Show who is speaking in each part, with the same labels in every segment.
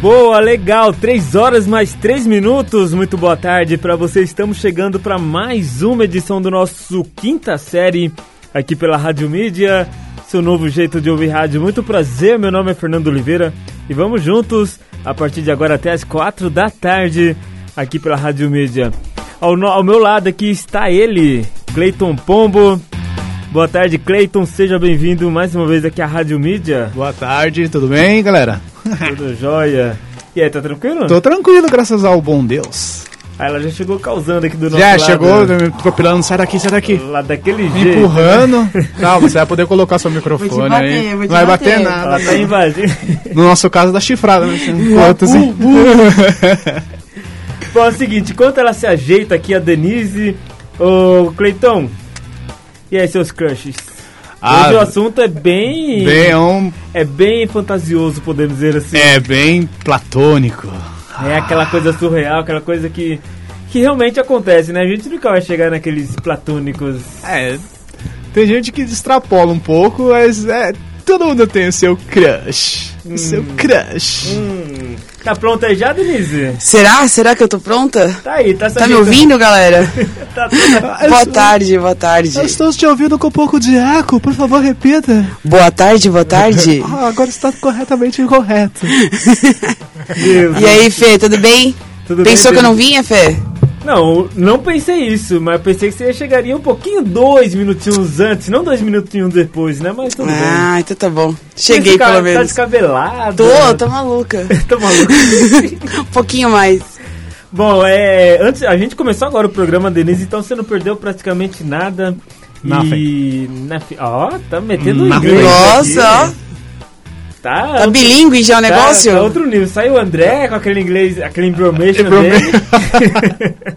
Speaker 1: Boa, legal. 3 horas mais 3 minutos. Muito boa tarde para você. Estamos chegando para mais uma edição do nosso quinta série aqui pela Rádio Mídia. Seu novo jeito de ouvir rádio. Muito prazer. Meu nome é Fernando Oliveira e vamos juntos a partir de agora até as 4 da tarde aqui pela Rádio Mídia. Ao, no- ao meu lado aqui está ele, Cleiton Pombo. Boa tarde, Cleiton. Seja bem-vindo mais uma vez aqui à Rádio Mídia.
Speaker 2: Boa tarde, tudo bem, galera?
Speaker 1: Tudo jóia. E aí, tá tranquilo?
Speaker 2: Tô tranquilo, graças ao bom Deus.
Speaker 1: Ah, ela já chegou causando aqui do nosso
Speaker 2: Já
Speaker 1: lado. né?
Speaker 2: chegou, me copilando, sai daqui, sai daqui.
Speaker 1: Lá daquele
Speaker 2: Me
Speaker 1: jeito.
Speaker 2: empurrando. Calma, você vai poder colocar seu
Speaker 3: Vou
Speaker 2: microfone
Speaker 3: te bater,
Speaker 2: aí.
Speaker 3: vou te
Speaker 2: Não vai bater
Speaker 3: bater.
Speaker 1: Ela
Speaker 2: nada.
Speaker 1: tá invadindo.
Speaker 2: No nosso caso, da chifrada, né? Você bota assim.
Speaker 1: Bom, é o seguinte, enquanto ela se ajeita aqui, a Denise, ô Cleitão, e aí seus crushes?
Speaker 2: Ah,
Speaker 1: Hoje o assunto é bem,
Speaker 2: bem, é, um-
Speaker 1: é bem fantasioso, podemos dizer assim.
Speaker 2: é bem platônico.
Speaker 1: É aquela coisa surreal, aquela coisa que, que realmente acontece, né? A gente nunca vai chegar naqueles platônicos.
Speaker 2: É. Tem gente que extrapola um pouco, mas é. Todo mundo tem o seu crush. O seu crush.
Speaker 1: Hum, tá pronta aí já, Denise?
Speaker 3: Será? Será que eu tô pronta?
Speaker 1: Tá aí, tá se
Speaker 3: Tá me
Speaker 1: ajeitando.
Speaker 3: ouvindo, galera?
Speaker 1: Tá, tá-
Speaker 2: Ah, eu
Speaker 3: Boa
Speaker 2: sou-
Speaker 3: tarde, boa tarde.
Speaker 2: Eu estou te ouvindo com um pouco de eco, por favor, repita.
Speaker 3: Boa tarde, boa tarde.
Speaker 2: Ah, agora está corretamente incorreto.
Speaker 1: Meu
Speaker 3: E aí, Fê, tudo bem?
Speaker 1: Tudo bem,
Speaker 3: Pensou que eu não
Speaker 1: Denise?
Speaker 3: vinha, Fê?
Speaker 1: Não, não pensei isso, mas pensei que você chegaria um pouquinho dois minutinhos antes, não dois minutinhos depois, né? Mas tudo bem.
Speaker 3: Ah, então tá bom.
Speaker 1: Esse
Speaker 3: Cheguei,
Speaker 1: cara
Speaker 3: pelo
Speaker 1: Tá É.
Speaker 3: menos.
Speaker 1: descabelado.
Speaker 3: Tô, tô maluca.
Speaker 1: Tô maluco.
Speaker 3: Um pouquinho mais.
Speaker 1: Bom, é, antes, a gente começou agora o programa, Denise, então você não perdeu praticamente nada. E... na fe- Ó, tá metendo
Speaker 2: Na
Speaker 1: inglês
Speaker 3: Nossa,
Speaker 1: aqui.
Speaker 3: ó.
Speaker 1: Tá,
Speaker 3: Tá bilíngue já o
Speaker 1: tá-
Speaker 3: negócio?
Speaker 1: tá outro nível. Saiu o André com aquele inglês, aquele embromation
Speaker 2: Embroma-
Speaker 1: dele.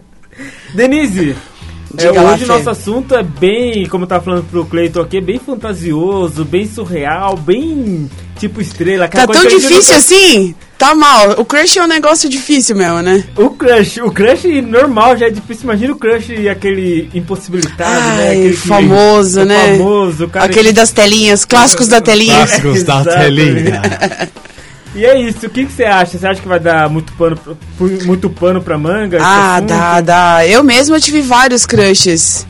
Speaker 1: Denise, É,
Speaker 3: Diga lá,
Speaker 1: hoje
Speaker 3: Fê.
Speaker 1: nosso assunto é bem, como eu tava falando pro Cleiton aqui, é bem fantasioso, bem surreal, bem tipo estrela. aquela
Speaker 3: Tá
Speaker 1: coisa
Speaker 3: tão
Speaker 1: que a gente
Speaker 3: difícil
Speaker 1: não-
Speaker 3: assim? Tá mal. O crush é um negócio difícil mesmo, né?
Speaker 1: O crush, o crush normal já é difícil. Imagina o crush e aquele impossibilitado, né?
Speaker 3: Ai,
Speaker 1: Aquele que-
Speaker 3: famoso,
Speaker 1: o
Speaker 3: né?
Speaker 1: Famoso, o cara. é
Speaker 3: Aquele das telinhas, clássicos da telinha.
Speaker 2: Clássicos da
Speaker 1: Exato.
Speaker 2: telinha.
Speaker 1: E é isso, o que, que você acha? Você acha que vai dar muito pano, pro- pu- muito pano pra manga? esse
Speaker 3: Ah,
Speaker 1: assunto?
Speaker 3: dá, dá. Eu mesma tive vários crushes.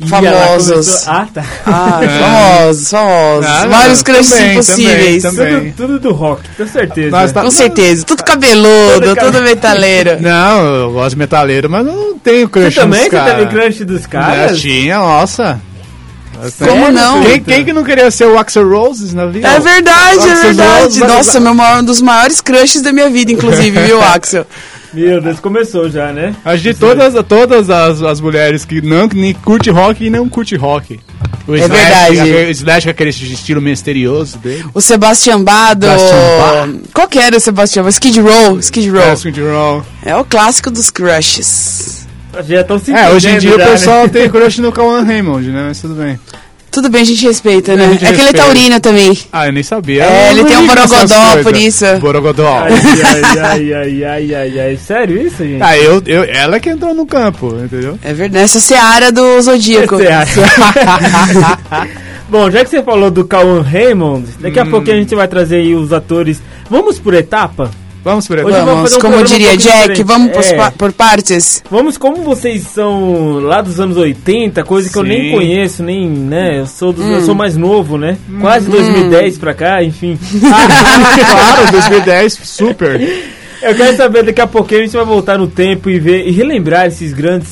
Speaker 1: Ih, ela
Speaker 3: famosos.
Speaker 1: começou- Ah, tá.
Speaker 3: Ah, famosos, famosos.
Speaker 2: É. Ah,
Speaker 3: Vários
Speaker 2: não,
Speaker 3: crushes
Speaker 2: também,
Speaker 3: impossíveis.
Speaker 2: também,
Speaker 1: Tudo, tudo do rock, tenho certeza.
Speaker 2: Nós tá-
Speaker 3: Com certeza. Tudo cabeludo,
Speaker 1: Todo ca-
Speaker 3: tudo metaleiro.
Speaker 2: Não, eu gosto de metaleiro, mas eu não tenho crush
Speaker 1: Você também?
Speaker 2: nos
Speaker 1: Você
Speaker 2: cara.
Speaker 1: teve crush dos
Speaker 2: Já
Speaker 1: caras?
Speaker 2: tinha, nossa.
Speaker 3: Como não?
Speaker 2: Quem, quem que não queria ser o Axel Roses na vida?
Speaker 3: É verdade, é
Speaker 2: Axel Rose,
Speaker 3: verdade.
Speaker 2: vai-
Speaker 3: Nossa, meu maior, um dos maiores crushes da minha vida, inclusive, viu, Axel?
Speaker 1: Meu Deus, começou já, né?
Speaker 2: Acho de todas, todas as, as mulheres que não nem curte rock e não curte rock. O
Speaker 3: É
Speaker 2: Slash,
Speaker 3: verdade.
Speaker 2: aquele- O Slash com aquele estilo misterioso dele.
Speaker 3: O Sebastian Bado.
Speaker 2: Sebastian
Speaker 3: Qual que era o Sebastian Bado? Skid Row, Skid Row.
Speaker 2: Ask me to roll.
Speaker 3: É o clássico dos crushes.
Speaker 1: Já estão se
Speaker 2: É, hoje em
Speaker 1: entendendo
Speaker 2: dia
Speaker 1: já,
Speaker 2: o
Speaker 1: né?
Speaker 2: pessoal tem crush no Kawan Raymond, né? Mas tudo bem.
Speaker 3: Tudo bem, a gente respeita, né?
Speaker 2: A gente
Speaker 3: é que ele é
Speaker 2: respeita.
Speaker 3: taurino também.
Speaker 2: Ah, eu nem sabia.
Speaker 3: É,
Speaker 2: Eu
Speaker 3: ele
Speaker 2: não
Speaker 3: tem um
Speaker 2: ligo nessas
Speaker 3: borogodó,
Speaker 2: coisas.
Speaker 3: por isso.
Speaker 2: Borogodó.
Speaker 1: Ai, ai, ai, ai, ai, ai, ai. Sério isso, gente?
Speaker 2: Ah, eu, eu, ela que entrou no campo, entendeu?
Speaker 3: É verdade. Essa seara do Zodíaco.
Speaker 2: é
Speaker 1: Você acha? Bom, já que você falou do Cauan Raymond, daqui a
Speaker 2: Hum.
Speaker 1: pouquinho a gente vai trazer aí os atores. Vamos por etapa?
Speaker 2: Vamos por
Speaker 1: Hoje
Speaker 2: agora.
Speaker 1: vamos
Speaker 3: Vamos,
Speaker 1: fazer um
Speaker 3: como
Speaker 1: programa um
Speaker 3: diria
Speaker 1: pouquinho
Speaker 3: Jack,
Speaker 1: diferente.
Speaker 3: vamos por,
Speaker 1: É.
Speaker 3: pa- por partes.
Speaker 1: Vamos, como vocês são lá dos anos 80, coisa que eu nem
Speaker 2: Sim. Hum.
Speaker 1: conheço, nem, né? Eu sou, dos- eu sou mais novo, né? Quase 2010 pra cá, enfim.
Speaker 2: Claro, 2010, super.
Speaker 1: Eu quero saber, daqui a pouquinho a gente vai voltar no tempo e ver e relembrar esses grandes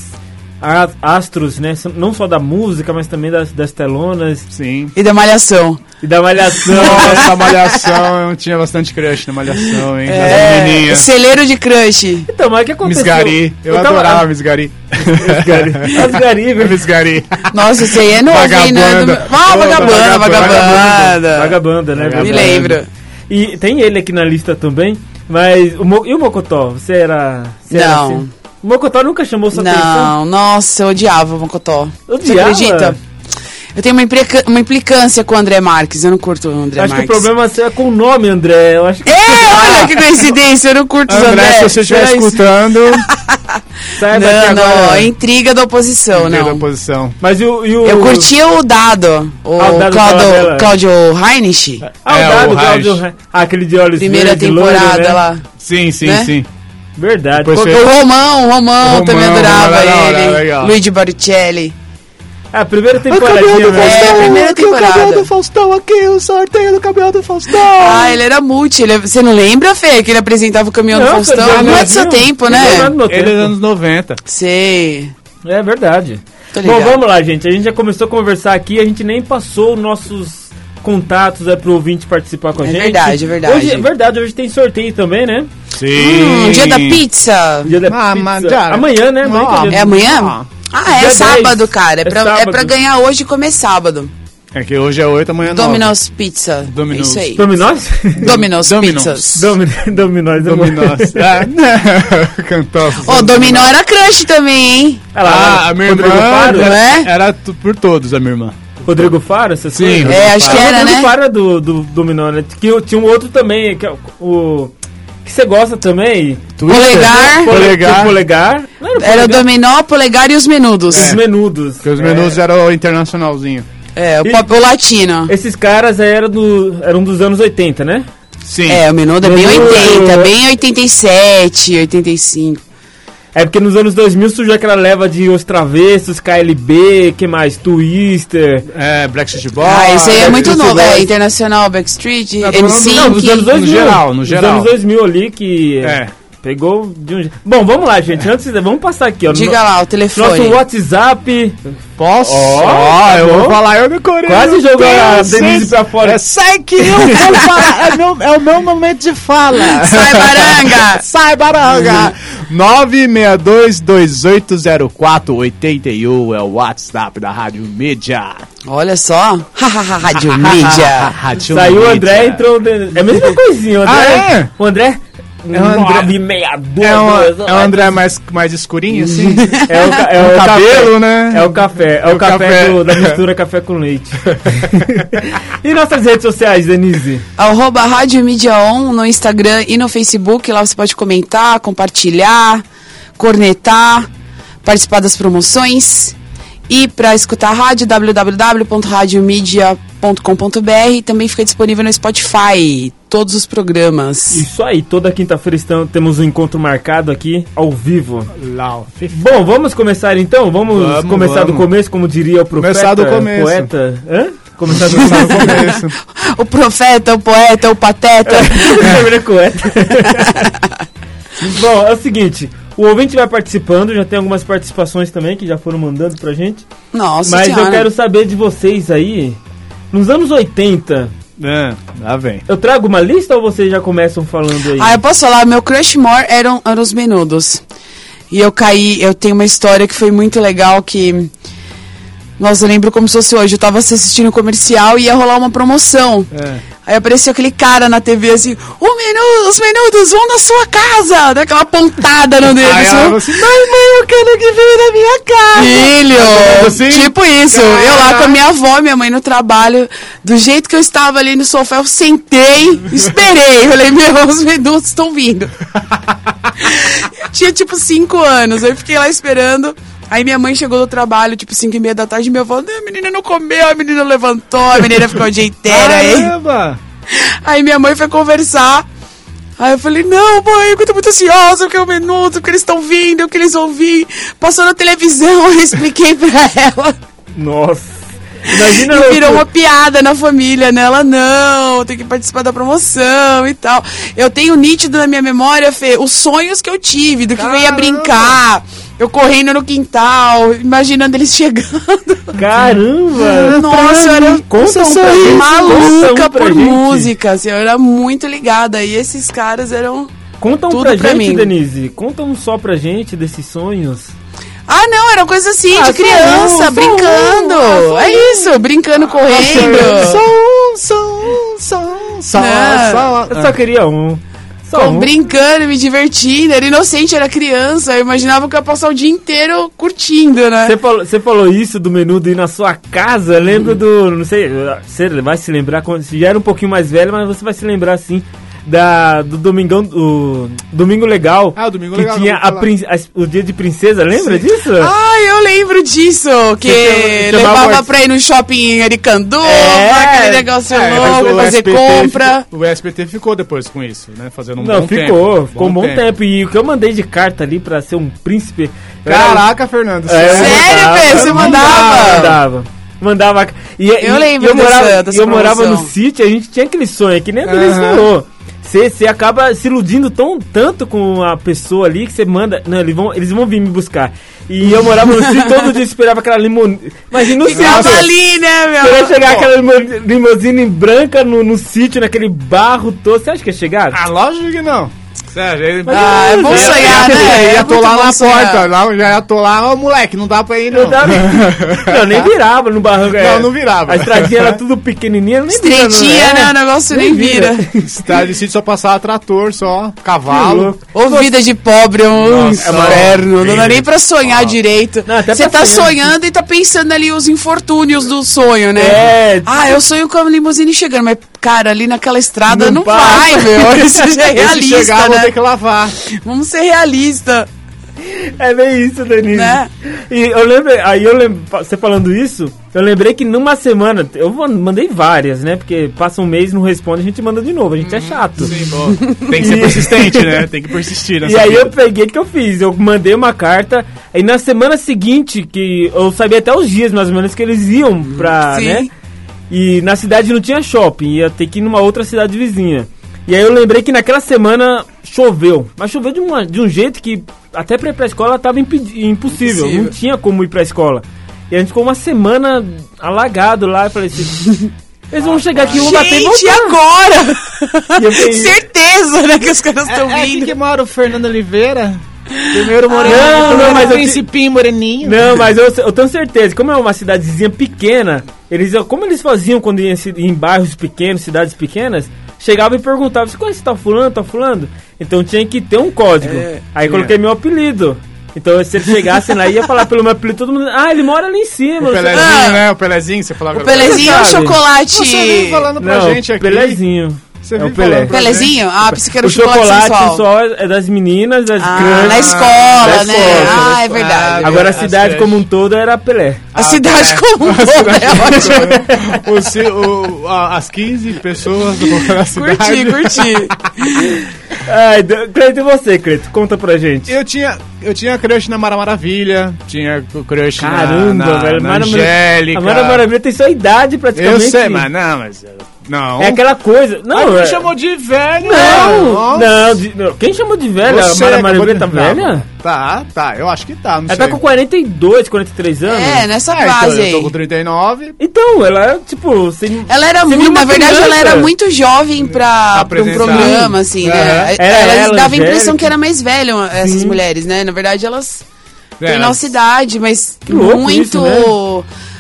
Speaker 1: a- astros, né? São- Não só da música, mas também das, das telonas
Speaker 2: Sim.
Speaker 3: E da malhação.
Speaker 1: e da malhação.
Speaker 2: Nossa, a Malhação, eu tinha bastante crush na Malhação, hein? Nas
Speaker 3: É,
Speaker 2: menininhas.
Speaker 3: celeiro de crush.
Speaker 1: Então, mas o que aconteceu?
Speaker 2: Miss Gari, eu,
Speaker 1: tava-
Speaker 2: adorava Miss Gari.
Speaker 1: Miss Gari. As Gari, velho.
Speaker 2: Miss Gari.
Speaker 3: Nossa, isso aí é novo, hein? Não é do...
Speaker 2: Vagabanda.
Speaker 3: Ah,
Speaker 2: Ô,
Speaker 3: vagabanda,
Speaker 2: vagabanda,
Speaker 3: vagabanda.
Speaker 1: Vagabanda, né?
Speaker 3: Me
Speaker 1: Vagabanda.
Speaker 2: lembro.
Speaker 3: lembro.
Speaker 1: E tem ele aqui na lista também, mas... O Mo- E o Mocotó? Você era... Você era
Speaker 3: Não.
Speaker 1: assim? O Mocotó nunca chamou sua atenção?
Speaker 3: Não, nossa, eu odiava o Mocotó. Você
Speaker 1: Odiava?
Speaker 3: acredita? Eu tenho uma, implica- uma implicância com o André Marques, eu não curto o André
Speaker 1: Acho que o
Speaker 3: Marques.
Speaker 1: problema seu é com o nome, André. Eu acho que...
Speaker 3: É, olha que coincidência, eu não curto os
Speaker 2: André,
Speaker 3: André.
Speaker 2: se você estiver
Speaker 3: Será isso?
Speaker 2: escutando,
Speaker 1: Saiba que
Speaker 3: Não, não,
Speaker 1: agora...
Speaker 3: é intriga da oposição,
Speaker 2: Primeiro da
Speaker 3: não.
Speaker 2: posição.
Speaker 1: Mas e o... e o-
Speaker 3: Eu curtia o Dado, o,
Speaker 1: Ah, o Dado Falabella.
Speaker 3: Claudio, Claudio Heinrich,
Speaker 1: Ah, o
Speaker 2: É,
Speaker 1: dado,
Speaker 2: o
Speaker 1: Claudio
Speaker 2: Reich.
Speaker 1: Re- Ah, aquele de olhos
Speaker 3: primeira
Speaker 1: verdes, loiro,
Speaker 3: temporada
Speaker 1: né?
Speaker 3: lá.
Speaker 2: Sim, sim,
Speaker 3: Né?
Speaker 2: sim.
Speaker 1: Verdade.
Speaker 2: Depois
Speaker 1: Qual-
Speaker 2: você-
Speaker 3: O Romão, o Romão,
Speaker 2: Romão,
Speaker 3: também
Speaker 2: Romão
Speaker 3: adorava
Speaker 2: era da hora,
Speaker 3: ele.
Speaker 2: legal.
Speaker 3: Luigi Baricelli.
Speaker 1: é A primeira
Speaker 2: cabelo
Speaker 1: temporadinha,
Speaker 2: do
Speaker 1: né?
Speaker 3: É, a primeira
Speaker 2: aqui o cabelo
Speaker 3: temporada.
Speaker 2: do Faustão, aqui o sorteio do cabelo do Faustão.
Speaker 3: Ah, ele era multi. ele- você não lembra, Fê, que ele apresentava o caminhão do
Speaker 1: Não,
Speaker 3: Faustão?
Speaker 1: não,
Speaker 3: Não, é
Speaker 1: não,
Speaker 3: do seu
Speaker 1: não.
Speaker 3: tempo,
Speaker 1: Não é do
Speaker 3: né?
Speaker 1: meu
Speaker 2: Ele é
Speaker 1: tempo.
Speaker 2: dos anos 90.
Speaker 3: Sei.
Speaker 1: É verdade.
Speaker 3: Tô
Speaker 1: Bom,
Speaker 3: Tá ligado.
Speaker 1: vamos lá, gente. A gente já começou a conversar aqui, a gente nem passou nossos contatos é pro ouvinte participar com a
Speaker 3: É
Speaker 1: gente.
Speaker 3: verdade, é verdade.
Speaker 1: Hoje, é verdade, hoje tem sorteio também, né? Um
Speaker 2: Sim.
Speaker 3: Hum, dia da pizza.
Speaker 1: Dia da
Speaker 2: Ah,
Speaker 1: pizza.
Speaker 2: mas já-
Speaker 1: Amanhã, né? Amanhã que
Speaker 2: Ah,
Speaker 1: dia do-
Speaker 3: É
Speaker 2: Ah.
Speaker 3: amanhã? Ah, é
Speaker 1: Dia
Speaker 3: sábado,
Speaker 1: 10.
Speaker 3: cara. É
Speaker 1: É
Speaker 3: pra, é
Speaker 1: sábado.
Speaker 3: pra ganhar hoje e comer sábado.
Speaker 2: É que hoje é 8, amanhã é 9.
Speaker 3: Domino's Pizza.
Speaker 2: Domino's.
Speaker 3: É isso aí.
Speaker 1: Dominós?
Speaker 3: Domino's,
Speaker 2: Domino's.
Speaker 3: Pizzas.
Speaker 1: Domin- Dominós. né, amor?
Speaker 2: Dominós. Ah, né? Cantou.
Speaker 3: Ô, Dominó era crush também, hein?
Speaker 1: Olha lá,
Speaker 2: Ah, a minha irmã
Speaker 1: Rodrigo Faro,
Speaker 3: né?
Speaker 2: era, era tu- por todos, a minha irmã.
Speaker 1: Rodrigo Faro, essas
Speaker 2: Sim,
Speaker 1: coisas?
Speaker 2: Rodrigo
Speaker 3: É, acho que
Speaker 1: Ah,
Speaker 3: era,
Speaker 1: o Rodrigo
Speaker 3: né?
Speaker 1: Faro é do, do Dominó, né? Que eu- tinha um outro também, que é o- o... Que você gosta também?
Speaker 2: Twister.
Speaker 3: Polegar.
Speaker 2: Polegar.
Speaker 1: O polegar. Não era o
Speaker 3: Era o
Speaker 1: polegar?
Speaker 3: Dominó, Polegar e os Menudos.
Speaker 1: Os menudos.
Speaker 2: Porque os
Speaker 1: É.
Speaker 2: menus eram o internacionalzinho.
Speaker 3: É, o
Speaker 1: E-
Speaker 3: pop o latino.
Speaker 1: Esses caras aí eram, do, eram dos anos 80, né?
Speaker 2: Sim.
Speaker 3: É, o Menudo é bem
Speaker 1: Menudo.
Speaker 3: 80, bem 87, 85.
Speaker 1: É porque nos anos 2000 surgiu aquela leva de Os Travessos, KLB, que mais? Twister.
Speaker 2: É, Black City Boy.
Speaker 3: Ah, isso aí é
Speaker 1: é
Speaker 3: muito
Speaker 1: isso
Speaker 3: novo. É,
Speaker 1: gosta.
Speaker 3: Internacional, Backstreet,
Speaker 2: Tá falando-
Speaker 1: Não, dos anos
Speaker 3: M5.
Speaker 1: 2000.
Speaker 2: geral, no geral.
Speaker 1: Dos anos 2000 ali que
Speaker 2: É.
Speaker 1: pegou de um... je- Bom, vamos lá, gente. Antes, vamos passar aqui, ó.
Speaker 3: Diga
Speaker 1: No-
Speaker 3: lá, o
Speaker 1: Nosso
Speaker 3: telefone.
Speaker 1: WhatsApp,
Speaker 2: Posso?
Speaker 1: Ó, tá
Speaker 2: eu
Speaker 1: bom.
Speaker 2: vou falar, eu no Coreia.
Speaker 1: Quase jogou a Denise pra fora.
Speaker 2: um É, sai que eu vou falar, é, meu- é o meu momento de fala.
Speaker 3: Sai, baranga!
Speaker 2: Sai, baranga! 962280481 é o WhatsApp da Rádio Mídia.
Speaker 3: Olha só. Rádio Mídia.
Speaker 2: Rádio
Speaker 1: saiu o
Speaker 2: Mídia.
Speaker 1: André, entrou o Denise. É a mesma coisinha, o André.
Speaker 2: Ah, é?
Speaker 1: O André...
Speaker 2: É o André-
Speaker 1: 962.
Speaker 2: É um, é um André mais, mais escurinho, assim?
Speaker 1: É o, ca- é
Speaker 2: O
Speaker 1: o
Speaker 2: cabelo,
Speaker 1: café.
Speaker 2: né?
Speaker 1: É o café. É o,
Speaker 2: o
Speaker 1: café,
Speaker 2: café.
Speaker 1: do- da mistura café com leite. e nossas redes sociais, Denise?
Speaker 3: Arroba Rádio Mídia On no Instagram e no Facebook. Lá você pode comentar, compartilhar, cornetar, participar das promoções. E para escutar a rádio, www.radiomedia.com.br. Também fica disponível no Spotify. Todos os programas.
Speaker 1: Isso aí, toda quinta-feira estamos- temos um encontro marcado aqui, ao vivo.
Speaker 2: Lau.
Speaker 1: Bom, vamos começar então? Vamos,
Speaker 2: Vamos,
Speaker 1: começar do
Speaker 2: vamos.
Speaker 1: começo, como diria o profeta.
Speaker 2: Começar do começo.
Speaker 1: Poeta. Hã? Começar do começo.
Speaker 2: Começo.
Speaker 3: O profeta, o poeta, o pateta.
Speaker 1: É. Termina com essa. Bom, é o seguinte. O ouvinte vai participando, já tem algumas participações também que já foram mandando pra gente.
Speaker 3: Nossa
Speaker 1: Mas
Speaker 3: senhora.
Speaker 1: eu quero saber de vocês aí. Nos anos 80,
Speaker 2: É, lá vem.
Speaker 1: Eu trago uma lista ou vocês já começam falando aí?
Speaker 3: Ah, eu posso falar, meu crush more eram, eram os menudos. E eu caí, eu tenho uma história que foi muito legal que. Nossa, eu lembro como se fosse hoje. Eu tava assistindo o comercial e ia rolar uma promoção.
Speaker 2: É.
Speaker 3: Aí apareceu aquele cara na TV assim, o menu, os menudos vão na sua casa! Dá aquela pontada no dedo.
Speaker 2: Aí
Speaker 3: assim,
Speaker 2: ela falou assim, mas mãe, eu quero que veio na minha casa.
Speaker 3: Filho!
Speaker 2: Assim? "Ah."
Speaker 3: Tipo isso. Eu lá com a minha avó, minha mãe no trabalho, do jeito que eu estava ali no sofá, eu sentei, esperei. Eu falei, meu, os menudos estão vindo. Eu Tinha tipo cinco anos, eu fiquei lá esperando. Aí minha mãe chegou do trabalho, tipo cinco e meia da tarde, e minha avó, "Não, a menina não comeu, a menina levantou, a menina ficou o dia inteiro aí.
Speaker 2: Caramba!
Speaker 3: Aí minha mãe foi conversar. Aí eu falei, não, mãe, eu tô muito ansiosa, porque é o menudo, porque eles estão vindo, porque eles vão vir. Passou na televisão, eu expliquei pra ela.
Speaker 1: Nossa. Imagina
Speaker 3: E
Speaker 1: eu-
Speaker 3: virou uma piada na família, né? Ela, não, tem que participar da promoção e tal. Eu tenho nítido na minha memória, Fê, os sonhos que eu tive, do que eu ia
Speaker 2: Caramba.
Speaker 3: brincar, eu correndo no quintal, imaginando eles chegando.
Speaker 1: Caramba!
Speaker 3: Nossa, eu era
Speaker 1: um Conta um pra gente, conta um pra
Speaker 3: maluca por
Speaker 1: gente.
Speaker 3: música, assim, eu era muito ligada. E esses caras eram.
Speaker 1: Conta um
Speaker 3: Tudo
Speaker 1: pra
Speaker 3: pra
Speaker 1: gente,
Speaker 3: mim.
Speaker 1: Denise. Conta um só pra gente desses sonhos.
Speaker 3: Ah, não, era coisa assim,
Speaker 1: só
Speaker 3: de
Speaker 1: um,
Speaker 3: criança,
Speaker 1: só
Speaker 3: brincando. é isso, brincando, correndo.
Speaker 2: Só um, só um, só um, só um,
Speaker 3: Não.
Speaker 2: só um.
Speaker 1: Eu só queria um. Só
Speaker 3: Pô,
Speaker 1: um.
Speaker 3: brincando, me divertindo, era inocente, era criança, eu imaginava que eu ia passar o dia inteiro curtindo, né?
Speaker 1: Você falou, você falou isso do menudo ir na sua casa, lembro do. Não sei, você vai se lembrar quando. Você já era um pouquinho mais velho, mas você vai se lembrar assim. da, do Domingão, do Domingo Legal.
Speaker 2: Ah, o Domingo
Speaker 1: que
Speaker 2: Legal,
Speaker 1: tinha
Speaker 2: não vou
Speaker 1: a
Speaker 2: falar. Ah!
Speaker 1: prin- as- o dia de princesa, lembra disso?
Speaker 3: Ai, Ah, eu lembro disso, que,
Speaker 2: Que chama- chamava
Speaker 3: levava
Speaker 2: o-
Speaker 3: pra ir no shopping em Aricanduva,
Speaker 1: É.
Speaker 3: aquele negócio
Speaker 2: É, mas
Speaker 3: louco,
Speaker 2: o
Speaker 3: fazer
Speaker 2: SBT
Speaker 3: compra.
Speaker 2: ficou- o SBT ficou depois com isso, né? Fazendo um
Speaker 1: Não,
Speaker 2: bom
Speaker 1: ficou,
Speaker 2: tempo.
Speaker 1: ficou um bom tempo. E o que eu mandei de carta ali pra ser um príncipe. eu era-
Speaker 2: Caraca, Fernando.
Speaker 1: É, eu
Speaker 2: sério?
Speaker 3: Sério,
Speaker 1: mandava,
Speaker 3: Fê? Você
Speaker 1: eu
Speaker 3: mandava?
Speaker 1: Mandava. Mandava. E, e-
Speaker 3: Eu lembro
Speaker 1: e eu
Speaker 3: dessa-
Speaker 1: morava,
Speaker 3: dessa
Speaker 1: e eu morava no
Speaker 3: promoção.
Speaker 1: sítio, a gente tinha aquele sonho, que nem a Denise
Speaker 2: Aham.
Speaker 1: falou. Você você acaba se iludindo tão tanto com a pessoa ali que você manda. Não, eles vão, eles vão vir me buscar. E eu morava no sítio, todo dia eu esperava aquela limusine. Imagina no
Speaker 3: Ficava
Speaker 1: sítio.
Speaker 3: ali, né,
Speaker 1: Queria
Speaker 3: meu?
Speaker 1: chegar aquela limo- limusine branca no, no sítio, naquele barro todo. Você acha que ia chegar?
Speaker 2: Ah, lógico que não. Sério, ele...
Speaker 3: Ah, é bom
Speaker 1: Eu-
Speaker 3: sonhar,
Speaker 2: Eu ia
Speaker 3: né? É muito
Speaker 2: atolar
Speaker 3: bom
Speaker 2: na
Speaker 3: sonhar.
Speaker 2: porta, lá, já ia atolar, ô moleque, não dá pra ir não.
Speaker 1: Não, dava- não, nem virava no barranco. é.
Speaker 2: Não, não virava.
Speaker 1: A estradinha era tudo pequenininha, nem virava, é.
Speaker 3: Estreitinha, né? O negócio nem vira.
Speaker 2: Cidade de sítio só passava trator, só
Speaker 1: Que
Speaker 2: cavalo.
Speaker 1: louco.
Speaker 3: Ô, vida de pobre, é um
Speaker 2: Nossa,
Speaker 3: inferno. Não dá
Speaker 2: horrível.
Speaker 3: nem pra sonhar direito.
Speaker 1: Não, até
Speaker 3: Você
Speaker 1: pra
Speaker 3: tá
Speaker 1: sonhar.
Speaker 3: sonhando e tá pensando ali os infortúnios do sonho, né?
Speaker 1: É.
Speaker 3: Ah, eu sonho com a limusine chegando, mas, cara, ali naquela estrada
Speaker 1: Não
Speaker 3: não,
Speaker 1: passa.
Speaker 3: vai, meu. Isso já é
Speaker 2: Se
Speaker 3: realista,
Speaker 2: chegar, vou
Speaker 3: né?
Speaker 2: ter que lavar.
Speaker 3: Vamos ser realista.
Speaker 1: É bem isso, Denise.
Speaker 3: Né?
Speaker 1: E eu lembro, aí eu lembro, você falando isso, eu lembrei que numa semana, eu vou- mandei várias, né? Porque passa um mês, não responde, a gente manda de novo, a gente é chato.
Speaker 2: Tem que ser
Speaker 1: E-
Speaker 2: persistente, né? Tem que persistir nessa
Speaker 1: E aí
Speaker 2: vida.
Speaker 1: eu peguei o que eu fiz, eu mandei uma carta, aí na semana seguinte, que eu sabia até os dias mais ou menos que eles iam pra,
Speaker 3: Uhum. Sim.
Speaker 1: né? E na cidade não tinha shopping, ia ter que ir numa outra cidade vizinha. E aí eu lembrei que naquela semana choveu, mas choveu de, uma, de um jeito que até pra ir pra escola tava impedi- impossível,
Speaker 3: Impossível.
Speaker 1: não tinha como ir pra escola. E a gente ficou uma semana alagado lá, eu falei assim... Eles vão chegar aqui e vão bater e
Speaker 3: Gente, e
Speaker 1: voltar.
Speaker 3: agora?
Speaker 1: E eu fiquei-
Speaker 3: Certeza, né, que os caras
Speaker 2: É,
Speaker 3: estão vindo.
Speaker 2: mora o Fernando Oliveira. Primeiro
Speaker 1: Ah, não, não,
Speaker 2: primeiro
Speaker 1: mas eu-
Speaker 2: moreninho.
Speaker 1: Não, mas eu, eu tenho certeza, como é uma cidadezinha pequena, eles, como eles faziam quando iam em ci- em bairros pequenos, cidades pequenas, chegavam e perguntavam, você conhece tal fulano, tal fulano? Então tinha que ter um código.
Speaker 3: É,
Speaker 1: Aí coloquei meu apelido. Então se eles chegassem lá, ia falar pelo meu apelido, todo mundo, ah, ele mora ali em cima.
Speaker 2: O
Speaker 1: não sei o quê."
Speaker 2: Pelezinho,
Speaker 3: Ah.
Speaker 2: né? O Pelezinho, você falava.
Speaker 3: O Pelezinho é o
Speaker 1: sabe.
Speaker 3: chocolate.
Speaker 2: Você vive falando pra
Speaker 1: Não,
Speaker 2: gente aqui.
Speaker 1: Pelezinho.
Speaker 2: Você
Speaker 1: É o
Speaker 2: vive
Speaker 1: Pelé.
Speaker 2: falando pra gente.
Speaker 3: Pelezinho? Ah, pensei que era
Speaker 1: o
Speaker 3: o chocolate,
Speaker 1: chocolate
Speaker 3: sensual.
Speaker 1: só é das meninas, das
Speaker 3: Ah,
Speaker 1: crianças.
Speaker 3: na escola,
Speaker 1: da
Speaker 3: né?
Speaker 1: escola.
Speaker 3: ah, é verdade.
Speaker 2: Ah,
Speaker 1: Agora a
Speaker 2: as
Speaker 1: cidade
Speaker 2: creches.
Speaker 1: como um todo era Pelé.
Speaker 3: a cidade
Speaker 2: é.
Speaker 3: como um todo é ótimo.
Speaker 2: O ci- o- a- as 15 pessoas do- da cidade.
Speaker 3: Curti, curti.
Speaker 1: Ai, Dan- Cleito, e você, Cleito? Conta pra gente.
Speaker 2: Eu tinha, eu tinha crush na Mara Maravilha, tinha crush na-
Speaker 1: Caramba,
Speaker 2: na,
Speaker 1: velho.
Speaker 2: na
Speaker 1: Mara Mara-
Speaker 2: Angélica.
Speaker 1: A Mara Maravilha tem sua idade
Speaker 2: Eu
Speaker 1: praticamente.
Speaker 2: sei, mas não, mas... Não.
Speaker 1: É aquela coisa. Não,
Speaker 2: Aí me
Speaker 1: é-
Speaker 2: chamou de velho. né?
Speaker 1: Não,
Speaker 2: Nossa.
Speaker 1: não, de- não. Quem chamou de velha?
Speaker 2: Você
Speaker 1: a Mara
Speaker 2: acabou
Speaker 1: Maravilha
Speaker 2: de-
Speaker 1: tá velha?
Speaker 2: Tá, tá, eu acho que tá, não
Speaker 1: Ela
Speaker 2: sei.
Speaker 1: tá com 42, 43 anos.
Speaker 3: É, nessa
Speaker 2: É, então,
Speaker 3: fase
Speaker 2: eu tô com
Speaker 3: aí.
Speaker 2: 39.
Speaker 1: Então, ela é tipo. Sem...
Speaker 3: Ela era
Speaker 1: Você viu
Speaker 3: muito,
Speaker 1: uma
Speaker 3: na verdade,
Speaker 1: criança?
Speaker 3: ela era muito jovem pra, pra um
Speaker 2: Apresentar.
Speaker 3: programa, assim,
Speaker 2: Aham.
Speaker 3: né?
Speaker 1: Era
Speaker 3: Ela,
Speaker 1: ela,
Speaker 3: dava a impressão
Speaker 1: Angélica.
Speaker 3: que era mais velha, essas
Speaker 1: Sim.
Speaker 3: mulheres, né? Na verdade, elas
Speaker 2: É,
Speaker 3: têm nossa idade, mas
Speaker 1: louco
Speaker 3: muito.
Speaker 1: isso,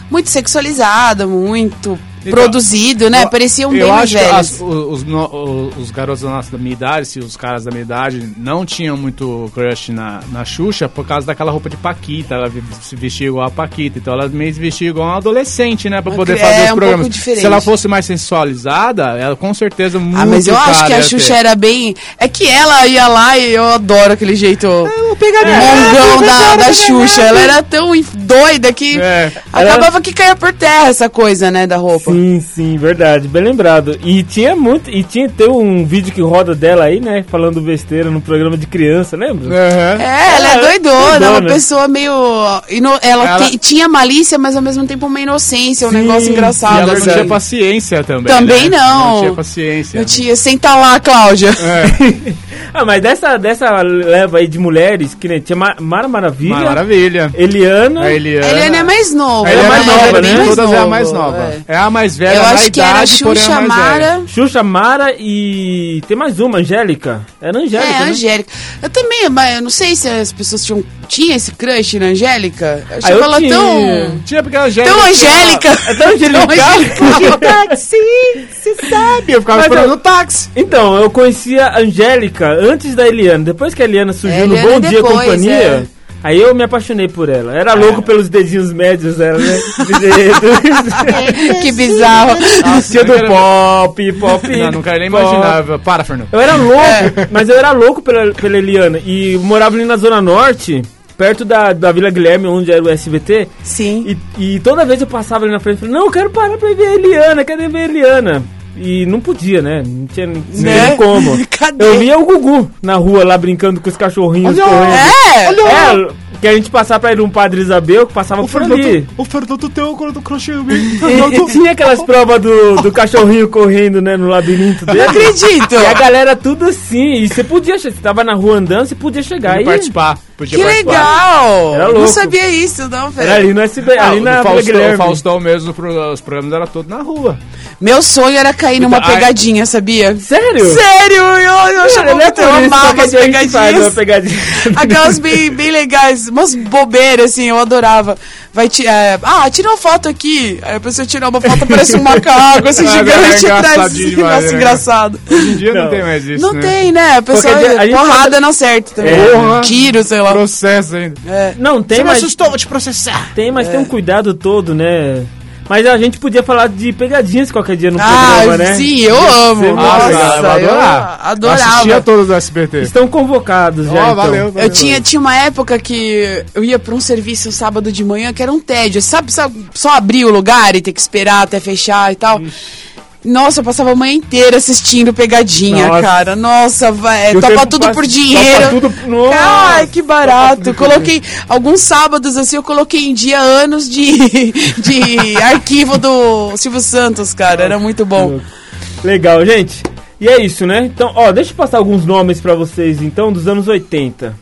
Speaker 3: Muito sexualizada, muito
Speaker 2: Então,
Speaker 3: produzido, né?
Speaker 2: eu-
Speaker 3: Pareciam bem
Speaker 2: eu
Speaker 3: mais
Speaker 2: acho que
Speaker 3: velhos.
Speaker 2: as- o- os, no- o- os garotos da, nossa, da minha idade, se os caras da minha idade, não tinham muito crush na, na Xuxa por causa daquela roupa de Paquita. Ela vi- se vestia igual a Paquita. Então ela meio se vestia igual uma adolescente, né? Pra
Speaker 3: Uma
Speaker 2: poder
Speaker 3: cri-
Speaker 2: fazer
Speaker 3: é,
Speaker 2: os
Speaker 3: um
Speaker 2: programas.
Speaker 3: pouco diferente.
Speaker 2: se ela fosse mais sensualizada, ela com certeza muito.
Speaker 3: Ah, mas eu acho
Speaker 2: cara
Speaker 3: que a
Speaker 2: ia
Speaker 3: Xuxa
Speaker 2: ter.
Speaker 3: era bem. É que ela ia lá e eu adoro aquele jeito.
Speaker 2: É,
Speaker 1: pegadinha,
Speaker 3: Mongão da, da Xuxa. Ela era tão inf- doida que
Speaker 2: É.
Speaker 3: acabava que caía por terra essa coisa, né, da roupa.
Speaker 1: Sim, sim, verdade, bem lembrado. E tinha muito. E tinha tem um vídeo que roda dela aí, né? Falando besteira no programa de criança, lembra?
Speaker 2: Aham.
Speaker 3: É, ela é
Speaker 1: Ela é
Speaker 3: doidona, uma
Speaker 1: doidona.
Speaker 3: pessoa meio. ino- Ela,
Speaker 2: Ela-
Speaker 3: te- tinha malícia, mas ao mesmo tempo uma inocência, um
Speaker 1: Sim,
Speaker 3: negócio
Speaker 2: E
Speaker 3: engraçado.
Speaker 2: ela não
Speaker 3: assim.
Speaker 2: tinha paciência também.
Speaker 3: Também
Speaker 2: né?
Speaker 3: não.
Speaker 2: Não tinha paciência. É,
Speaker 3: Não tinha. Senta lá, Cláudia.
Speaker 1: Ah, mas dessa, dessa leva aí de mulheres, que nem tinha Ma- Mara Maravilha,
Speaker 2: Uma maravilha.
Speaker 1: Eliana.
Speaker 2: A Eliana.
Speaker 3: A Eliana é mais nova.
Speaker 2: A Eliana é mais
Speaker 1: nova,
Speaker 2: nova,
Speaker 1: né?
Speaker 2: né?
Speaker 1: mais
Speaker 2: Todas é a
Speaker 3: novo,
Speaker 2: mais nova.
Speaker 3: é.
Speaker 2: É. a mais velha
Speaker 3: Eu
Speaker 2: na
Speaker 3: acho que era a
Speaker 2: idade, porém é
Speaker 3: Xuxa,
Speaker 2: a mais velha.
Speaker 3: Mara.
Speaker 1: Xuxa, Mara e. Tem mais uma, Angélica. Era Angélica.
Speaker 3: É,
Speaker 1: né?
Speaker 3: Angélica. Eu também, mas eu não sei se as pessoas tinham. Tinha esse crush na Angélica? Eu
Speaker 1: Ah, eu
Speaker 3: achava ela
Speaker 1: tinha.
Speaker 3: tão.
Speaker 2: Tinha porque a
Speaker 1: Então,
Speaker 2: Angélica.
Speaker 3: Tão Angélica!
Speaker 1: É tão angelical.
Speaker 2: Sim, se sabe. Eu ficava
Speaker 1: Mas
Speaker 2: esperando
Speaker 1: eu-
Speaker 2: o táxi.
Speaker 1: Então, eu conhecia a Angélica antes da Eliana. Depois que a Eliana surgiu
Speaker 3: É,
Speaker 1: no
Speaker 3: Eliana
Speaker 1: Bom Dia
Speaker 3: depois,
Speaker 1: Companhia,
Speaker 3: é.
Speaker 1: Aí eu me apaixonei por ela. Era louco pelos dedinhos médios dela, né?
Speaker 3: que bizarro.
Speaker 1: Tinha do pop, pop.
Speaker 2: Não, não quero nem
Speaker 1: pop.
Speaker 2: imaginar. Para, Fernando.
Speaker 1: Eu era louco,
Speaker 3: É.
Speaker 1: mas eu era louco pela, pela Eliana. E morava ali na Zona Norte, perto da, da Vila Guilherme, onde era o SBT.
Speaker 3: Sim.
Speaker 1: E, e toda vez eu passava ali na frente e falei, não, eu quero parar pra ver a Eliana, cadê ver a Eliana? E não podia, né? Não tinha, não tinha
Speaker 3: Né?
Speaker 1: nem como.
Speaker 3: Cadê?
Speaker 1: Eu via o Gugu na rua lá brincando com os cachorrinhos. correndo.
Speaker 3: É,
Speaker 1: É, que a gente passava pra ir um Padre Isabel que passava por ali.
Speaker 2: o Fernando tem o do crochê.
Speaker 1: E, e tinha aquelas provas do, do cachorrinho correndo, né, no labirinto dele.
Speaker 3: não acredito.
Speaker 1: E a galera tudo assim. E você podia, che- você tava na rua andando, você podia chegar e...
Speaker 2: Participar. Podia
Speaker 3: Que
Speaker 2: participar.
Speaker 3: legal.
Speaker 1: Era
Speaker 3: Não
Speaker 1: louco.
Speaker 3: sabia isso, não, velho.
Speaker 1: Era ali no SB,
Speaker 2: Ah,
Speaker 1: ali
Speaker 2: o
Speaker 1: na Vila
Speaker 2: Faustão,
Speaker 1: Guilherme.
Speaker 2: o Faustão mesmo, pro- os programas eram todos na rua.
Speaker 3: Meu sonho era cair numa
Speaker 2: Ai.
Speaker 3: pegadinha, sabia?
Speaker 1: Sério?
Speaker 3: Sério, eu, eu achava
Speaker 1: Cara, não é
Speaker 3: muito, eu
Speaker 1: por isso que
Speaker 3: amava as
Speaker 1: a gente faz né? uma
Speaker 3: pegadinhas.
Speaker 1: pegadinha.
Speaker 3: Aquelas bem, bem legais, umas bobeiras, assim, eu adorava. Vai ti- é, ah, tira uma foto aqui. Aí a pessoa tirar uma foto, parece um macaco, assim,
Speaker 2: Ah,
Speaker 3: gigante
Speaker 2: é engraçado
Speaker 3: atrás. assim,
Speaker 2: demais,
Speaker 3: Nossa,
Speaker 2: né?
Speaker 3: engraçado.
Speaker 2: Hoje em dia não,
Speaker 1: Não.
Speaker 2: tem mais isso,
Speaker 3: não
Speaker 2: né?
Speaker 3: tem, né? A pessoa,
Speaker 1: Porque a gente- a gente-
Speaker 3: porrada não certo também.
Speaker 1: É.
Speaker 2: Porra.
Speaker 3: Tiro, sei lá.
Speaker 2: Processo ainda.
Speaker 3: É.
Speaker 1: Não, tem, mas
Speaker 2: vou te processar.
Speaker 1: tem, mas tem um cuidado todo, né? Mas a gente podia falar de pegadinhas qualquer dia
Speaker 2: é
Speaker 1: no
Speaker 3: Ah,
Speaker 1: programa, né?
Speaker 3: sim, eu amo.
Speaker 2: Nossa,
Speaker 3: Nossa,
Speaker 2: é eu
Speaker 3: eu
Speaker 2: adorava.
Speaker 3: adorava.
Speaker 2: Assistia todos do SBT.
Speaker 1: Estão convocados já,
Speaker 2: Ó,
Speaker 1: então.
Speaker 2: valeu.
Speaker 3: Eu tinha, tinha uma época que eu ia pra um serviço sábado de manhã que era um tédio. Sabe, sabe, só abrir o lugar e ter que esperar até fechar e tal. Nossa, eu passava a manhã inteira assistindo pegadinha,
Speaker 1: Nossa.
Speaker 3: cara. Nossa, vai,
Speaker 1: E o
Speaker 3: topa
Speaker 1: tempo
Speaker 3: Tá tudo
Speaker 1: passa-
Speaker 3: por
Speaker 1: topa
Speaker 3: dinheiro.
Speaker 1: Tá tudo- Nossa.
Speaker 3: Ai, que barato. Coloquei alguns sábados assim, eu coloquei em dia anos de, de arquivo do Silvio Santos, cara. Era muito bom.
Speaker 1: Legal, gente. E é isso, né? Então, ó, deixa eu passar alguns nomes pra vocês, então, dos anos 80.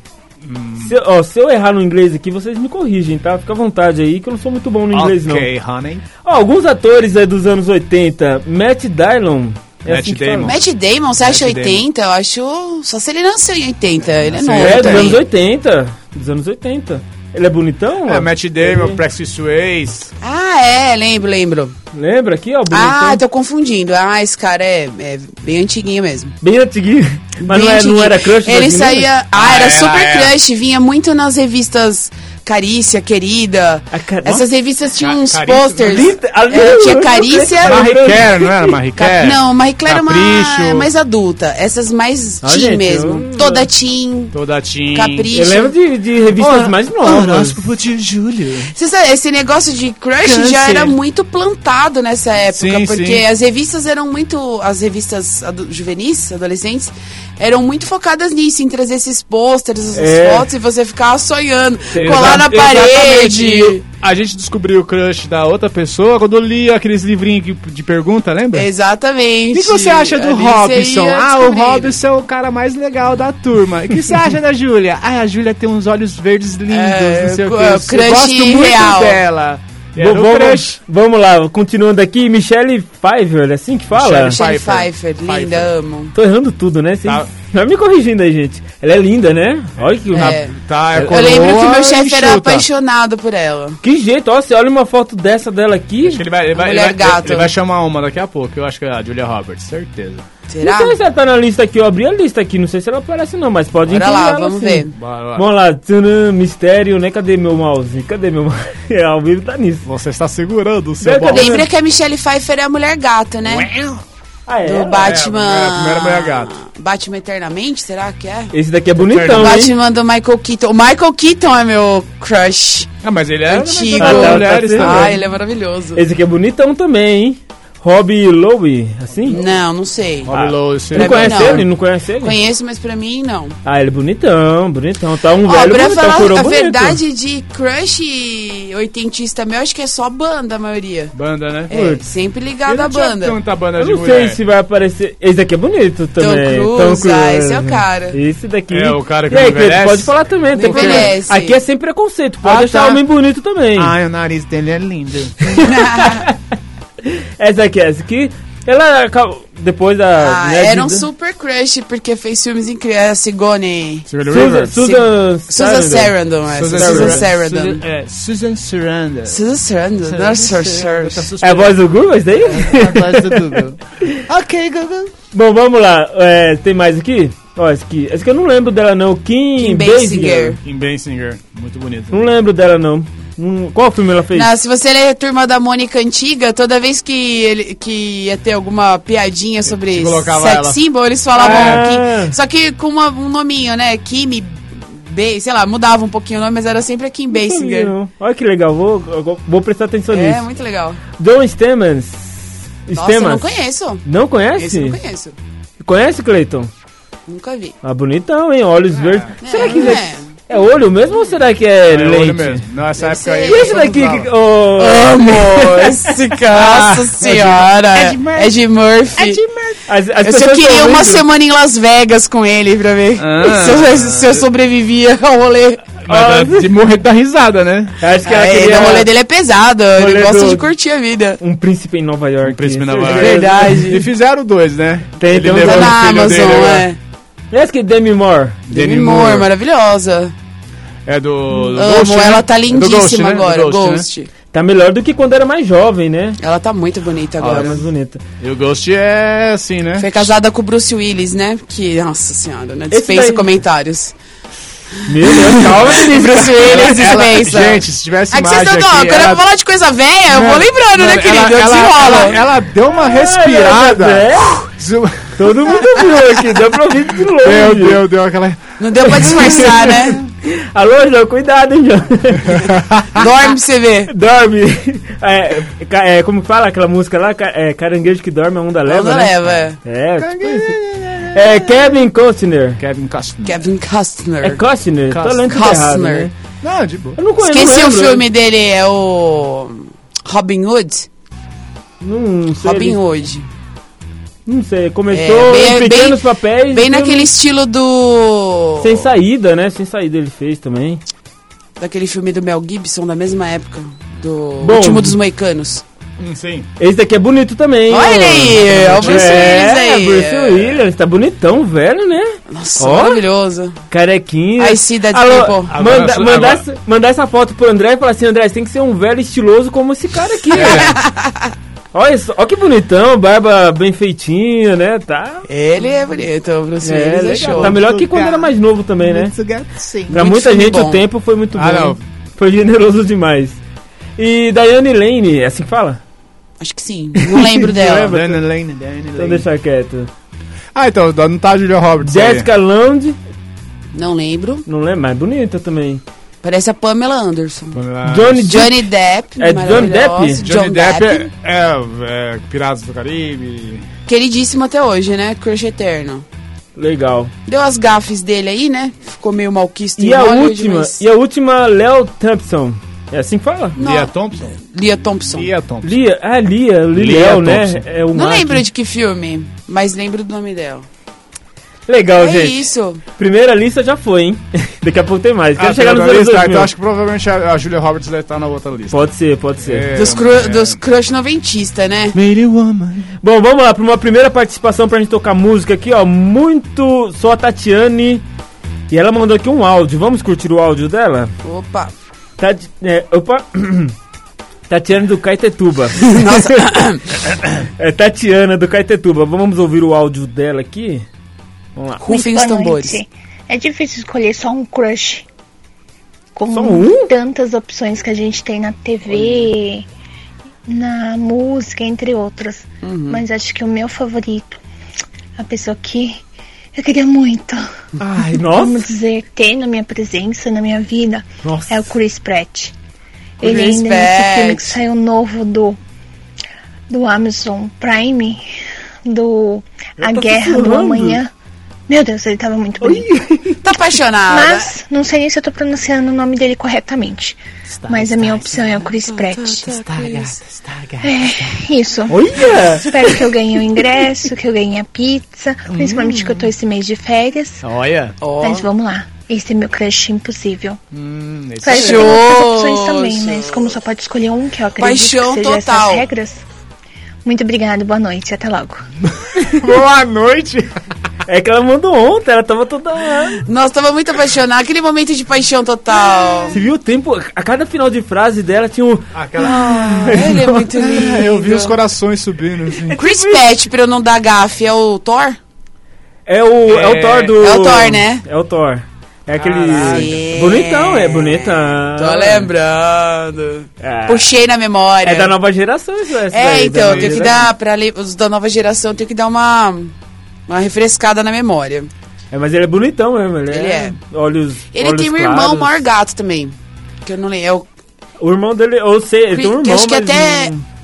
Speaker 1: Se, eu- ó, se eu errar no inglês aqui, vocês me corrigem, tá? Fica à vontade aí, que eu não sou muito bom no inglês, não.
Speaker 2: Ok, honey.
Speaker 1: Ó, alguns atores aí dos anos 80. Matt Dillon. É assim
Speaker 2: Matt
Speaker 1: que fala?
Speaker 2: Damon.
Speaker 3: Matt Damon, você acha
Speaker 2: Matt Damon.
Speaker 3: 80? Eu acho. Só se ele nasceu em 80. Ele é
Speaker 2: Nasceu em
Speaker 3: novo.
Speaker 1: É, dos
Speaker 3: também.
Speaker 1: anos 80. Dos anos 80. Ele é bonitão?
Speaker 2: É,
Speaker 1: ó?
Speaker 2: Matt Damon, Praxis Sways.
Speaker 3: Ah, é, lembro, lembro.
Speaker 1: Lembra aqui, ó, bonitão.
Speaker 3: Ah, tô confundindo. Ah, esse cara é, é bem antiguinho mesmo.
Speaker 1: Bem antiguinho. Mas
Speaker 3: Bem
Speaker 1: não, é- não
Speaker 3: antiguinho.
Speaker 1: era crush das
Speaker 3: Ele
Speaker 1: meninas?
Speaker 3: saía. Ah,
Speaker 2: Ah,
Speaker 3: era
Speaker 2: era,
Speaker 3: super
Speaker 2: era.
Speaker 3: crush. Vinha muito nas revistas Carícia, Querida.
Speaker 1: A Ca-
Speaker 3: Essas revistas tinham
Speaker 2: Ca-
Speaker 3: uns
Speaker 2: Carícia?
Speaker 3: posters.
Speaker 1: Lita- a-
Speaker 3: Ela tinha
Speaker 1: eu não acredito.
Speaker 3: Carícia.
Speaker 1: Mas-
Speaker 2: Marie Claire, não era Marie
Speaker 3: Tá Ca-
Speaker 2: Claire?
Speaker 3: Não, Marie Claire é uma
Speaker 2: Capricho.
Speaker 3: mais adulta. Essas mais
Speaker 1: Ah,
Speaker 3: teen
Speaker 1: gente,
Speaker 3: mesmo.
Speaker 1: eu-
Speaker 3: Toda teen,
Speaker 2: Toda Tim.
Speaker 3: capricho.
Speaker 1: Eu lembro de, de revistas
Speaker 3: Ó,
Speaker 1: mais novas.
Speaker 2: de Júlio.
Speaker 3: Você sabe, esse negócio de crush
Speaker 2: Câncer.
Speaker 3: já era muito plantado nessa época,
Speaker 2: Sim,
Speaker 3: porque
Speaker 2: sim.
Speaker 3: as revistas eram muito. As revistas ado- juvenis, adolescentes, eram muito focadas nisso, em trazer esses pôsteres, essas
Speaker 1: É.
Speaker 3: fotos, e você ficava sonhando,
Speaker 2: Exa-
Speaker 3: colar na parede.
Speaker 2: exatamente. A gente descobriu o crush da outra pessoa quando eu li aqueles livrinhos que- de pergunta, lembra?
Speaker 3: Exatamente.
Speaker 2: O que que você acha do
Speaker 3: É, Ali você
Speaker 2: Robson?
Speaker 3: ia
Speaker 2: Ah, o
Speaker 3: descobrindo.
Speaker 2: Robson é o cara mais legal da turma. E O que você acha da Júlia? Ah, a Júlia tem uns olhos verdes lindos,
Speaker 3: É,
Speaker 2: não sei o
Speaker 3: o
Speaker 2: que.
Speaker 3: crush
Speaker 2: gosto muito
Speaker 3: real.
Speaker 2: dela. Era
Speaker 1: Bom,
Speaker 2: o
Speaker 1: vamos,
Speaker 2: crush.
Speaker 1: vamos lá, continuando aqui, Michelle Pfeiffer, é assim que fala?
Speaker 2: Michelle-
Speaker 3: Michelle
Speaker 2: Pfeiffer.
Speaker 3: Pfeiffer, linda,
Speaker 2: Pfeiffer.
Speaker 3: amo.
Speaker 1: Tô errando tudo, né? Vocês-
Speaker 2: Tá.
Speaker 1: Vai me corrigindo aí, gente. Ela é linda, né? Olha que,
Speaker 3: É.
Speaker 2: Tá, é
Speaker 3: Eu
Speaker 2: coroa
Speaker 3: lembro que
Speaker 2: e
Speaker 3: meu chefe era
Speaker 2: chuta.
Speaker 3: apaixonado por ela.
Speaker 1: que jeito, ó, você olha uma foto dessa dela aqui.
Speaker 2: Acho que ele vai, ele vai-
Speaker 3: Mulher
Speaker 2: ele vai-
Speaker 3: gato.
Speaker 2: ele vai chamar uma daqui a pouco. Eu acho que é a Julia Roberts, certeza.
Speaker 1: Não
Speaker 3: Será?
Speaker 1: sei se ela tá na lista aqui, eu abri a lista aqui, não sei se ela aparece não, mas
Speaker 2: Então,
Speaker 1: pode
Speaker 3: Bora
Speaker 1: incluir
Speaker 3: lá,
Speaker 1: ela
Speaker 3: vamos
Speaker 2: assim.
Speaker 1: sim.
Speaker 3: ver.
Speaker 2: Bora lá.
Speaker 1: Vamos lá, tcharam, mistério, né? Cadê meu mouse? Cadê meu mouse? É, ao vivo tá nisso.
Speaker 2: Você está segurando o seu
Speaker 1: Cadê?
Speaker 2: bolo.
Speaker 3: Lembra que a Michelle Pfeiffer é a mulher gata, né?
Speaker 1: Ah, é?
Speaker 3: Do
Speaker 1: ela?
Speaker 3: Batman.
Speaker 2: é, a primeira mulher gata.
Speaker 3: Batman Eternamente, será que é?
Speaker 1: Esse daqui é bonitão, hein?
Speaker 3: Batman do Michael Keaton. O Michael Keaton é meu crush.
Speaker 2: Ah, mas ele é
Speaker 3: Antigo.
Speaker 2: Ah,
Speaker 1: tá,
Speaker 2: mulheres
Speaker 1: tá
Speaker 2: também.
Speaker 3: Ah,
Speaker 1: bem.
Speaker 3: ele é maravilhoso.
Speaker 1: Esse aqui é bonitão também, hein? Robbie Lowe, assim?
Speaker 3: Não, não sei.
Speaker 2: Robbie Lowe, esse-
Speaker 1: Não
Speaker 3: Pra mim,
Speaker 1: conhece
Speaker 3: não.
Speaker 1: ele? Não conhece ele?
Speaker 3: Conheço, mas pra mim, não.
Speaker 1: Ah, ele é bonitão, bonitão. Tá um
Speaker 3: Ó,
Speaker 1: velho
Speaker 3: pra
Speaker 1: bonitão,
Speaker 3: falar
Speaker 1: coroa
Speaker 3: a
Speaker 1: bonito.
Speaker 3: verdade de crush oitentista meu, acho que é só banda a maioria.
Speaker 2: Banda, né?
Speaker 3: É,
Speaker 1: Putz.
Speaker 3: sempre ligado à
Speaker 2: não tinha
Speaker 3: banda.
Speaker 2: tanta banda
Speaker 1: Eu
Speaker 2: de
Speaker 1: não sei
Speaker 2: mulher.
Speaker 1: se vai aparecer. Esse daqui é bonito também.
Speaker 3: Cruise, ah, esse é o cara.
Speaker 1: Esse daqui.
Speaker 2: É, o cara que
Speaker 1: e aí,
Speaker 2: não
Speaker 1: Cleiton,
Speaker 2: envelhece?
Speaker 1: pode falar também. Tem problema.
Speaker 3: envelhece.
Speaker 1: Aqui é sem preconceito. Pode
Speaker 2: Ah,
Speaker 1: achar
Speaker 2: tá.
Speaker 1: homem bonito também.
Speaker 2: o nariz dele é lindo.
Speaker 1: Essa aqui, essa aqui. Ela acabou- depois da.
Speaker 3: Ah,
Speaker 1: né,
Speaker 3: era um
Speaker 1: de-
Speaker 3: super crush porque fez filmes incríveis. A Sigourney.
Speaker 2: Susan
Speaker 1: Susan,
Speaker 2: River?
Speaker 1: Susan,
Speaker 3: Susan
Speaker 1: Sarandon.
Speaker 3: Sarandon, é.
Speaker 2: Susan
Speaker 3: Susan
Speaker 1: Sarandon.
Speaker 3: Sarandon.
Speaker 2: É, Susan Sarandon.
Speaker 3: Susan Sarandon. Nossa, Sarandon.
Speaker 1: É a voz do Google, isso daí?
Speaker 2: ok, Google.
Speaker 1: Bom, vamos lá. É, tem mais aqui? Ó, esse aqui. Esse aqui eu não lembro dela, não. Kim,
Speaker 3: Kim
Speaker 1: Basinger.
Speaker 3: Basinger.
Speaker 2: Kim Basinger. muito bonito.
Speaker 1: Não lembro dela, não. Não- Qual filme ela fez?
Speaker 3: Não, se você ler a turma da Mônica antiga, toda vez que, ele, que ia ter alguma piadinha sobre
Speaker 2: Se colocava
Speaker 3: sex
Speaker 2: ela.
Speaker 3: symbol, eles falavam.
Speaker 1: Ah.
Speaker 3: Kim- só que com uma- um nominho, né? Kimi Bay, sei lá, mudava um pouquinho o nome, mas era sempre a Kim Basinger.
Speaker 1: Não. Olha que legal, vou, vou- vou prestar atenção
Speaker 3: É,
Speaker 1: nisso.
Speaker 3: muito legal.
Speaker 1: John Stemmons.
Speaker 3: Nossa, eu não conheço.
Speaker 1: Não
Speaker 3: Esse
Speaker 1: conhece?
Speaker 3: eu não conheço.
Speaker 1: Conhece, Cleiton?
Speaker 3: Nunca vi.
Speaker 1: Ah, bonitão, hein? Olhos verdes. Será que é,
Speaker 3: é.
Speaker 1: é olho mesmo ou será que é,
Speaker 2: É olho
Speaker 1: lente?
Speaker 2: mesmo. Não, essa
Speaker 3: Deve
Speaker 2: época aí.
Speaker 3: ser.
Speaker 1: E esse
Speaker 2: eu
Speaker 1: daqui?
Speaker 2: usava.
Speaker 1: que- ô,
Speaker 3: Amor, esse cara. Nossa senhora.
Speaker 2: Ed Murphy.
Speaker 3: Ed Murphy.
Speaker 1: É as- as
Speaker 3: Eu só
Speaker 1: pessoas
Speaker 3: queria
Speaker 1: tão
Speaker 3: uma
Speaker 1: rindo.
Speaker 3: semana em Las Vegas com ele pra ver
Speaker 2: Ah.
Speaker 3: se, eu, se eu sobrevivia ao rolê.
Speaker 2: Mas dá de morrer da risada, né?
Speaker 1: Acho que ela
Speaker 3: É,
Speaker 1: queria
Speaker 3: O rolê dele é pesado, ele
Speaker 1: Rolê
Speaker 3: gosta
Speaker 1: do-
Speaker 3: de curtir a vida.
Speaker 1: um príncipe em Nova York. É
Speaker 2: Um príncipe em Nova York.
Speaker 3: Verdade.
Speaker 2: E fizeram dois, né?
Speaker 1: Tem- tem um
Speaker 3: Tá
Speaker 1: Eu
Speaker 2: o
Speaker 3: na
Speaker 2: filho
Speaker 3: Amazon,
Speaker 2: dele, né?
Speaker 3: é.
Speaker 1: Parece que Demi Moore.
Speaker 3: Demi Moore, maravilhosa.
Speaker 2: É do, do
Speaker 3: Amo,
Speaker 2: Ghost, né?
Speaker 3: ela
Speaker 2: É
Speaker 3: tá
Speaker 2: do
Speaker 3: lindíssima
Speaker 2: Ghost, né? Do
Speaker 3: agora, Ghost.
Speaker 2: né?
Speaker 1: Tá melhor do que quando era mais jovem, né?
Speaker 3: Ela tá muito bonita
Speaker 1: Ela
Speaker 3: agora.
Speaker 1: era mais bonita.
Speaker 2: né? E o Ghost é assim, né?
Speaker 3: Foi casada com o Bruce Willis, né? Que, nossa senhora, né?
Speaker 1: Esse
Speaker 3: Dispensa
Speaker 1: daí-
Speaker 3: comentários.
Speaker 1: Meu Deus, calma, Denise.
Speaker 3: Bruce Willis dispensa.
Speaker 2: gente, se tivesse
Speaker 3: É que vocês
Speaker 2: imagem
Speaker 3: estão.
Speaker 2: aqui...
Speaker 3: Não, quando eu
Speaker 2: ela-
Speaker 3: vou falar de coisa velha, eu
Speaker 2: Não,
Speaker 3: vou lembrando,
Speaker 2: não,
Speaker 3: né,
Speaker 2: ela-
Speaker 3: querido? Eu
Speaker 2: ela-
Speaker 3: desenrolo.
Speaker 2: ela- ela deu uma respirada.
Speaker 1: É,
Speaker 2: Zoom-
Speaker 1: todo mundo viu aqui, deu pra ouvir de longe.
Speaker 2: Meu Deus, deu aquela.
Speaker 3: Não deu pra disfarçar, né?
Speaker 1: Alô, João, cuidado, hein, João.
Speaker 3: Dorme pra você ver.
Speaker 1: dorme. É, ca- é, como fala aquela música lá? Ca- É, caranguejo que dorme, a onda leva,
Speaker 3: Leva,
Speaker 1: né?
Speaker 3: leva. é.
Speaker 1: É, tipo isso. É Kevin Costner.
Speaker 2: Kevin Costner.
Speaker 3: Kevin Costner.
Speaker 1: É Costner, tô
Speaker 2: Costner.
Speaker 1: lendo tudo errado, né?
Speaker 3: Costner.
Speaker 2: Não, de boa.
Speaker 1: Eu não conheço.
Speaker 3: Esqueci
Speaker 1: não
Speaker 3: o
Speaker 1: lembro.
Speaker 3: filme dele, é o. Robin Hood?
Speaker 1: Não sei,
Speaker 3: Robin
Speaker 1: ele-
Speaker 3: Hood.
Speaker 1: não sei. Começou
Speaker 3: É, bem-
Speaker 1: em
Speaker 3: bem-
Speaker 1: pequenos papéis.
Speaker 3: Bem
Speaker 1: depois-
Speaker 3: naquele estilo do.
Speaker 1: Sem saída, né? Sem saída ele fez também.
Speaker 3: Daquele filme do Mel Gibson, da mesma época. Do
Speaker 1: Bom.
Speaker 3: Último dos Moicanos.
Speaker 2: Hum, Sim.
Speaker 1: Esse daqui é bonito também.
Speaker 3: Olha
Speaker 1: ó.
Speaker 3: ele aí, é o Bruce Willis
Speaker 1: é,
Speaker 3: aí.
Speaker 1: Bruce Willis, tá bonitão, velho, né?
Speaker 3: Nossa,
Speaker 1: Ó.
Speaker 3: maravilhoso.
Speaker 1: Carequinha.
Speaker 3: I see that
Speaker 1: Alô,
Speaker 3: people.
Speaker 2: É tipo, Agora
Speaker 1: manda,
Speaker 2: eu sou-
Speaker 1: mandar,
Speaker 2: agora-
Speaker 1: essa, mandar essa foto pro André e falar assim, André, você tem que ser um velho estiloso como esse cara aqui.
Speaker 2: É.
Speaker 1: olha, isso, olha que bonitão, barba bem feitinha, né? Tá,
Speaker 3: Ele é bonito, o Bruce
Speaker 1: é,
Speaker 3: Willis é
Speaker 1: legal.
Speaker 3: show.
Speaker 1: tá melhor que quando era mais novo também, né?
Speaker 2: Sim.
Speaker 1: Pra
Speaker 3: Muito
Speaker 1: muita
Speaker 3: filme
Speaker 1: gente
Speaker 3: bom.
Speaker 1: o tempo foi muito
Speaker 2: Ah,
Speaker 1: bom.
Speaker 2: não.
Speaker 1: Foi generoso demais. E Diane Lane, é assim que fala?
Speaker 3: Acho que sim. Não lembro dela.
Speaker 1: Lembra?
Speaker 2: Lane, Lane, né? Lane,
Speaker 1: Então
Speaker 2: Lane.
Speaker 1: deixa quieto.
Speaker 2: É Ah, então, não tá a Julia Roberts. aí.
Speaker 1: Jessica Lange,
Speaker 3: Não lembro.
Speaker 1: não lembro, mas é bonita também.
Speaker 3: Parece a Pamela Anderson.
Speaker 2: Ah,
Speaker 1: Johnny Depp.
Speaker 3: Johnny Depp.
Speaker 1: É Johnny Depp?
Speaker 3: maravilhosa.
Speaker 2: Johnny
Speaker 3: John
Speaker 2: Depp,
Speaker 3: Depp.
Speaker 2: É, é, é Piratas do Caribe.
Speaker 3: Queridíssimo até hoje, né? Crush Eterno.
Speaker 1: Legal.
Speaker 3: Deu as gafes dele aí, né? Ficou meio malquisto
Speaker 1: E
Speaker 3: em
Speaker 1: a
Speaker 3: Hollywood,
Speaker 1: última,
Speaker 3: mas-
Speaker 1: e a última, Léo Thompson. É assim que fala?
Speaker 3: Não.
Speaker 2: Lia Thompson?
Speaker 3: Lia Thompson.
Speaker 2: Lia Thompson.
Speaker 1: Lia, ah, Lia,
Speaker 2: Lia
Speaker 1: Liliel, né?
Speaker 2: Thompson.
Speaker 1: É o
Speaker 3: Não
Speaker 1: Mark.
Speaker 3: lembro de que filme, mas lembro do nome dela.
Speaker 1: Legal,
Speaker 3: é
Speaker 1: gente.
Speaker 3: isso.
Speaker 1: Primeira lista já foi, hein? Daqui a pouco tem mais. Quero
Speaker 2: Ah,
Speaker 1: chegar
Speaker 2: tem
Speaker 1: nos
Speaker 2: outra
Speaker 1: anos
Speaker 2: lista?
Speaker 1: 2000.
Speaker 2: Então acho que provavelmente a, a Julia Roberts deve estar na outra lista.
Speaker 1: Pode ser, pode ser.
Speaker 2: É,
Speaker 3: Dos, cru,
Speaker 2: é.
Speaker 3: dos crush noventista, né?
Speaker 2: Made a woman.
Speaker 1: Bom, vamos lá, pra uma primeira participação pra gente tocar música aqui, ó. Muito só a Tatiane. E ela mandou aqui um áudio. Vamos curtir o áudio dela?
Speaker 3: Opa.
Speaker 1: Tati... é, opa. Tatiane do Caetetuba.
Speaker 3: Nossa.
Speaker 1: é Tatiana do Caetetuba. Vamos ouvir o áudio dela aqui? Vamos lá.
Speaker 3: Rufem
Speaker 4: Muito
Speaker 3: os
Speaker 4: boa
Speaker 3: tambores.
Speaker 4: noite. É difícil escolher só um crush. Com
Speaker 1: Só um?
Speaker 4: tantas opções que a gente tem na TV, na música, entre outras.
Speaker 3: Uhum.
Speaker 4: Mas acho que o meu favorito, a pessoa que eu queria muito,
Speaker 1: Ai,
Speaker 4: vamos
Speaker 1: nossa.
Speaker 4: dizer, ter na minha presença, na minha vida,
Speaker 1: Nossa.
Speaker 4: é o Chris Pratt. Ele
Speaker 3: Chris
Speaker 4: ainda nesse filme
Speaker 3: Pratt.
Speaker 4: que saiu novo do, do Amazon Prime, do A
Speaker 1: tô
Speaker 4: Guerra do
Speaker 1: sussurrando.
Speaker 4: Amanhã. Meu Deus, ele tava muito bonito.
Speaker 3: Tá apaixonada.
Speaker 4: Mas não sei nem se eu tô pronunciando o nome dele corretamente. Mas a minha opção é o Chris Pratt. É, isso.
Speaker 1: Olha!
Speaker 4: Espero que eu ganhe o ingresso, que eu ganhe a pizza.
Speaker 1: Hum.
Speaker 4: Principalmente que eu tô esse mês de férias.
Speaker 2: Olha.
Speaker 3: Ó.
Speaker 4: Mas vamos lá. Esse é meu crush impossível.
Speaker 2: Hum, esse
Speaker 4: Claro que
Speaker 3: é Show,
Speaker 4: tem outras opções também,
Speaker 3: show.
Speaker 4: mas como só pode escolher um, que eu acredito
Speaker 3: Paixão
Speaker 4: que seja
Speaker 3: total.
Speaker 4: essas regras. Muito obrigada, boa noite, até logo.
Speaker 2: Boa noite.
Speaker 1: É que ela mandou ontem, ela tava toda.
Speaker 3: Nossa, tava muito apaixonada. Aquele momento de paixão total.
Speaker 1: Você viu o tempo? A cada final de frase dela tinha um.
Speaker 2: Aquela...
Speaker 3: Ele é muito lindo.
Speaker 2: eu vi os corações subindo. Assim.
Speaker 3: Chris Pratt, pra eu não dar gafe, é o Thor?
Speaker 1: É o. É, o Thor do.
Speaker 3: É o Thor, né?
Speaker 1: É o Thor. É aquele.
Speaker 3: Caraca.
Speaker 1: Bonitão, é bonitão.
Speaker 3: Tô lembrando.
Speaker 1: É.
Speaker 3: Puxei na memória.
Speaker 1: É da nova geração isso, essa
Speaker 3: né? É,
Speaker 1: daí, da
Speaker 3: então,
Speaker 1: nova
Speaker 3: eu tenho que
Speaker 1: geração.
Speaker 3: dar pra le- os da nova geração, eu tenho que dar uma uma refrescada na memória.
Speaker 1: É, mas ele é bonitão mesmo. Ele,
Speaker 3: Ele
Speaker 1: é.
Speaker 3: é.
Speaker 1: Olhos.
Speaker 3: Ele
Speaker 1: olhos
Speaker 3: tem um
Speaker 1: claros.
Speaker 3: irmão maior gato também, que eu não lembro. É o-
Speaker 1: O irmão dele, ou sei, ele tem um
Speaker 3: Que
Speaker 1: irmão.
Speaker 3: acho que
Speaker 1: mas
Speaker 3: até-
Speaker 1: não-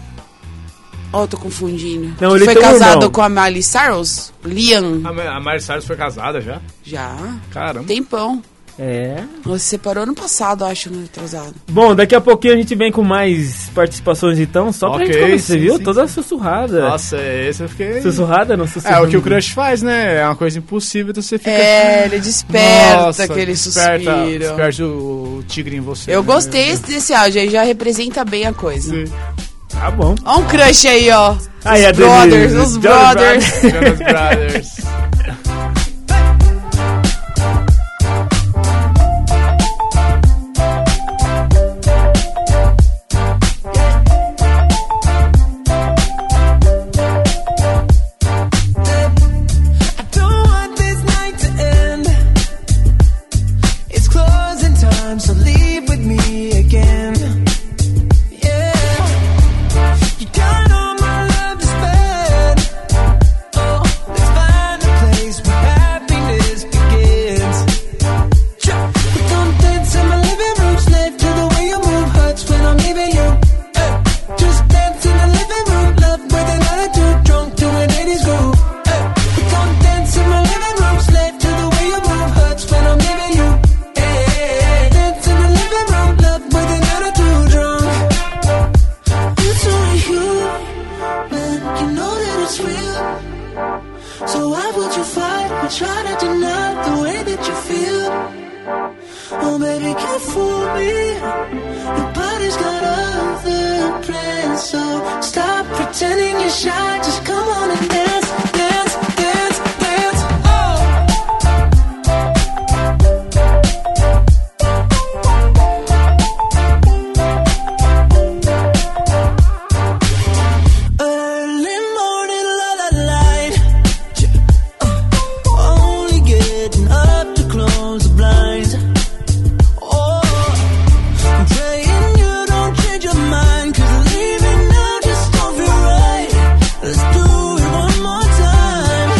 Speaker 3: Ó, eu tô confundindo.
Speaker 1: Não,
Speaker 3: Que
Speaker 1: ele
Speaker 3: foi
Speaker 1: tem um
Speaker 3: casado
Speaker 1: irmão.
Speaker 3: com a Miley Cyrus? Liam,
Speaker 2: A, Ma- a Miley Cyrus foi casada já?
Speaker 3: já.
Speaker 2: Caramba.
Speaker 3: Tempão.
Speaker 1: É.
Speaker 3: Você separou ano passado, acho, no atrasado.
Speaker 1: Bom, daqui a pouquinho a gente vem com mais participações então, só pra
Speaker 2: Ok,
Speaker 1: gente começar,
Speaker 2: sim,
Speaker 1: viu?
Speaker 2: sim,
Speaker 1: Toda sussurrada.
Speaker 2: Nossa, esse eu fiquei...
Speaker 1: Sussurrada, não sussurrada.
Speaker 2: É, o que o crush faz, né? É uma coisa impossível, então você fica...
Speaker 3: É, ele desperta
Speaker 2: Nossa,
Speaker 3: aquele
Speaker 2: desperta-
Speaker 3: suspiro.
Speaker 2: Desperta o, o tigre em você.
Speaker 3: Eu
Speaker 2: né?
Speaker 3: gostei desse áudio, aí já representa bem a coisa.
Speaker 2: Sim.
Speaker 1: Tá bom.
Speaker 3: Ó um crush aí, ó.
Speaker 1: Aí, a
Speaker 3: os brothers,
Speaker 1: Denise, Jonas
Speaker 3: os brothers.
Speaker 2: Jonas Brothers.
Speaker 5: I don't want this night to end. It's closing time, so leave with me again. Yeah, you got all my love to spend. Oh, let's find a place where happiness begins. We don't dance in my living room, slave to the way you move. Hurts when I'm leaving you. Hey, just dance in the living room, love with another dude, drunk to an 80s groove. Hey, we don't dance in my living room, slave to the way you move. Hurts when I'm leaving you. Eh, Hey, hey, hey. dance in the living room, love with another dude, drunk. It's only human, you know that it's real. So why would you fight or try to deny the way that you feel? Oh, baby, can't fool me. Your body's got other plans, so stop pretending you're shy. Just come on and dance, dance, dance, dance. Oh, early morning, la la light. Uh, only getting up to close the blinds. Oh. Praying you don't change your mind, 'cause leaving now just don't feel right. Let's do it one more time.